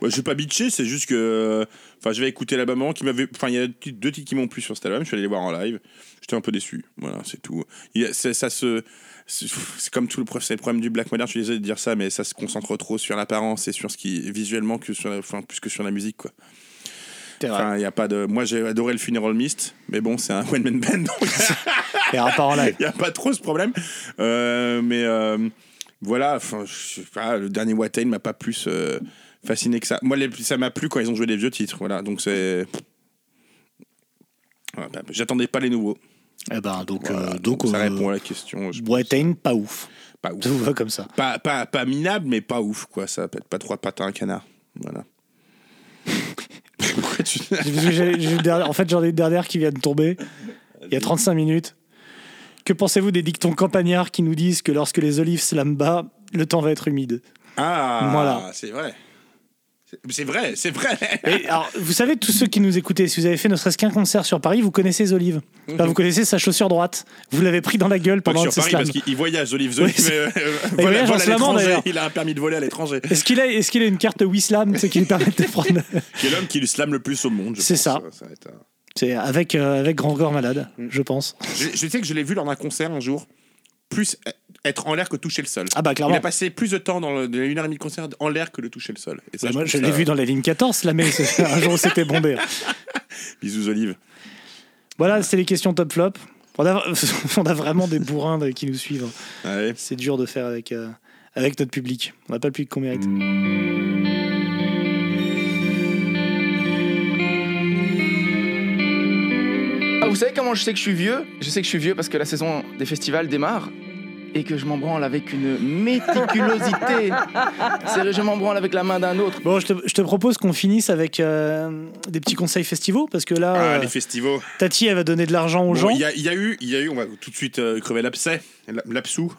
Speaker 2: Moi, je vais pas bitcher, c'est juste que. Enfin, je vais écouter l'album avant qui m'avait. Enfin, il y a deux deux titres qui m'ont plu sur cet album, je suis allé les voir en live. J'étais un peu déçu. Voilà, c'est tout. Il y a- c'est- ça se. C'est c'est comme tout le, pro- c'est le problème du black modern, je suis désolé de dire ça, mais ça se concentre trop sur l'apparence et sur ce qui visuellement que sur la, enfin, plus que sur la musique quoi. Enfin, il y a pas de. Moi, j'ai adoré le Funeral Mist, mais bon, c'est un one man band, donc
Speaker 1: Et à part en live.
Speaker 2: il n'y a pas trop ce problème. Euh, mais euh, voilà, enfin, je sais pas, le dernier Watain m'a pas plus euh, fasciné que ça. Moi, les- ça m'a plu quand ils ont joué les vieux titres. Voilà, donc c'est. Voilà, bah, J'attendais pas les nouveaux.
Speaker 1: Eh ben, donc,
Speaker 2: Voilà,
Speaker 1: euh, donc,
Speaker 2: ça
Speaker 1: euh,
Speaker 2: répond à la question. Je-
Speaker 1: Watain, pas ouf.
Speaker 2: Pas ouf.
Speaker 1: Tout va comme ça.
Speaker 2: Pas, pas, pas minable, mais pas ouf, quoi. Ça peut être pas trois pattes à un canard. Voilà. Pourquoi tu.
Speaker 1: J'ai- j'ai- j'ai une dernière- en fait, j'en ai une dernière qui vient de tomber il y a 35 minutes. Que pensez-vous des dictons campagnards qui nous disent que lorsque les olives se lament bas, le temps va être humide
Speaker 2: Ah
Speaker 1: Voilà.
Speaker 2: C'est vrai. C'est- C'est vrai, c'est vrai.
Speaker 1: Et alors, vous savez, tous ceux qui nous écoutaient, si vous avez fait ne serait-ce qu'un concert sur Paris, vous connaissez Olive. Enfin, vous connaissez sa chaussure droite. Vous l'avez pris dans la gueule
Speaker 2: Pas que
Speaker 1: pendant
Speaker 2: sur
Speaker 1: ses
Speaker 2: Paris,
Speaker 1: slams.
Speaker 2: parce qu'il il voyage, Olive
Speaker 1: Oui,
Speaker 2: Zoli, mais
Speaker 1: c'est-
Speaker 2: euh,
Speaker 1: Il
Speaker 2: voilà,
Speaker 1: voyage en
Speaker 2: voilà à
Speaker 1: slamant,
Speaker 2: l'étranger.
Speaker 1: d'ailleurs.
Speaker 2: Il a un permis de voler à l'étranger.
Speaker 1: Est-ce qu'il a, est-ce qu'il a une carte Wislam ce qui lui permet de prendre
Speaker 2: Qui est l'homme qui lui slame le plus au monde. je
Speaker 1: C'est
Speaker 2: pense.
Speaker 1: ça.
Speaker 2: va être un-
Speaker 1: C'est avec, euh, avec Grand Corps Malade,
Speaker 2: Mm.
Speaker 1: je pense.
Speaker 2: Je, je sais que je l'ai vu lors d'un concert un jour. Plus e-, être en l'air que toucher le sol.
Speaker 1: Ah bah, clairement.
Speaker 2: Il a passé plus de temps dans le, de une heure et demie de concert en l'air que de toucher le sol. Et ça,
Speaker 1: Ouais, Bah,
Speaker 2: je
Speaker 1: moi,
Speaker 2: trouve
Speaker 1: je
Speaker 2: ça-
Speaker 1: l'ai vu dans la ligne 14, là, mais c'est- un jour, c'était bombé.
Speaker 2: Bisous Olive.
Speaker 1: Voilà, c'est les questions top flop. On a, on a vraiment des bourrins de- qui nous suivent.
Speaker 2: Ouais.
Speaker 1: C'est dur de faire avec, euh, avec notre public. On n'a pas le public qu'on mérite.
Speaker 2: Mm.
Speaker 7: Ah, vous savez comment je sais que je suis vieux Je sais que je suis vieux parce que la saison des festivals démarre et que je m'en branle avec une méticulosité. Sérieux, je m'en branle avec la main d'un autre.
Speaker 1: Bon, je te, je te propose qu'on finisse avec euh, des petits conseils festivaux, parce que là,
Speaker 2: Ah,
Speaker 1: euh,
Speaker 2: les festivals.
Speaker 1: Tati, elle va donner de l'argent aux
Speaker 2: Bon,
Speaker 1: gens.
Speaker 2: Il y, a- il y a eu, il y a eu, on va tout de suite euh, crever l'abcès, la- l'absous.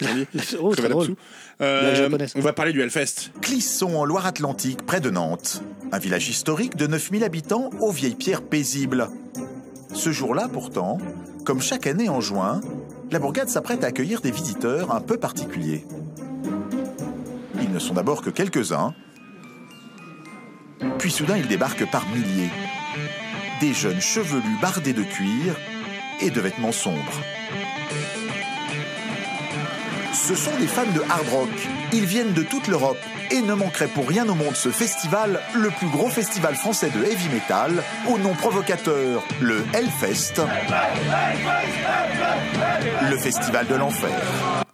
Speaker 2: on dit.
Speaker 1: Oh,
Speaker 2: Crever
Speaker 1: très drôle.
Speaker 2: l'absous. Euh,
Speaker 1: La japonaise.
Speaker 2: on va parler du Hellfest.
Speaker 9: Clisson en Loire-Atlantique, près de Nantes. Un village historique de 9000 habitants aux vieilles pierres paisibles. Ce jour-là, pourtant, comme chaque année en juin, la bourgade s'apprête à accueillir des visiteurs un peu particuliers. Ils ne sont d'abord que quelques-uns, puis soudain ils débarquent par milliers. Des jeunes chevelus bardés de cuir et de vêtements sombres. Ce sont des fans de hard rock. Ils viennent de toute l'Europe. et ne manquerait pour rien au monde ce festival, le plus gros festival français de heavy metal, au nom provocateur, le Hellfest, le festival de l'enfer.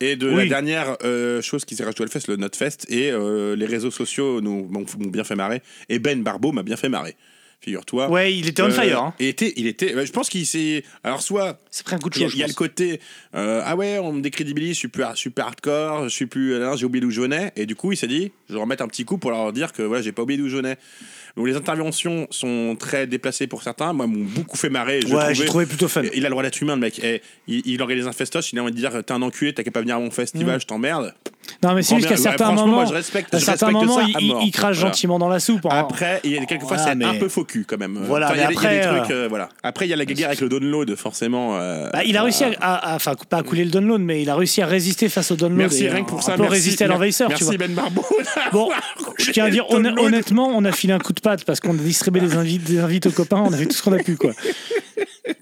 Speaker 2: Et de la
Speaker 1: Oui.
Speaker 2: dernière euh, chose qui s'est rajoutée à Hellfest, le Notfest, et euh, les réseaux sociaux nous m'ont m'ont bien fait marrer. Et Ben Barbeau m'a bien fait marrer, figure-toi.
Speaker 1: Ouais, il était on
Speaker 2: Euh,
Speaker 1: fire. hein.
Speaker 2: Il était, il était. bah, Je pense qu'il s'est. Alors soit
Speaker 1: C'est pris un coup de
Speaker 2: il y a,
Speaker 1: chaud.
Speaker 2: il y a le côté euh, ah ouais, on me décrédibilise, je suis plus, je suis plus hardcore, je suis plus là, j'ai oublié d'où je venais. Et du coup, il s'est dit, je vais remettre un petit coup pour leur dire que voilà, j'ai pas oublié d'où je venais. Donc les interventions sont très déplacées pour certains. Moi, m'ont beaucoup fait marrer. Je
Speaker 1: Ouais, j'ai
Speaker 2: trouvais-
Speaker 1: trouvé plutôt fun.
Speaker 2: et Il a le droit d'être humain, le mec. Et il, il organise un festoche, il a envie de dire T'es un enculé, t'as qu'à pas venir à mon
Speaker 1: Mmh.
Speaker 2: festival, je t'emmerde.
Speaker 1: Non, mais c'est
Speaker 2: Prends
Speaker 1: juste qu'à
Speaker 2: bien-
Speaker 1: certains
Speaker 2: franchement,
Speaker 1: moments,
Speaker 2: moi, je respecte-
Speaker 1: à
Speaker 2: je
Speaker 1: certains
Speaker 2: respecte
Speaker 1: moments,
Speaker 2: ça à
Speaker 1: il, il-
Speaker 2: mort.
Speaker 1: il crache
Speaker 2: Voilà.
Speaker 1: gentiment dans la soupe. hein.
Speaker 2: Après, il y a quelquefois,
Speaker 1: Voilà,
Speaker 2: c'est un
Speaker 1: mais-
Speaker 2: peu faux cul quand même.
Speaker 1: Voilà,
Speaker 2: Enfin, il, y a,
Speaker 1: mais
Speaker 2: il y a des
Speaker 1: après,
Speaker 2: trucs. euh, voilà. Après, il y a la guerre avec le download, forcément. euh,
Speaker 1: Bah, il a réussi à,
Speaker 2: voilà.
Speaker 1: à- à- enfin pas à couler le download, mais il a réussi à résister face au download.
Speaker 2: Merci
Speaker 1: et,
Speaker 2: rien
Speaker 1: euh,
Speaker 2: que pour
Speaker 1: un
Speaker 2: ça.
Speaker 1: peu
Speaker 2: merci,
Speaker 1: résister à l'envahisseur, tu
Speaker 2: Merci
Speaker 1: vois.
Speaker 2: Ben Barbeau.
Speaker 1: Bon, je tiens à dire honn-
Speaker 2: Download.
Speaker 1: honnêtement, on a filé un coup de patte parce qu'on a distribué des invites, des invites aux copains, on a fait tout ce qu'on a pu quoi.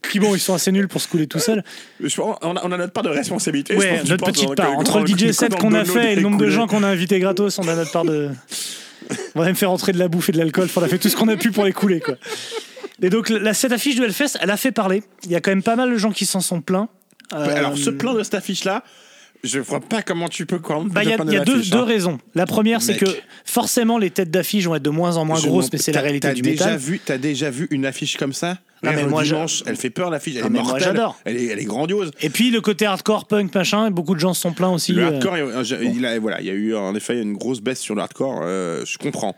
Speaker 1: Puis bon, ils sont assez nuls pour se couler tout seuls.
Speaker 2: Je pense- on, a, on a notre part de responsabilité. je
Speaker 1: Ouais,
Speaker 2: pense que tu
Speaker 1: notre
Speaker 2: penses
Speaker 1: petite
Speaker 2: dans-
Speaker 1: part.
Speaker 2: dans-
Speaker 1: Entre le
Speaker 2: dans- dans-
Speaker 1: DJ set
Speaker 2: dans
Speaker 1: qu'on a
Speaker 2: download
Speaker 1: fait et le nombre de
Speaker 2: coulé.
Speaker 1: gens qu'on a invités gratos, on a notre part de. On va même faire rentrer de la bouffe et de l'alcool. Enfin, On a fait tout ce qu'on a pu pour les couler, quoi. Et donc, la, cette affiche du Hellfest, elle a fait parler. Il y a quand même pas mal de gens qui s'en sont plaints. Euh,
Speaker 2: Alors, ce plan de cette affiche-là, je vois pas comment tu peux quand même.
Speaker 1: bah, il y a,
Speaker 2: te plaindre
Speaker 1: il y a
Speaker 2: de
Speaker 1: deux,
Speaker 2: l'affiche,
Speaker 1: deux
Speaker 2: hein.
Speaker 1: raisons. La première, c'est
Speaker 2: Mec.
Speaker 1: que forcément, les têtes d'affiche vont être de moins en moins
Speaker 2: Je
Speaker 1: grosses,
Speaker 2: m'en-
Speaker 1: mais c'est la
Speaker 2: t'as-
Speaker 1: réalité
Speaker 2: t'as
Speaker 1: du
Speaker 2: déjà
Speaker 1: métal.
Speaker 2: Vu, t'as déjà vu une affiche comme ça
Speaker 1: Non, mais
Speaker 2: Rire
Speaker 1: moi,
Speaker 2: dimanche, elle fait peur l'affiche, elle
Speaker 1: Non,
Speaker 2: est
Speaker 1: mais moi,
Speaker 2: mortelle,
Speaker 1: j'adore.
Speaker 2: Elle, est, elle est grandiose.
Speaker 1: Et puis, le côté hardcore, punk, machin, et beaucoup de gens se sont plaints aussi.
Speaker 2: Le
Speaker 1: euh,
Speaker 2: hardcore, il- il a, voilà, il y a eu en effet une grosse baisse sur le hardcore, euh, je comprends.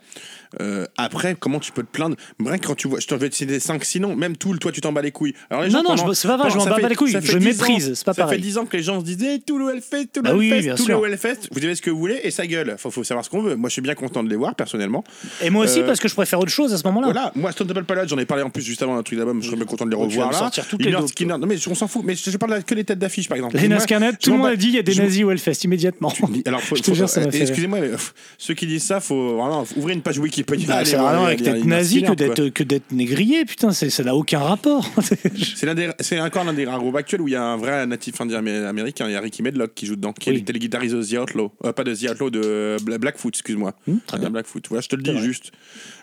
Speaker 2: Euh, après, comment tu peux te plaindre Bref, quand tu vois, je t'en vais citer 5 sinon, même Tool, toi tu t'en bats les couilles. Alors, les
Speaker 1: Non,
Speaker 2: gens,
Speaker 1: non,
Speaker 2: pendant-
Speaker 1: je- c'est pas vrai,
Speaker 2: pendant-
Speaker 1: je m'en
Speaker 2: ça
Speaker 1: bats
Speaker 2: fait-
Speaker 1: pas les couilles,
Speaker 2: ça fait
Speaker 1: je
Speaker 2: 10 ans-
Speaker 1: méprise, c'est pas
Speaker 2: Ça fait
Speaker 1: pareil.
Speaker 2: 10 ans que les gens se disaient Tool ou Hellfest, Tool
Speaker 1: Bah
Speaker 2: ou
Speaker 1: oui,
Speaker 2: Hellfest,
Speaker 1: bien
Speaker 2: Tool
Speaker 1: sûr.
Speaker 2: ou Hellfest. Vous avez ce que vous voulez, et ça gueule. Faut, faut savoir ce qu'on veut. Moi je suis bien content de les voir personnellement.
Speaker 1: Et moi aussi,
Speaker 2: Euh,
Speaker 1: parce que je préfère autre chose à ce moment-là.
Speaker 2: Voilà, moi Stone Temple Pilots, j'en ai parlé en plus juste avant un truc d'album, je serais bien content de les
Speaker 1: Donc, tu vas
Speaker 2: revoir
Speaker 1: me
Speaker 2: là.
Speaker 1: sortir toutes les
Speaker 2: Inner
Speaker 1: dopes,
Speaker 2: Skinner- non mais on s'en fout, mais je, je parle là que des têtes d'affiche par exemple.
Speaker 1: Les
Speaker 2: Et moi,
Speaker 1: Nazca Net,
Speaker 2: je
Speaker 1: tout le
Speaker 2: m'en
Speaker 1: monde
Speaker 2: bats-
Speaker 1: a dit il y a des
Speaker 2: je m'en-
Speaker 1: nazis au Hellfest immédiatement.
Speaker 2: Mais Alors, faut-
Speaker 1: Je te
Speaker 2: faut-
Speaker 1: jure, ça m'a
Speaker 2: euh,
Speaker 1: fait rire.
Speaker 2: Excusez-moi, mais, euh, ceux qui disent ça, faut vraiment ouvrir une page Wikipédia.
Speaker 1: Bah,
Speaker 2: aller
Speaker 1: c'est
Speaker 2: voir,
Speaker 1: vraiment
Speaker 2: il y a-
Speaker 1: avec
Speaker 2: il y a
Speaker 1: d'être
Speaker 2: une
Speaker 1: nazi que
Speaker 2: inspirante, quoi.
Speaker 1: d'être euh, que d'être négrier, putain, c'est- ça n'a aucun rapport.
Speaker 2: C'est l'un des- C'est encore l'un des rares groupes actuels où il y a un vrai natif indien amé- américain, il y a Ricky Medlock qui joue dedans, qui
Speaker 1: Oui.
Speaker 2: était le guitariste de The Outlaw, Euh, pas de The Outlaw, de euh, Bla- Blackfoot, excuse-moi.
Speaker 1: Hmm, très
Speaker 2: Euh,
Speaker 1: bien.
Speaker 2: Blackfoot, voilà, je te le dis juste,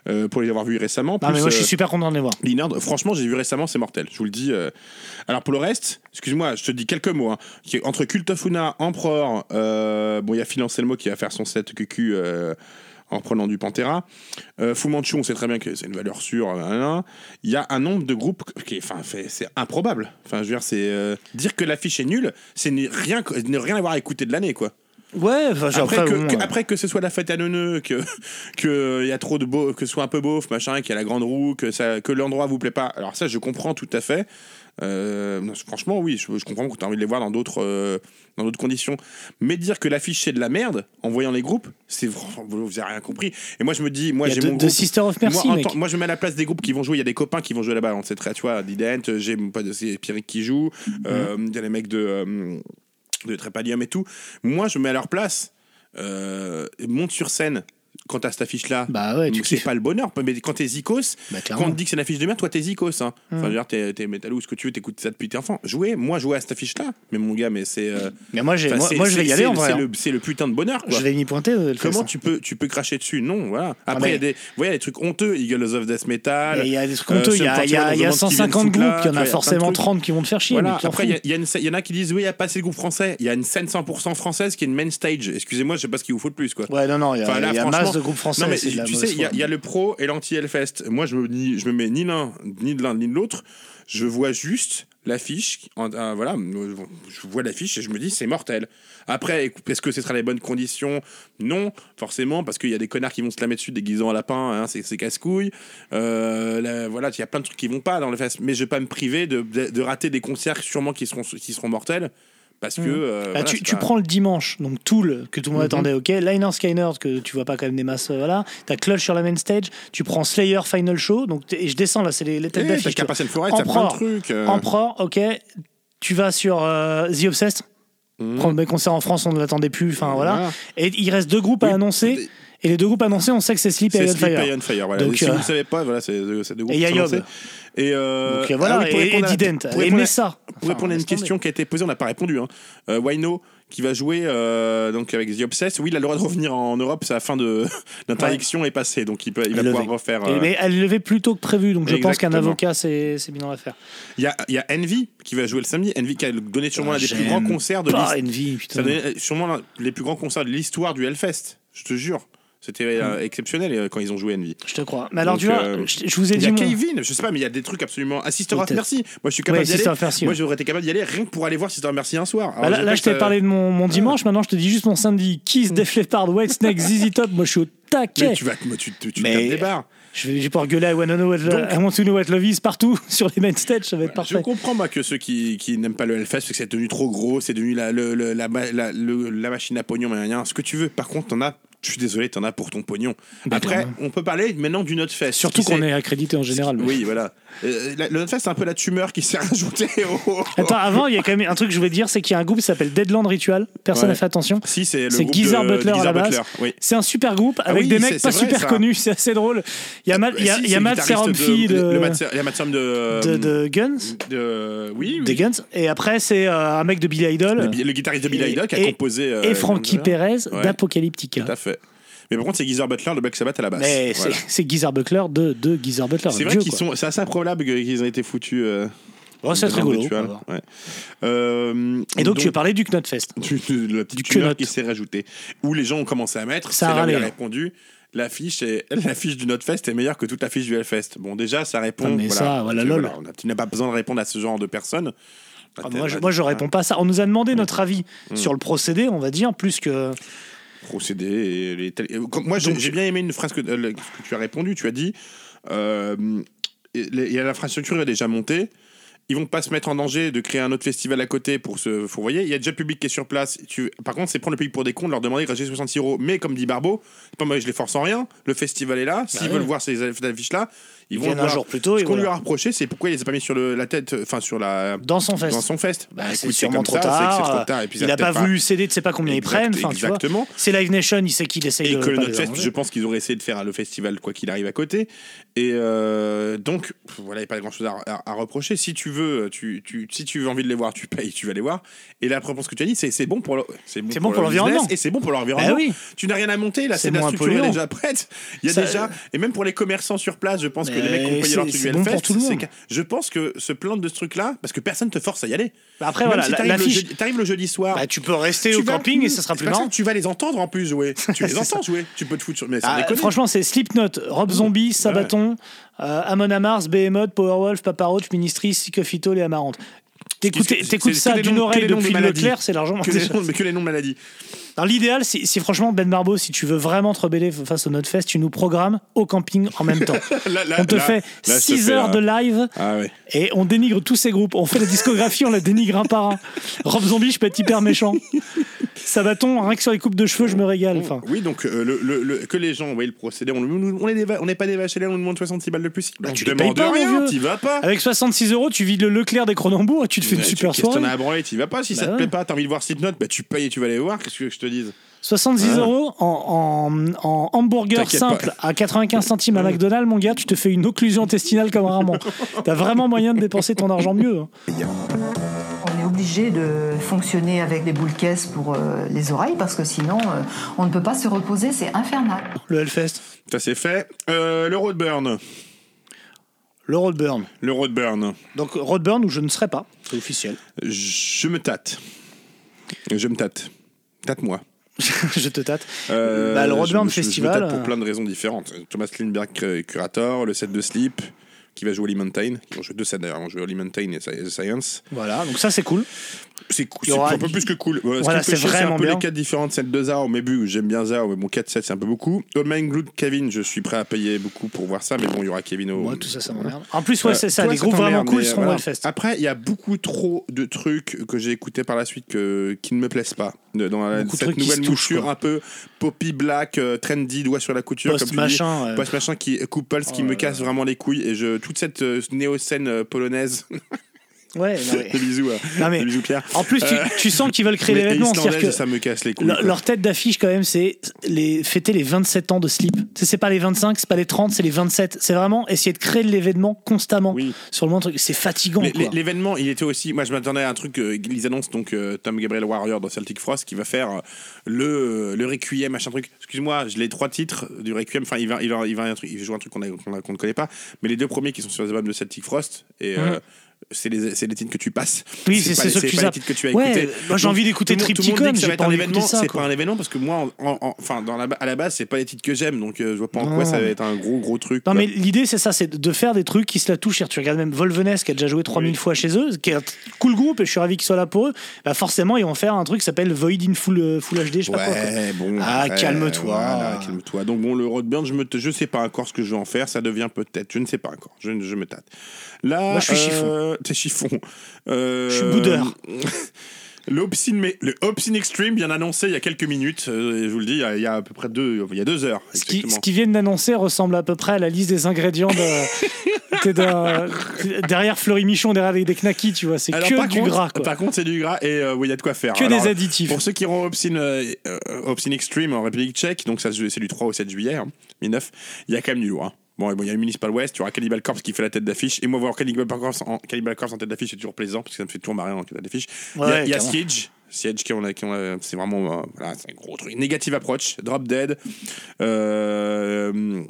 Speaker 2: euh, pour les avoir vus récemment.
Speaker 1: non mais
Speaker 2: plus,
Speaker 1: moi je suis
Speaker 2: euh,
Speaker 1: super content de les voir.
Speaker 2: Linard, franchement, j'ai vu récemment, c'est mortel. Je vous le dis. euh. Alors pour le reste, excuse-moi, je te dis quelques mots. hein. Qui est Entre Cultofuna, Empereur, euh, bon, il y a Phil Anselmo qui va faire son set QQ euh, en prenant du Pantera. Euh, Fu Manchu, on sait très bien que c'est une valeur sûre. nan, nan, nan. Il y a un nombre de groupes qui, est- enfin, fait- c'est improbable. Enfin, je veux dire, c'est euh, dire que l'affiche est nulle, c'est ni- rien, que- ne rien avoir à écouter de l'année, quoi.
Speaker 1: Ouais, enfin, j'ai-
Speaker 2: Après,
Speaker 1: après,
Speaker 2: que,
Speaker 1: bon,
Speaker 2: que-
Speaker 1: euh,
Speaker 2: après que ce soit la fête à neuneux, que que il y a trop de beau, que ce soit un peu beauf, machin, qu'il y a la grande roue, que ça, que l'endroit vous plaît pas. Alors ça, je comprends tout à fait. Euh, non, franchement, oui, je, je comprends que tu as envie de les voir dans d'autres euh, dans d'autres conditions. Mais dire que l'affiche c'est de la merde en voyant les groupes, c'est vraiment- vous vous avez rien compris. Et moi, je me dis, moi
Speaker 1: il y
Speaker 2: j'ai
Speaker 1: a de,
Speaker 2: mon
Speaker 1: de
Speaker 2: groupe.
Speaker 1: Sister of Mercy,
Speaker 2: moi, en
Speaker 1: mec.
Speaker 2: tant- moi, je me mets à la place des groupes qui vont jouer. Il y a des copains qui vont jouer là-bas. On sait très, tu vois, Dident, euh, j'ai mon pote c'est Pierrick qui joue.
Speaker 1: Mhm.
Speaker 2: euh, Il y a les mecs de, euh, de Trépalium et tout. Moi, je me mets à leur place. Euh, monte sur scène quand t'as cette affiche-là.
Speaker 1: Bah ouais, tu
Speaker 2: c'est
Speaker 1: kiffes.
Speaker 2: pas le bonheur. Mais quand t'es Zikos,
Speaker 1: Bah,
Speaker 2: quand
Speaker 1: clairement. Mhm.
Speaker 2: on te dit que c'est une affiche de merde, toi t'es Zikos. Hein. Enfin, je veux dire, t'es, t'es métallo ou ce que tu veux, t'écoutes ça depuis que t'es enfant. Jouer, moi, jouer à cette affiche-là. Mais mon gars, mais c'est. euh,
Speaker 1: Mais moi, j'ai-
Speaker 2: enfin,
Speaker 1: moi,
Speaker 2: c'est-
Speaker 1: moi, je vais
Speaker 2: c'est-
Speaker 1: y aller en
Speaker 2: c'est-
Speaker 1: vrai.
Speaker 2: C'est
Speaker 1: hein.
Speaker 2: le, c'est le putain de bonheur. quoi.
Speaker 1: Je vais m'y pointer. euh, le
Speaker 2: Comment
Speaker 1: Hellfest,
Speaker 2: tu peux, tu peux cracher dessus Non, voilà.
Speaker 1: Ah, mais-
Speaker 2: Après, il y a des, vous voyez, il y a des trucs honteux, Eagles of Death
Speaker 1: hein.
Speaker 2: Metal.
Speaker 1: Mais Il y a des trucs
Speaker 2: euh,
Speaker 1: honteux, il y a,
Speaker 2: Sum
Speaker 1: il y a-
Speaker 2: 41,
Speaker 1: il y a
Speaker 2: on se demande qui vient
Speaker 1: 150
Speaker 2: de foutre
Speaker 1: groupes,
Speaker 2: là,
Speaker 1: il y en
Speaker 2: tu vois,
Speaker 1: a
Speaker 2: plein de
Speaker 1: forcément
Speaker 2: trucs.
Speaker 1: 30 qui vont te faire chier.
Speaker 2: Voilà.
Speaker 1: mais tu t'en
Speaker 2: Après, il y, a-
Speaker 1: fous.
Speaker 2: il y a une scè- il y en a qui disent oui, il n'y a pas assez de groupes français. Il y a une scène 100% française qui est une main stage. Excusez-moi, je sais pas ce qu'il vous faut de plus. Quoi.
Speaker 1: Ouais, non, non, il y a,
Speaker 2: Enfin, là,
Speaker 1: il y a
Speaker 2: franchement-
Speaker 1: masse de groupes français.
Speaker 2: non, mais
Speaker 1: c'est de la
Speaker 2: tu sais,
Speaker 1: mauvaise
Speaker 2: il y, a-
Speaker 1: foi.
Speaker 2: il y a le pro et l'anti-Hellfest. Moi, je me, ni- je me mets ni l'un ni de l'un ni de l'autre. Je vois juste l'affiche. en- ah, voilà, je vois l'affiche et je me dis c'est mortel. Après, est-ce que ce sera les bonnes conditions Non, forcément, parce qu'il y a des connards qui vont se la mettre dessus déguisant en lapin. hein, c'est c'est casse-couille. Euh, là, voilà, il y a plein de trucs qui vont pas dans le fest. Mais je vais pas me priver de, de- de rater des concerts sûrement qui seront qui seront mortels parce que. euh,
Speaker 1: Ah,
Speaker 2: voilà,
Speaker 1: tu,
Speaker 2: c'est
Speaker 1: tu
Speaker 2: pas- Mhm.
Speaker 1: prends le dimanche, donc Tool, que tout le monde attendait, ok. Liner Skyner, que tu vois pas quand même des masses, euh, voilà. T'as Clutch sur la main stage. Tu prends Slayer Final Show, donc t'es- et je descends là, c'est les, les
Speaker 2: Eh,
Speaker 1: têtes
Speaker 2: t'as
Speaker 1: d'affiche. tu vois.
Speaker 2: Carpathian Forest, t'as plein de
Speaker 1: Empereur.
Speaker 2: trucs. euh.
Speaker 1: Empereur, ok. Tu vas sur euh, The Obsessed. Premier concert en France, on ne l'attendait plus. Enfin voilà.
Speaker 2: Mhm. Voilà.
Speaker 1: Et il reste deux groupes
Speaker 2: Oui,
Speaker 1: à annoncer. Et les deux groupes annoncés, on sait que c'est Sleep
Speaker 2: C'est
Speaker 1: et
Speaker 2: Sleep
Speaker 1: Fire.
Speaker 2: Pay on Fire. Voilà.
Speaker 1: Donc,
Speaker 2: si
Speaker 1: euh,
Speaker 2: vous ne savez pas, voilà, c'est euh, c'est deux groupes
Speaker 1: et
Speaker 2: qui sont
Speaker 1: Yayob.
Speaker 2: lancés. Et euh,
Speaker 1: Donc euh, voilà.
Speaker 2: ah oui, pour
Speaker 1: et
Speaker 2: répondre à-
Speaker 1: Eddie Dent.
Speaker 2: pour
Speaker 1: Et
Speaker 2: répondre à-
Speaker 1: Messa.
Speaker 2: Pour répondre à une question qui a été posée, on n'a pas répondu. Hein. Euh, Wino, qui va jouer euh, donc avec The Obsess. Oui, il a le droit de revenir en Europe, sa fin de d'interdiction est passée, donc il, peut, il va
Speaker 1: Elle
Speaker 2: pouvoir
Speaker 1: levait.
Speaker 2: refaire.
Speaker 1: Et-
Speaker 2: euh,
Speaker 1: mais elle levait plus tôt que prévu, donc je pense qu'un
Speaker 2: Exactement.
Speaker 1: avocat, c'est c'est mis dans l'affaire.
Speaker 2: Il y a, il y a Envy qui va jouer le samedi. Envy qui a donné sûrement
Speaker 1: Ah,
Speaker 2: l'un des plus
Speaker 1: j'aime
Speaker 2: grands concerts de
Speaker 1: Pas
Speaker 2: l'histoire.
Speaker 1: Ah, Envy,
Speaker 2: Ça
Speaker 1: putain.
Speaker 2: a donné euh, sûrement l'un des plus grands concerts de l'histoire du Hellfest. Je te jure, c'était euh,
Speaker 1: Ah.
Speaker 2: exceptionnel euh, quand ils ont joué Envy.
Speaker 1: Je te crois. Mais alors,
Speaker 2: Donc,
Speaker 1: tu vois,
Speaker 2: euh,
Speaker 1: je, je vous ai
Speaker 2: Il y
Speaker 1: dit.
Speaker 2: a
Speaker 1: mon-
Speaker 2: Kevin, je sais pas, mais il y a des trucs absolument. À Sister of
Speaker 1: Peut-être.
Speaker 2: Mercy, moi je suis capable
Speaker 1: Ouais,
Speaker 2: d'y
Speaker 1: c'est
Speaker 2: aller.
Speaker 1: ça, faire si,
Speaker 2: Moi
Speaker 1: ouais.
Speaker 2: j'aurais été capable d'y aller rien que pour aller voir Sister of Mercy un soir. Alors,
Speaker 1: Bah là, là,
Speaker 2: j'ai fait euh,
Speaker 1: je t'ai
Speaker 2: ça-
Speaker 1: parlé de mon, mon dimanche, maintenant je te dis juste mon samedi. Kiss, Def Leppard, White Snake, ZZ Top, moi je suis au taquet.
Speaker 2: Mais tu vas, moi, tu, tu, tu
Speaker 1: Mais-
Speaker 2: tapes des barres.
Speaker 1: Je vais, je vais pouvoir gueuler à One Know What, I Want to Know What Love Is partout sur les main stage, ça va être
Speaker 2: Je
Speaker 1: parfait.
Speaker 2: comprends moi que ceux qui, qui n'aiment pas le Hellfest, parce que c'est devenu trop gros, c'est devenu la, le- le- la, ma- la- le- la machine à pognon, rien, ce que tu veux. Par contre, t'en as, je suis désolé, t'en as pour ton pognon.
Speaker 1: Bah,
Speaker 2: Après,
Speaker 1: clairement.
Speaker 2: on peut parler maintenant d'une autre fête.
Speaker 1: Surtout
Speaker 2: qui
Speaker 1: qu'on
Speaker 2: c'est-
Speaker 1: est accrédité en général. mais-
Speaker 2: Oui, voilà. Euh, la- le Hellfest, c'est un peu la tumeur qui s'est rajoutée au.
Speaker 1: Attends, avant, il y a quand même un truc que je voulais dire, c'est qu'il y a un groupe qui s'appelle Deadland Ritual. Personne n'a
Speaker 2: Ouais.
Speaker 1: fait attention.
Speaker 2: Si, c'est le
Speaker 1: C'est
Speaker 2: groupe
Speaker 1: Geezer
Speaker 2: de-
Speaker 1: Butler à
Speaker 2: Geezer
Speaker 1: la base.
Speaker 2: Butler, oui. Ah
Speaker 1: C'est un super groupe avec
Speaker 2: oui,
Speaker 1: des
Speaker 2: c'est-
Speaker 1: mecs pas
Speaker 2: c'est vrai,
Speaker 1: super
Speaker 2: ça. Ah,
Speaker 1: connus, c'est assez drôle. Il y a, Mal- il y a,
Speaker 2: Euh, Si,
Speaker 1: il y a
Speaker 2: c'est
Speaker 1: Matt
Speaker 2: le guitariste
Speaker 1: Seromfi de,
Speaker 2: de- le Matt Ser- il y a Matt Serum de. euh,
Speaker 1: de- de Guns.
Speaker 2: de- oui, oui.
Speaker 1: Des Guns. Et après, c'est euh, un mec de Billy
Speaker 2: Le,
Speaker 1: Idol.
Speaker 2: bi- le guitariste de Billy
Speaker 1: Et-
Speaker 2: Idol qui a
Speaker 1: et-
Speaker 2: composé. euh,
Speaker 1: et Frankie
Speaker 2: Guns.
Speaker 1: Perez
Speaker 2: Ouais.
Speaker 1: d'Apocalyptica.
Speaker 2: Tout à fait. Mais par contre, c'est Geezer Butler, le Black Sabbath à la basse.
Speaker 1: Mais c'est-
Speaker 2: Voilà.
Speaker 1: c'est Geezer Butler de, de Geezer Butler.
Speaker 2: C'est vrai
Speaker 1: Dieu,
Speaker 2: qu'ils
Speaker 1: quoi.
Speaker 2: sont. C'est assez improbable que- qu'ils aient été foutus. euh,
Speaker 1: Oh, c'est
Speaker 2: de
Speaker 1: très
Speaker 2: Band
Speaker 1: rigolo.
Speaker 2: Ritual.
Speaker 1: on va voir.
Speaker 2: Ouais. Euh,
Speaker 1: Et donc, tu as parlé du Knotfest.
Speaker 2: tu- tu- la petite
Speaker 1: Du
Speaker 2: tumeur
Speaker 1: quenotte.
Speaker 2: qui s'est rajoutée, où les gens ont commencé à mettre, c'est
Speaker 1: Ça a
Speaker 2: là où il
Speaker 1: râlé.
Speaker 2: a répondu l'affiche est l'affiche du Notfest est meilleure que toute l'affiche du Hellfest. Bon déjà ça répond
Speaker 1: Ah, mais
Speaker 2: voilà,
Speaker 1: ça, voilà,
Speaker 2: tu-
Speaker 1: lol.
Speaker 2: voilà, on a- tu n'as pas besoin de répondre à ce genre de personnes.
Speaker 1: Ah, moi, je, moi, je réponds pas à ça. On nous a demandé notre avis
Speaker 2: Mm.
Speaker 1: sur le procédé, on va dire, plus que.
Speaker 2: procédé. et les tel- et comme- Moi, j'ai
Speaker 1: Donc,
Speaker 2: j'ai bien aimé une phrase que, euh, le- que tu as répondu. Tu as dit euh, et- et l'infrastructure est déjà montée. Ils vont pas se mettre en danger de créer un autre festival à côté pour se fourvoyer. Il y a déjà le public qui est sur place. Tu, par contre, c'est prendre le public pour des cons, de leur demander de racheter 66 euros. Mais comme dit Barbeau, c'est pas moi, je les force en rien. Le festival est là. S'ils
Speaker 1: ouais.
Speaker 2: veulent voir ces
Speaker 1: Bah
Speaker 2: affiches-là, ils,
Speaker 1: Ils
Speaker 2: vont le
Speaker 1: viennent un
Speaker 2: voir.
Speaker 1: jour plus tôt.
Speaker 2: Ce
Speaker 1: Et
Speaker 2: qu'on lui
Speaker 1: voilà.
Speaker 2: a reproché, c'est pourquoi il les a pas mis sur le- la tête, enfin sur la
Speaker 1: Dans son fest.
Speaker 2: dans son fest.
Speaker 1: Bah,
Speaker 2: Écoute,
Speaker 1: c'est sûrement
Speaker 2: comme
Speaker 1: trop,
Speaker 2: ça, c'est que
Speaker 1: tard. euh,
Speaker 2: c'est trop tard, et puis ça
Speaker 1: Il a
Speaker 2: peut-être
Speaker 1: pas voulu céder de sais pas combien
Speaker 2: Exact-
Speaker 1: ils prennent. Enfin, tu vois.
Speaker 2: exactement.
Speaker 1: C'est Live Nation, il sait qu'il essaye
Speaker 2: Et
Speaker 1: de.
Speaker 2: que le
Speaker 1: pas les
Speaker 2: Notfest,
Speaker 1: arranger.
Speaker 2: je pense qu'ils auraient essayé de faire le festival quoi qu'il arrive à côté. Et euh, donc, pff, voilà, il n'y a pas grand chose à, à- à reprocher. Si tu veux, tu, tu- si tu as envie de les voir, tu payes, tu vas les voir. Et la réponse que tu as dit, c'est c'est bon pour le- c'est
Speaker 1: C'est bon pour
Speaker 2: leur business
Speaker 1: l'environnement.
Speaker 2: et c'est bon pour l'environnement.
Speaker 1: Bah oui.
Speaker 2: Tu n'as rien à monter, la
Speaker 1: C'est
Speaker 2: scène la
Speaker 1: moins
Speaker 2: structure est
Speaker 1: polluant.
Speaker 2: déjà prête. Il y a
Speaker 1: Ça-
Speaker 2: déjà et même pour les commerçants sur place, je pense que les
Speaker 1: Mais
Speaker 2: mecs qui ont payé
Speaker 1: c'est-
Speaker 2: leur truc
Speaker 1: c'est
Speaker 2: du
Speaker 1: bon
Speaker 2: Hellfest,
Speaker 1: pour tout le
Speaker 2: c'est
Speaker 1: monde.
Speaker 2: que- je pense que se plaindre de ce truc-là parce que personne te force à y aller.
Speaker 1: Bah après,
Speaker 2: Même
Speaker 1: voilà,
Speaker 2: si
Speaker 1: la-
Speaker 2: t'arrives le
Speaker 1: l'affiche-
Speaker 2: jeudi- t'arrives le jeudi soir.
Speaker 1: Bah, tu peux rester
Speaker 2: tu
Speaker 1: au
Speaker 2: vas-
Speaker 1: camping et ça sera
Speaker 2: c'est
Speaker 1: plus
Speaker 2: pas
Speaker 1: marrant.
Speaker 2: ça, Tu vas les entendre en plus jouer. Tu les
Speaker 1: C'est
Speaker 2: entends jouer. Tu peux te foutre sur. Mais ça
Speaker 1: Ah, franchement, c'est Slipknot, Rob Zombie, Sabaton, euh, Amon Amars, Behemoth, Powerwolf, Papa Roach, Ministry, Sikofito, Les Amarantes. T'écoutes
Speaker 2: C'est-
Speaker 1: t'écoutes
Speaker 2: c'est-
Speaker 1: ça
Speaker 2: que des
Speaker 1: d'une
Speaker 2: noms- que
Speaker 1: oreille
Speaker 2: des noms de
Speaker 1: depuis
Speaker 2: maladies.
Speaker 1: Leclerc, c'est largement
Speaker 2: que les
Speaker 1: déjà-
Speaker 2: noms, mais que les noms de maladies.
Speaker 1: Dans l'idéal, si, si franchement Ben Barbeau, si tu veux vraiment te rebeller face au Notfest, tu nous programmes au camping en même temps.
Speaker 2: Là, là,
Speaker 1: On te
Speaker 2: là,
Speaker 1: fait
Speaker 2: là, je te
Speaker 1: 6
Speaker 2: fais
Speaker 1: heures
Speaker 2: la-
Speaker 1: de live
Speaker 2: Ah ouais.
Speaker 1: et on dénigre tous ces groupes. On fait la discographie, on la dénigre un par un. Rob Zombie, je peux être hyper méchant. Sabaton, rien que sur les coupes de cheveux, je me régale. Enfin,
Speaker 2: Oui, donc euh, le, le- le- que les gens voient le procédé, on nous- on est des va- on n'est pas des vaches à lait, on nous demande 66 balles de plus.
Speaker 1: Bah,
Speaker 2: On
Speaker 1: tu
Speaker 2: te
Speaker 1: les payes
Speaker 2: demande
Speaker 1: pas, mon
Speaker 2: rien,
Speaker 1: vieux.
Speaker 2: t'y vas pas.
Speaker 1: avec 66 euros, tu vis le Leclerc des Cronenbourg et tu te fais une
Speaker 2: Bah, tu-
Speaker 1: super
Speaker 2: qu'est-ce que
Speaker 1: soirée.
Speaker 2: T'en as à branler, t'y vas pas. Si ça
Speaker 1: Bah
Speaker 2: te
Speaker 1: ouais.
Speaker 2: plaît pas, t'as envie de voir Slipknot, bah tu payes et tu vas les voir. Qu'est-ce que je te dise
Speaker 1: 70
Speaker 2: Ah.
Speaker 1: euros en, en, en hamburger
Speaker 2: T'inquiète pas. Mm.
Speaker 1: simple à 95 centimes à McDonald's, mon gars, tu te fais une occlusion intestinale comme rarement. T'as vraiment moyen de dépenser ton argent mieux. hein.
Speaker 10: On est obligé de fonctionner avec des boules caisses pour euh, les oreilles parce que sinon euh, on ne peut pas se reposer, c'est infernal.
Speaker 1: Le Hellfest,
Speaker 2: Ça c'est fait. Euh, le Roadburn.
Speaker 1: le Roadburn.
Speaker 2: Le Roadburn.
Speaker 1: Donc Roadburn où je ne serai pas, c'est officiel.
Speaker 2: Je me tâte. Je me tâte. Tâte-moi.
Speaker 1: je te tâte.
Speaker 2: Euh,
Speaker 1: Bah, le Roadburn
Speaker 2: je me- je me
Speaker 1: Festival,
Speaker 2: tape pour
Speaker 1: euh,
Speaker 2: plein de raisons différentes. Thomas Lindbergh, cur- curator, le set de Sleep, qui va jouer Holy Mountain. Ils vont jouer deux sets d'ailleurs, ils vont jouer Holy Mountain et Sci- Science.
Speaker 1: Voilà, donc ça c'est cool.
Speaker 2: C'est cou-
Speaker 1: Il y
Speaker 2: c'est
Speaker 1: aura-
Speaker 2: un peu plus que cool. Voilà,
Speaker 1: Voilà,
Speaker 2: ce qui me fait
Speaker 1: c'est
Speaker 2: chier, c'est un
Speaker 1: vraiment
Speaker 2: peu
Speaker 1: bien.
Speaker 2: les quatre différentes sets de Zao. Mais bu, j'aime bien Zao, mais bon, 4 sets, c'est un peu beaucoup. Main Glue Kevin, je suis prêt à payer beaucoup pour voir ça, mais bon, il y aura Kevin au.
Speaker 1: Moi, tout ça, ça m'emmerde. En plus, ouais,
Speaker 2: Euh,
Speaker 1: c'est ça,
Speaker 2: toi,
Speaker 1: les groupes vraiment
Speaker 2: t'emmerde,
Speaker 1: cool
Speaker 2: mais, euh,
Speaker 1: seront
Speaker 2: voilà. Ah,
Speaker 1: au Hellfest.
Speaker 2: Après, il y a beaucoup trop de trucs que j'ai écoutés par la suite que, qui ne me plaisent pas. De- Dans la-
Speaker 1: Beaucoup de
Speaker 2: cette
Speaker 1: trucs qui
Speaker 2: nouvelle
Speaker 1: se touchent,
Speaker 2: mouchure
Speaker 1: quoi.
Speaker 2: un peu poppy black, euh, trendy, doigt sur la couture, comme tu dis. euh,
Speaker 1: Post-machin. euh. ouais.
Speaker 2: Pas ce machin qui couple, ce qui me casse vraiment les couilles et je toute cette euh, néo scène euh, polonaise
Speaker 1: Ah Ouais, non, mais-
Speaker 2: Des bisous, euh,
Speaker 1: Non, mais-
Speaker 2: des bisous Pierre.
Speaker 1: En plus, tu,
Speaker 2: Euh,
Speaker 1: tu sens qu'ils veulent créer des
Speaker 2: mais
Speaker 1: vêtements.
Speaker 2: islandaise,
Speaker 1: c'est-à-dire que
Speaker 2: ça me casse les couilles.
Speaker 1: leur,
Speaker 2: quoi.
Speaker 1: leur tête d'affiche, quand même, c'est les, fêter les 27 ans de slip. Tu sais, C'est pas les 25, c'est pas les 30, c'est les 27. C'est vraiment essayer de créer de l'événement constamment
Speaker 2: Oui.
Speaker 1: sur le moment. truc. C'est fatigant.
Speaker 2: Mais
Speaker 1: quoi.
Speaker 2: l'é- L'événement, il était aussi. Moi, je m'attendais à un truc. euh, ils annoncent donc euh, Tom Gabriel Warrior dans Celtic Frost qui va faire euh, le, le Requiem, machin truc. Excuse-moi, j'ai les trois titres du Requiem. Enfin, il va, il va, il va, un truc, il va jouer un truc qu'on a- qu'on a- qu'on ne connaît pas. Mais les deux premiers qui sont sur les albums de Celtic Frost, et euh,
Speaker 1: Mhm.
Speaker 2: c'est les, c'est les titres que tu passes.
Speaker 1: Oui, c'est-
Speaker 2: pas
Speaker 1: c'est
Speaker 2: les-
Speaker 1: ceux que tu
Speaker 2: pas les
Speaker 1: zappes.
Speaker 2: titres que tu as
Speaker 1: Ouais,
Speaker 2: écoutés.
Speaker 1: moi, j'ai
Speaker 2: Donc,
Speaker 1: envie d'écouter
Speaker 2: tout le monde- tout le monde
Speaker 1: Triptychon,
Speaker 2: dit que ça
Speaker 1: j'ai
Speaker 2: va être
Speaker 1: pas
Speaker 2: un
Speaker 1: envie d'écouter
Speaker 2: événement.
Speaker 1: ça,
Speaker 2: C'est
Speaker 1: quoi.
Speaker 2: pas un événement parce que moi, en- en- en- enfin, dans la, à la base, c'est pas les titres que j'aime. Donc, euh, je vois pas en
Speaker 1: Non.
Speaker 2: quoi ça va être un gros, gros truc.
Speaker 1: Non
Speaker 2: quoi.
Speaker 1: mais l'idée c'est ça, c'est de faire des trucs qui se la touchent. Et Tu regardes même Volvenès qui a déjà joué 3000 fois chez eux, qui est un t- cool groupe et je suis ravi qu'ils soient là pour eux. Bah forcément ils vont faire un truc qui s'appelle Void in Full, euh, Full HD, je sais pas quoi. quoi.
Speaker 2: Ouais, bon.
Speaker 1: Ah,
Speaker 2: après,
Speaker 1: calme-toi.
Speaker 2: voilà, calme-toi. Donc, bon, le road burn, je, me t- je sais pas encore ce que je vais en faire. Ça devient peut-être. Je ne sais pas encore. Je, je me tâte. Là,
Speaker 1: Moi, je suis
Speaker 2: euh, T'es chiffon. Euh,
Speaker 1: Je suis boudeur.
Speaker 2: Le Obscene, mais le Obscene Extreme vient d'annoncer il y a quelques minutes, euh, je vous le dis, il y a, il y a à peu près deux, il y a deux heures.
Speaker 1: Ce qui-
Speaker 2: exactement.
Speaker 1: ce qu'ils viennent d'annoncer ressemble à peu près à la liste des ingrédients de- t'es d'un- derrière Fleury Michon, derrière des, des knackis, tu vois. C'est
Speaker 2: Alors,
Speaker 1: que
Speaker 2: par
Speaker 1: du
Speaker 2: contre,
Speaker 1: gras, quoi.
Speaker 2: Par contre, c'est du gras et euh, oui, il y a de quoi faire.
Speaker 1: que
Speaker 2: Alors,
Speaker 1: des additifs.
Speaker 2: Pour ceux qui iront au Obscene, euh, euh, Obscene Extreme en République tchèque, donc ça se- c'est du 3 au 7 juillet hein, 2009, il y a quand même du lourd. hein. Bon, et bon, il y a le Municipal West, tu auras Cannibal Corpse qui fait la tête d'affiche. Et moi, voir Cannibal Corpse en, Cannibal Corpse en tête d'affiche, c'est toujours plaisant parce que ça me fait toujours marrer en tête d'affiche. Il y a-
Speaker 1: Ouais,
Speaker 2: il y a,
Speaker 1: clairement.
Speaker 2: Siege. Siege, qui on a- qui on a- c'est vraiment euh, voilà, c'est un gros truc. Negative Approach, Drop Dead, euh,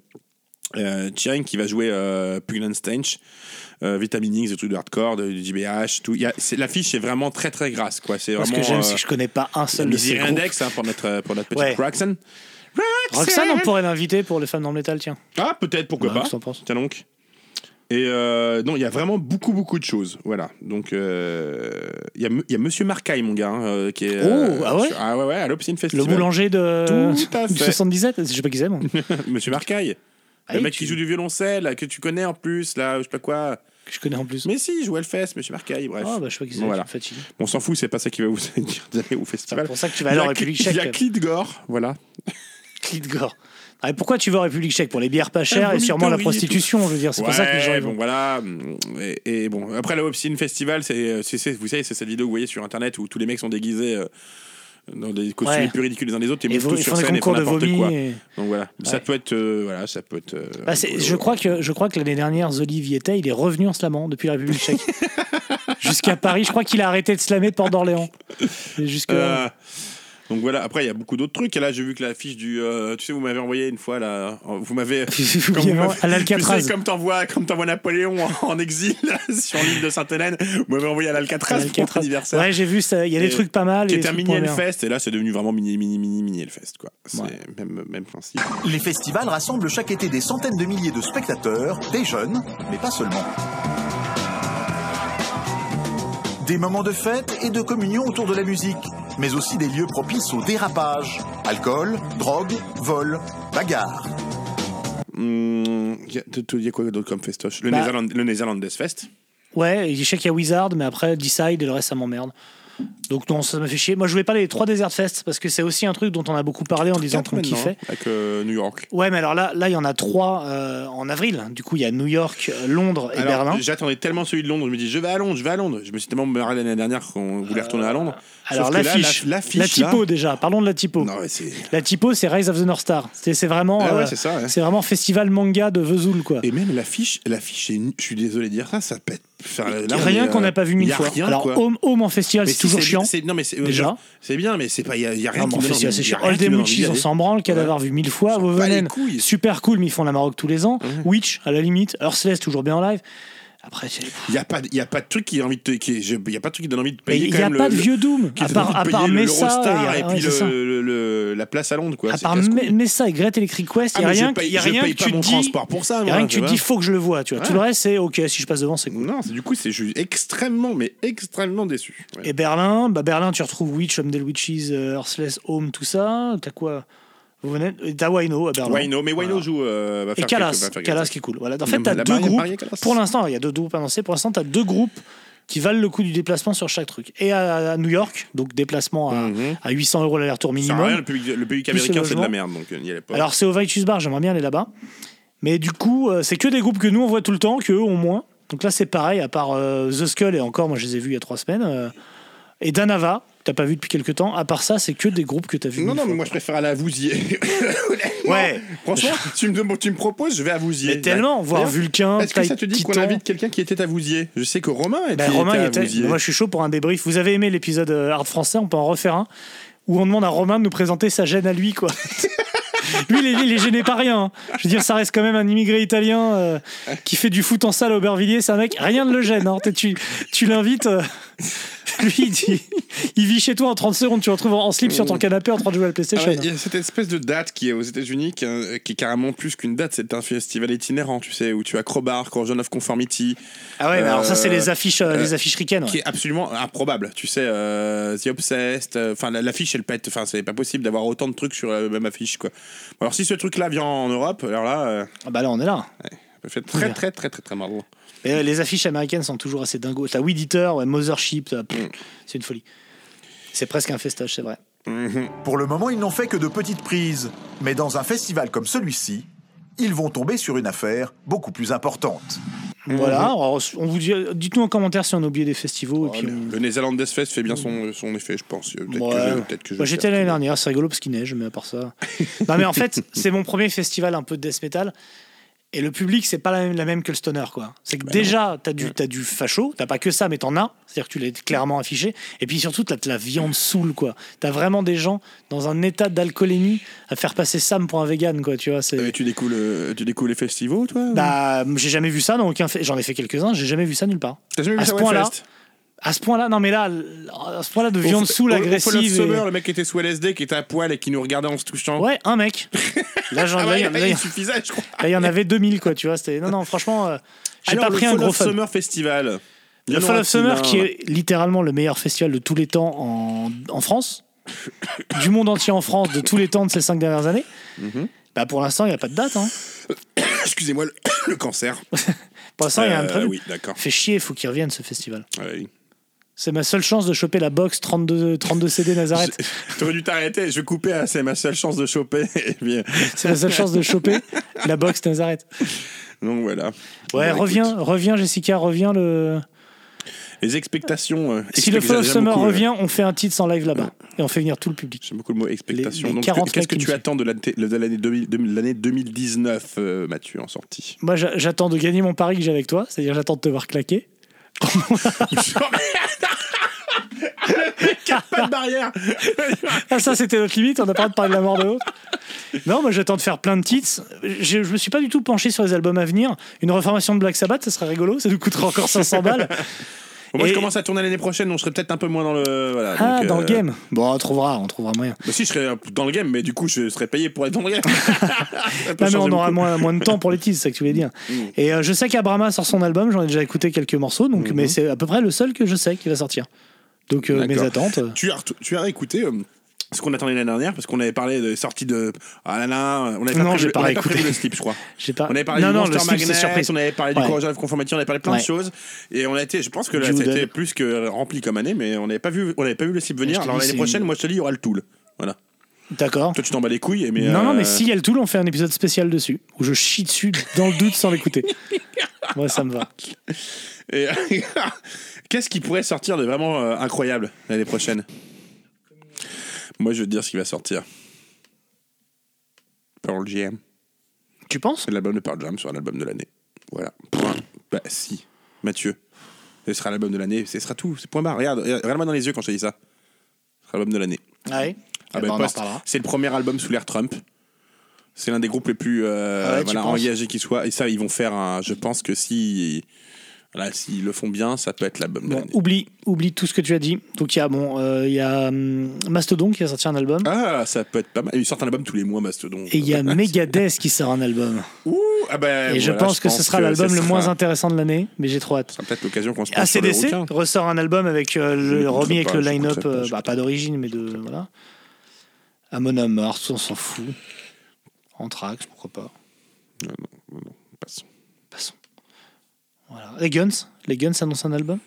Speaker 2: euh, Chiang qui va jouer euh, Pugnan Stench, euh, Vitamin X, des trucs de hardcore, de- du JBH, tout. Il y a- c'est- L'affiche est vraiment très très grasse. Quoi. C'est
Speaker 1: Moi,
Speaker 2: vraiment,
Speaker 1: ce que j'aime,
Speaker 2: euh,
Speaker 1: c'est que je connais pas un seul de ces
Speaker 2: Misery
Speaker 1: groupes.
Speaker 2: Index hein, pour, notre, euh, pour notre petite
Speaker 1: Ouais.
Speaker 2: Roxanne.
Speaker 1: Roxane, on pourrait l'inviter pour les femmes dans le métal, tiens.
Speaker 2: Ah, peut-être, pourquoi
Speaker 1: Ouais,
Speaker 2: pas.
Speaker 1: qu'est-ce que t'en penses
Speaker 2: Tiens donc. Et euh, non, il y a vraiment beaucoup, beaucoup de choses. Voilà. Donc, euh, il y, a M- il y a Monsieur Marcaille, mon gars, hein, euh, qui est.
Speaker 1: Oh, ah ouais
Speaker 2: sur- Ah ouais, ouais, à l'Obscene
Speaker 1: Le
Speaker 2: Festival.
Speaker 1: boulanger de
Speaker 2: Tout à
Speaker 1: du
Speaker 2: fait.
Speaker 1: 77, je sais pas qui c'est, moi.
Speaker 2: Monsieur Marcaille.
Speaker 1: Ah
Speaker 2: le
Speaker 1: oui,
Speaker 2: mec
Speaker 1: tu-
Speaker 2: qui joue du violoncelle, là, que tu connais en plus, là, je sais pas quoi.
Speaker 1: que je connais en plus.
Speaker 2: Mais si, il jouait le fest, Monsieur Marcaille, bref.
Speaker 1: Ah bah je sais pas qui c'est,
Speaker 2: Voilà.
Speaker 1: tu me fatigues.
Speaker 2: On s'en fout, c'est pas ça qui va vous dire d'aller au
Speaker 1: C'est
Speaker 2: festival.
Speaker 1: pour ça que tu vas
Speaker 2: Il y
Speaker 1: aller
Speaker 2: a
Speaker 1: en
Speaker 2: Cl-
Speaker 1: République
Speaker 2: il y a
Speaker 1: tchèque.
Speaker 2: Klitgore, voilà.
Speaker 1: Klitgore. Ah, et pourquoi tu vas en République tchèque Pour les bières pas chères et
Speaker 2: vomito,
Speaker 1: sûrement la
Speaker 2: oui,
Speaker 1: prostitution, je veux dire. C'est pour ça que les gens.
Speaker 2: Ouais,
Speaker 1: y vont.
Speaker 2: bon voilà mm, et, et bon après le Obscene Festival c'est euh, c'est- c'est- vous savez c'est cette vidéo que vous voyez sur internet où tous les mecs sont déguisés euh, dans des costumes
Speaker 1: Ouais.
Speaker 2: les plus ridicules les uns des autres et,
Speaker 1: Et
Speaker 2: montent
Speaker 1: vo-
Speaker 2: tous
Speaker 1: ils
Speaker 2: sur
Speaker 1: font des
Speaker 2: scène et font
Speaker 1: concours de
Speaker 2: n'importe quoi
Speaker 1: vomi. et-
Speaker 2: donc voilà ça
Speaker 1: Ouais.
Speaker 2: peut être euh, voilà ça peut être euh,
Speaker 1: Bah, c'est- je
Speaker 2: rigolo.
Speaker 1: crois que je crois que l'année dernière Zoliv y était, il est revenu en slamant depuis la République tchèque jusqu'à Paris. Je crois qu'il a arrêté de slammer de Port d'Orléans. Et Jusque
Speaker 2: Euh, donc voilà, après il y a beaucoup d'autres trucs. Et là j'ai vu que l'affiche du. euh, tu sais, vous m'avez envoyé une fois là. Vous m'avez.
Speaker 1: Vous
Speaker 2: comme vous
Speaker 1: m'avez-
Speaker 2: m'avez-
Speaker 1: à l'Alcatraz.
Speaker 2: Tu sais, comme t'envoies comme t'envoies Napoléon en, en exil sur l'île de Sainte-Hélène, vous m'avez envoyé à
Speaker 1: à
Speaker 2: l'Alcatraz pour
Speaker 1: l'Alcatraz.
Speaker 2: l'anniversaire.
Speaker 1: Ouais, j'ai vu ça. Il y a
Speaker 2: Et-
Speaker 1: des trucs pas mal.
Speaker 2: qui
Speaker 1: et des
Speaker 2: était un
Speaker 1: trucs
Speaker 2: mini
Speaker 1: moins bien.
Speaker 2: Hellfest et là c'est devenu vraiment mini mini mini mini Hellfest quoi. C'est
Speaker 1: Ouais.
Speaker 2: même même principe.
Speaker 9: Les festivals rassemblent chaque été des centaines de milliers de spectateurs, des jeunes, mais pas seulement. Des moments de fête et de communion autour de la musique, mais aussi des lieux propices au dérapage. Alcool, drogue, vol, bagarre.
Speaker 2: Hum, Il y, a- tout- tout- il y a quoi d'autre comme festoche Le
Speaker 1: Bah.
Speaker 2: Netherland- le Netherlands Fest.
Speaker 1: Ouais, et je sais qu'il y a Wizard, mais après Decide et le reste ça m'emmerde. Donc non, ça m'a fait chier. Moi je voulais parler des trois Desert Fest parce que c'est aussi un truc dont on a beaucoup parlé en disant
Speaker 2: Quatre
Speaker 1: qu'on
Speaker 2: maintenant,
Speaker 1: kiffait.
Speaker 2: hein, Avec euh, New York.
Speaker 1: Ouais, mais alors là, là il y en a trois euh, en avril. Du coup, il y a New York, euh, Londres et
Speaker 2: Alors,
Speaker 1: Berlin.
Speaker 2: J'attendais tellement celui de Londres, je me dis je vais à Londres, je vais à Londres. Je me suis tellement marré l'année dernière qu'on voulait retourner à Londres.
Speaker 1: Alors
Speaker 2: Sauf que là,
Speaker 1: l'affiche,
Speaker 2: la-
Speaker 1: la,
Speaker 2: l'affiche,
Speaker 1: typo
Speaker 2: là-
Speaker 1: déjà. Parlons de la typo.
Speaker 2: Non, mais c'est.
Speaker 1: La typo, c'est Rise of the North Star. C'est c'est vraiment,
Speaker 2: Ah ouais,
Speaker 1: euh,
Speaker 2: c'est ça, ouais.
Speaker 1: c'est vraiment festival manga de Vesoul quoi.
Speaker 2: Et même l'affiche, l'affiche, est nu- je suis désolé de dire ça, ça pète. Enfin, là, on
Speaker 1: rien
Speaker 2: est,
Speaker 1: qu'on
Speaker 2: euh,
Speaker 1: n'a pas vu
Speaker 2: y
Speaker 1: mille
Speaker 2: a
Speaker 1: fois.
Speaker 2: rien,
Speaker 1: alors
Speaker 2: quoi.
Speaker 1: Home, Home en festival,
Speaker 2: Mais
Speaker 1: c'est
Speaker 2: si,
Speaker 1: toujours chiant.
Speaker 2: c'est- Non mais c'est-
Speaker 1: Déjà.
Speaker 2: genre, C'est bien, mais c'est pas, il y, a- il y a rien.
Speaker 1: Non, mais en
Speaker 2: qui me donne
Speaker 1: festival,
Speaker 2: envie-
Speaker 1: c'est
Speaker 2: il y a
Speaker 1: chiant.
Speaker 2: rien
Speaker 1: All
Speaker 2: qui
Speaker 1: Them
Speaker 2: me donne envie d'y
Speaker 1: Witches, on
Speaker 2: aller.
Speaker 1: s'en branle qu'à
Speaker 2: Ouais.
Speaker 1: l'avoir vu mille fois.
Speaker 2: Ils s'en bat les
Speaker 1: Vovenen,
Speaker 2: couilles.
Speaker 1: super cool, mais ils font la Maroc tous les ans. Witch, à la limite. Earth Celeste, toujours bien en live. Après, c'est-
Speaker 2: Il y a pas, il y a pas de truc qui a envie de, te- qui, je- il y a pas de truc qui donne envie de
Speaker 1: Mais
Speaker 2: payer.
Speaker 1: il
Speaker 2: quand
Speaker 1: n'y a
Speaker 2: même
Speaker 1: pas
Speaker 2: le-
Speaker 1: de vieux Doom,
Speaker 2: qui
Speaker 1: à
Speaker 2: te donne
Speaker 1: part,
Speaker 2: envie de
Speaker 1: à
Speaker 2: payer
Speaker 1: part
Speaker 2: le-
Speaker 1: Messa.
Speaker 2: l'Eurostar
Speaker 1: et-
Speaker 2: et,
Speaker 1: ouais,
Speaker 2: puis
Speaker 1: c'est ça.
Speaker 2: le, le- le- la place à Londres quoi.
Speaker 1: À
Speaker 2: c'est
Speaker 1: part
Speaker 2: casse-couille.
Speaker 1: Me- Messa et Great Electric Quest,
Speaker 2: Ah,
Speaker 1: il n'y a
Speaker 2: mais je
Speaker 1: rien
Speaker 2: paye-
Speaker 1: il y a
Speaker 2: je
Speaker 1: rien
Speaker 2: paye
Speaker 1: que
Speaker 2: pas
Speaker 1: tu te
Speaker 2: mon
Speaker 1: dis.
Speaker 2: transport pour
Speaker 1: il
Speaker 2: ça.
Speaker 1: y a
Speaker 2: moi,
Speaker 1: rien que tu te
Speaker 2: vois.
Speaker 1: dis, faut que je le vois. Tu vois. Tout
Speaker 2: Ouais.
Speaker 1: le reste, c'est OK, si je passe devant, c'est cool.
Speaker 2: Non, c'est- du coup, c'est je suis extrêmement, mais extrêmement déçu. Ouais.
Speaker 1: Et Berlin, bah Berlin, tu retrouves Witch, Home Del Witches, euh, Hearthless, Home, tout ça. T'as quoi Vous venez et T'as Wino à Berlin.
Speaker 2: Wino, mais Wino
Speaker 1: Voilà.
Speaker 2: joue. euh, va
Speaker 1: Et
Speaker 2: faire
Speaker 1: Calas,
Speaker 2: quelque- va faire
Speaker 1: Calas
Speaker 2: quelque-
Speaker 1: qui est cool. Voilà. En
Speaker 2: Non,
Speaker 1: fait,
Speaker 2: mais
Speaker 1: t'as
Speaker 2: là-bas,
Speaker 1: deux
Speaker 2: il y a
Speaker 1: groupes.
Speaker 2: pas rien, Calas.
Speaker 1: Pour l'instant, il y a deux groupes annoncés. Pour l'instant, t'as deux groupes qui valent le coût du déplacement sur chaque truc. Et à, à New York, donc déplacement à,
Speaker 2: Mhm.
Speaker 1: à 800 euros l'aller-retour
Speaker 2: Ça sert à rien, le
Speaker 1: minimum.
Speaker 2: public, le public
Speaker 1: Plus
Speaker 2: américain, c'est de la
Speaker 1: logement.
Speaker 2: merde, donc euh, n'y allez pas.
Speaker 1: Alors c'est au Vaichus Bar, j'aimerais bien aller là-bas. Mais du coup, euh, c'est que des groupes que nous on voit tout le temps, que eux ont moins. Donc là, c'est pareil, à part euh, The Skull, et encore, moi, je les ai vus il y a trois semaines. euh, et Danava, que t'as pas vu depuis quelques temps. À part ça, c'est que des groupes que t'as vu.
Speaker 2: Non, non, mais moi je préfère aller à Vouziers.
Speaker 1: Ouais.
Speaker 2: Franchement, tu me, dem- tu me proposes, je vais à Vouziers. Bah,
Speaker 1: Mais tellement, voir
Speaker 2: D'ailleurs,
Speaker 1: Vulcain,
Speaker 2: Est-ce que ça te dit qu'on
Speaker 1: Titan.
Speaker 2: invite quelqu'un qui était à Vouziers Je sais que Romain était,
Speaker 1: Ben, Romain, il
Speaker 2: était à
Speaker 1: était.
Speaker 2: Vouziers.
Speaker 1: Moi, je suis chaud pour un débrief. Vous avez aimé l'épisode euh, Hard Français, on peut en refaire un. Où on demande à Romain de nous présenter sa gêne à lui, quoi. lui, il est, il est gêné par rien. hein. Je veux dire, ça reste quand même un immigré italien euh, qui fait du foot en salle à Aubervilliers. C'est un mec, rien ne le gêne. hein. T'es- Tu, tu l'invites. euh, lui, il, dit- il vit chez toi en 30 secondes. Tu le retrouves en slip sur ton canapé en train de jouer à la
Speaker 2: Ah
Speaker 1: PlayStation.
Speaker 2: ouais, Il y a cette espèce de date qui est aux États-Unis, qui, est- qui est carrément plus qu'une date, c'est un festival itinérant, tu sais, où tu as Crowbar, Corrosion of Conformity.
Speaker 1: Ah ouais, mais alors ça, c'est les
Speaker 2: Euh,
Speaker 1: affiches, euh,
Speaker 2: euh,
Speaker 1: les affiches ricaines. ouais.
Speaker 2: qui est absolument improbable. Tu sais, euh, The Obsessed, euh, enfin la- l'affiche elle pète, enfin c'est pas possible d'avoir autant de trucs sur la même affiche quoi. Alors si ce truc là vient en Europe, alors là, euh,
Speaker 1: Ah bah là, on est là.
Speaker 2: ça peut faire très très très très très marrant.
Speaker 1: Et, euh, les affiches américaines sont toujours assez dingos. T'as Weed Eater, ouais, Mothership, t'as- pff, c'est une folie. C'est presque un festage, c'est vrai.
Speaker 2: Mhm.
Speaker 9: Pour le moment, ils n'ont fait que de petites prises. Mais dans un festival comme celui-ci, ils vont tomber sur une affaire beaucoup plus importante.
Speaker 1: Voilà, alors, on vous dit, dites-nous en commentaire si on a oublié des festivals. et puis on-
Speaker 2: Oh, Le Mhm. Netherlands Death Fest fait bien son, son effet, je pense. Peut-être
Speaker 1: Ouais.
Speaker 2: que je- peut-être que je.
Speaker 1: Bah, J'étais l'année dernière, c'est rigolo parce qu'il neige, mais à part ça. non, mais en fait, c'est mon premier festival un peu de death metal. Et le public, c'est pas la même, la même que le stoner, quoi. C'est
Speaker 2: Bah
Speaker 1: que déjà, t'as du, t'as du facho, t'as pas que ça, mais t'en as. C'est-à-dire que tu l'as clairement affiché. Et puis surtout, t'as de la viande saoule, quoi. T'as vraiment des gens dans un état d'alcoolémie à faire passer Sam pour un vegan, quoi. Tu vois, c'est.
Speaker 2: Euh, tu découvres le- tu découvres les festivals, toi ou-
Speaker 1: Bah, j'ai jamais vu ça dans aucun. fe- J'en ai fait quelques-uns, j'ai jamais vu ça nulle part.
Speaker 2: T'as jamais vu
Speaker 1: à ce
Speaker 2: ça au
Speaker 1: point-là-
Speaker 2: Hellfest
Speaker 1: À ce point-là, non mais là, l- à ce point-là de viande
Speaker 2: Au-
Speaker 1: saoule
Speaker 2: au- au Fall of
Speaker 1: agressive. et-
Speaker 2: Summer, le mec qui était sous LSD, qui était à poil et qui nous regardait en se touchant.
Speaker 1: Ouais, un mec. Là, j'en
Speaker 2: Ah
Speaker 1: là,
Speaker 2: ouais,
Speaker 1: il y en- là, il y
Speaker 2: il
Speaker 1: en-
Speaker 2: suffisait, je crois.
Speaker 1: là, il y en avait 2000 quoi, tu vois. C'était non non, franchement, euh, j'ai
Speaker 2: Alors,
Speaker 1: pas
Speaker 2: le
Speaker 1: pris un
Speaker 2: Fall
Speaker 1: gros
Speaker 2: of
Speaker 1: fun.
Speaker 2: Summer Festival.
Speaker 1: Le Fall of Summer, qui est littéralement le meilleur festival de tous les temps en, en France, du monde entier en France, de tous les temps de ces cinq dernières années.
Speaker 2: Mhm.
Speaker 1: Bah pour l'instant, il n'y a pas de date. Hein.
Speaker 2: Excusez-moi, le, le cancer.
Speaker 1: Pour l'instant, Oh, il y a un
Speaker 2: Euh,
Speaker 1: prévu.
Speaker 2: Oui, d'accord.
Speaker 1: Fait chier, faut qu'il revienne ce festival.
Speaker 2: Ouais.
Speaker 1: C'est ma seule chance de choper la box 32, 32 CD Nazareth.
Speaker 2: Je- T'aurais dû t'arrêter, je coupais, hein, c'est ma seule chance de choper. Et puis, euh,
Speaker 1: C'est la seule chance de choper la box Nazareth.
Speaker 2: donc voilà.
Speaker 1: Ouais,
Speaker 2: Bon,
Speaker 1: reviens,
Speaker 2: Bah, écoute,
Speaker 1: reviens, Jessica, reviens le.
Speaker 2: Les expectations. euh,
Speaker 1: Si le Fall of
Speaker 2: j'aime
Speaker 1: Summer
Speaker 2: beaucoup, euh,
Speaker 1: revient, on fait un titre sans live là-bas. Et on fait venir tout le public.
Speaker 2: J'aime beaucoup le mot expectation.
Speaker 1: les
Speaker 2: Donc,
Speaker 1: 40
Speaker 2: Qu'est-ce que
Speaker 1: mecs qui
Speaker 2: tu
Speaker 1: me
Speaker 2: attends de l'année de l'année 2000 2000 l'année 2019, euh, Mathieu, en sortie
Speaker 1: Moi, j'a- j'attends de gagner mon pari que j'ai avec toi, c'est-à-dire j'attends de te voir claquer.
Speaker 2: Pas de barrière
Speaker 1: Ah, ça, c'était notre limite, on n'a pas le droit de parler de la mort de l'autre. Non, moi, j'attends de faire plein de titres. Je, je me suis pas du tout penché sur les albums à venir. Une reformation de Black Sabbath, ça serait rigolo, ça nous coûterait encore 500 balles.
Speaker 2: Bon, Moi,
Speaker 1: Et-
Speaker 2: je commence à tourner l'année prochaine, donc je serai peut-être un peu moins dans le. Voilà,
Speaker 1: Ah,
Speaker 2: donc,
Speaker 1: dans
Speaker 2: euh,
Speaker 1: le game. Bon, on trouvera, on trouvera moyen.
Speaker 2: Bah, si, je serai dans le game, mais du coup, je serai payé pour être dans le game. Ça peut
Speaker 1: Non, Ah, mais
Speaker 2: changer
Speaker 1: on aura
Speaker 2: beaucoup. Mm.
Speaker 1: moins, moins de temps pour les titres, c'est ça que tu voulais dire. Et euh, je sais qu'Abrama sort son album, j'en ai déjà écouté quelques morceaux, donc,
Speaker 2: Mm-hmm.
Speaker 1: mais c'est à peu près le seul que je sais qui va sortir. Donc euh, mes
Speaker 2: D'accord.
Speaker 1: attentes. euh,
Speaker 2: Tu as, retou- tu as écouté euh, ce qu'on attendait l'année dernière parce qu'on avait parlé de sortie de ah là là on avait
Speaker 1: Non, j'ai
Speaker 2: prévu-
Speaker 1: pas
Speaker 2: on avait
Speaker 1: écouté.
Speaker 2: prévu le slip je crois
Speaker 1: J'ai pas...
Speaker 2: on avait parlé
Speaker 1: non,
Speaker 2: du
Speaker 1: non,
Speaker 2: Monster
Speaker 1: le slip, c'est
Speaker 2: Magnet,
Speaker 1: surprise.
Speaker 2: on avait parlé
Speaker 1: Ouais.
Speaker 2: du courage de conformité on avait parlé plein
Speaker 1: Ouais.
Speaker 2: de choses et on a été je pense que là,
Speaker 1: Jude.
Speaker 2: c'était plus que rempli comme année mais on n'avait pas vu on n'avait pas vu le slip
Speaker 1: Je
Speaker 2: venir
Speaker 1: te
Speaker 2: alors
Speaker 1: dis,
Speaker 2: l'année
Speaker 1: c'est
Speaker 2: prochaine
Speaker 1: une-
Speaker 2: moi je te dis il y aura le tool voilà
Speaker 1: D'accord.
Speaker 2: toi tu t'en bats les couilles mais
Speaker 1: Non, non, mais
Speaker 2: euh,
Speaker 1: s'il y a le Tool, on fait un épisode spécial dessus, où je chie dessus dans le doute sans l'écouter. Moi, ça me va.
Speaker 2: et- qu'est-ce qui pourrait sortir de vraiment euh, incroyable l'année prochaine moi je vais te dire ce qui va sortir Pearl GM
Speaker 1: Tu penses
Speaker 2: C'est l'album de Pearl Jam sera l'album de l'année. Voilà. Point. Bah si, Mathieu. Ce sera l'album de l'année, ce sera tout. C'est point barre. Regarde, regarde- regarde-moi dans les yeux quand je te dis ça. Ce sera l'album de l'année.
Speaker 1: Ouais.
Speaker 2: Ah
Speaker 1: Eh
Speaker 2: ben,
Speaker 1: ben, on en
Speaker 2: Post,
Speaker 1: reparlera.
Speaker 2: c'est le premier album sous l'ère Trump. C'est l'un des groupes les plus euh,
Speaker 1: Ah ouais, tu
Speaker 2: voilà,
Speaker 1: penses
Speaker 2: engagés qui soit. Et ça, ils vont faire un. Je pense que si. Voilà, s'ils le font bien, ça peut être l'album de
Speaker 1: Bon,
Speaker 2: l'année.
Speaker 1: oublie, oublie tout ce que tu as dit. Donc il y a, bon, euh, il y a hum, Mastodon qui a sorti un album.
Speaker 2: Ah, ça peut être pas mal. Ils sortent un album tous les mois, Mastodon.
Speaker 1: Et il y a Megadeth qui sort un album.
Speaker 2: Ouh, ah ben,
Speaker 1: Et je
Speaker 2: voilà,
Speaker 1: pense que ce sera l'album
Speaker 2: ça
Speaker 1: le moins Ah,
Speaker 2: sera-
Speaker 1: intéressant de l'année, mais j'ai trop hâte.
Speaker 2: ça sera peut-être l'occasion qu'on se passe sur le
Speaker 1: ACDC
Speaker 2: requin.
Speaker 1: ressort un album avec euh, le
Speaker 2: l'écouterai
Speaker 1: remis avec
Speaker 2: pas,
Speaker 1: le
Speaker 2: je
Speaker 1: line-up,
Speaker 2: l'écouterai pas,
Speaker 1: euh,
Speaker 2: je
Speaker 1: bah, pas d'origine, mais de. Voilà. Amon Amarth, on s'en fout. Anthrax, pourquoi pas.
Speaker 2: Non, non, non, non, passons.
Speaker 1: Passons. Voilà. Les Guns, les Guns annoncent un album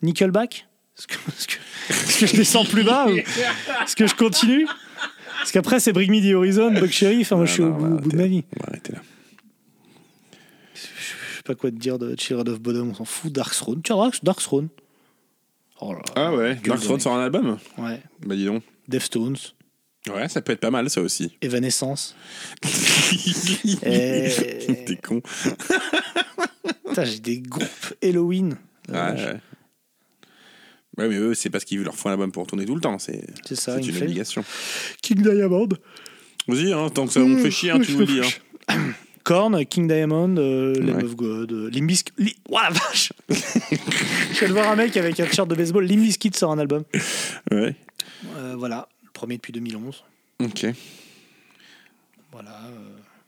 Speaker 1: Nickelback Est-ce que, est-ce que- est-ce que je descends plus bas ou Est-ce que je continue Parce qu'après, c'est Bring Me the Horizon, Buck Cherry. Enfin, hein, moi, je suis au
Speaker 2: Non, non,
Speaker 1: bout,
Speaker 2: on
Speaker 1: au
Speaker 2: va
Speaker 1: bout de ma
Speaker 2: arrêter là.
Speaker 1: vie.
Speaker 2: On va arrêter là.
Speaker 1: sais pas quoi te dire de Children of Bodom, on s'en fout. Dark Throne. Tiens, Dark- Dark Throne. Oh là là.
Speaker 2: Ah ouais,
Speaker 1: Gueule
Speaker 2: Dark
Speaker 1: de
Speaker 2: Throne
Speaker 1: mec.
Speaker 2: sort un album
Speaker 1: Ouais.
Speaker 2: Bah dis donc.
Speaker 1: Deftones.
Speaker 2: Ouais, ça peut être pas mal ça aussi.
Speaker 1: Evanescence. Et-
Speaker 2: T'es con.
Speaker 1: Putain, j'ai des groupes Halloween.
Speaker 2: Ah,
Speaker 1: Dommage.
Speaker 2: ouais. Ouais, mais eux, c'est parce qu'ils leur font un album pour tourner tout le temps. C'est
Speaker 1: C'est ça,
Speaker 2: c'est
Speaker 1: une
Speaker 2: une
Speaker 1: fête.
Speaker 2: obligation.
Speaker 1: King Diamond.
Speaker 2: Vas-y, hein, tant que ça, on te fait chier, hein, tu nous le dis. hein.
Speaker 1: Korn, King Diamond, euh, Lamb
Speaker 2: Ouais.
Speaker 1: of God, euh, Limp Bizkit- Li- Ouah, la vache Je viens de voir un mec avec un t-shirt de baseball. Limp Bizkit sort un album.
Speaker 2: Ouais,
Speaker 1: Euh, voilà, le premier depuis 2011.
Speaker 2: ok.
Speaker 1: Voilà. euh,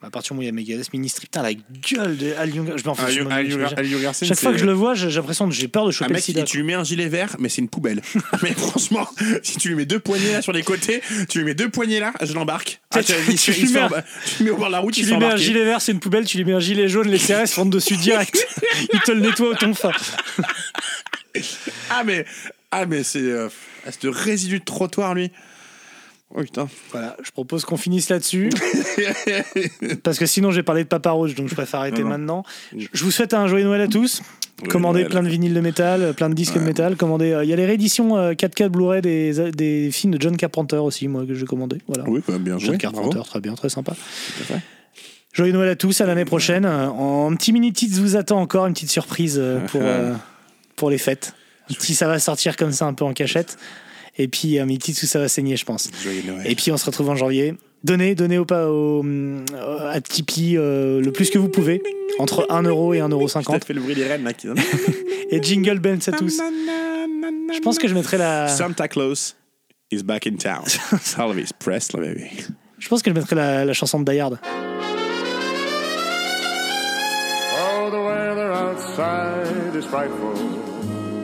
Speaker 1: à partir du moment où il y a Megadeth, Ministry, putain, la gueule de Al Young. Je m'en fous.
Speaker 2: Al
Speaker 1: je
Speaker 2: Young-
Speaker 1: m'en-
Speaker 2: Al
Speaker 1: je-
Speaker 2: Young- Al Young Garcin,
Speaker 1: Chaque fois
Speaker 2: c'est-
Speaker 1: que je le vois, j'ai j'ai l'impression que j'ai peur de
Speaker 2: Un
Speaker 1: choper le
Speaker 2: mec, il-
Speaker 1: sida.
Speaker 2: tu lui mets un gilet vert, mais c'est une poubelle. mais franchement, si tu lui mets deux poignées là sur les côtés, tu lui mets deux poignées là, je l'embarque. Ah,
Speaker 1: Tu-
Speaker 2: tu, il se-
Speaker 1: tu
Speaker 2: il
Speaker 1: lui
Speaker 2: se
Speaker 1: mets
Speaker 2: fait
Speaker 1: un-
Speaker 2: emba- tu lui mets au bord de la route,
Speaker 1: Tu
Speaker 2: il
Speaker 1: lui
Speaker 2: se
Speaker 1: mets un
Speaker 2: fait gilet...
Speaker 1: gilet vert, c'est une poubelle. Tu lui mets un gilet jaune, les CRS rentrent dessus direct. Ils te le nettoient au tonfa.
Speaker 2: Ah, mais, ah, mais c'est. Euh, ah, ce résidu de trottoir, lui. Oh putain.
Speaker 1: Voilà, je propose qu'on finisse là-dessus. Parce que sinon, j'ai parlé de Papa Roach, donc je préfère arrêter
Speaker 2: Non, non.
Speaker 1: maintenant. Je je vous souhaite un joyeux Noël à tous.
Speaker 2: Joyeux
Speaker 1: commandez
Speaker 2: Noël.
Speaker 1: plein de vinyles de métal, euh, plein de disques de métal. Commandez. euh, Il y a les rééditions euh, 4K de Blu-ray des, des films de John Carpenter aussi, moi, que j'ai commandé. Voilà.
Speaker 2: Oui, bah, bien
Speaker 1: John
Speaker 2: joué. bravo.
Speaker 1: Carpenter, très bien, très sympa.
Speaker 2: fait.
Speaker 1: Joyeux Noël à tous, à l'année prochaine. Euh, En petit mini titre vous attend encore une petite surprise euh, pour, euh, pour les fêtes. Un petit ça va sortir comme ça un peu en cachette. Et puis un mini titre où ça va saigner, je pense.
Speaker 2: Joyeux Noël.
Speaker 1: Et puis on se retrouve en janvier. Donnez, donnez au, pa- au, hum, à Tipeee euh, le plus que vous pouvez, entre 1€ euro et 1,50
Speaker 2: T'as
Speaker 1: euro.
Speaker 2: fait le bruit des reines là qui.
Speaker 1: Et jingle bells à tous. Je pense que je mettrai la,
Speaker 2: Santa Claus is back in town. Elvis Presley, baby.
Speaker 1: je pense que je mettrai la, la chanson de Dayard.
Speaker 11: Oh, the weather outside is frightful,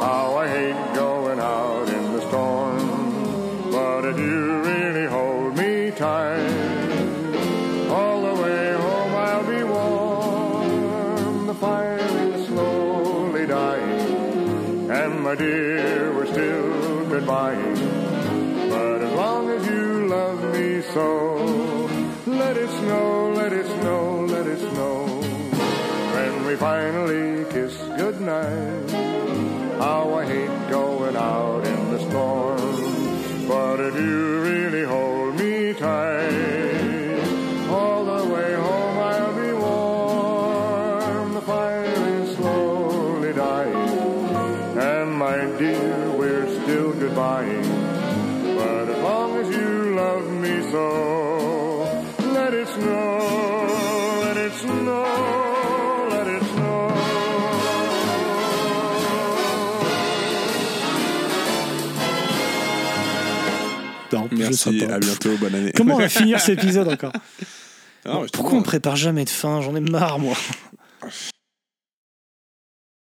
Speaker 11: how I hate going out in the storm. But if you really hold me tight, all the way home I'll be warm. The fire is slowly dying, and my dear, we're still goodbying. But as long as you love me so, let it snow, let it snow, let it snow. When we finally kiss goodnight, how I hate going out in the storm. But if you really hold me tight, all the way home I'll be warm. The fire is slowly dying, and my dear, we're still goodbying. But as long as you love me so, let it snow, let it snow, let it snow.
Speaker 1: Non, je
Speaker 2: Merci,
Speaker 1: sais pas.
Speaker 2: à bientôt, bonne année.
Speaker 1: Comment on va finir cet épisode encore
Speaker 2: Ah, ouais, je te
Speaker 1: Pourquoi on
Speaker 2: vois.
Speaker 1: prépare jamais de fin J'en ai marre, moi.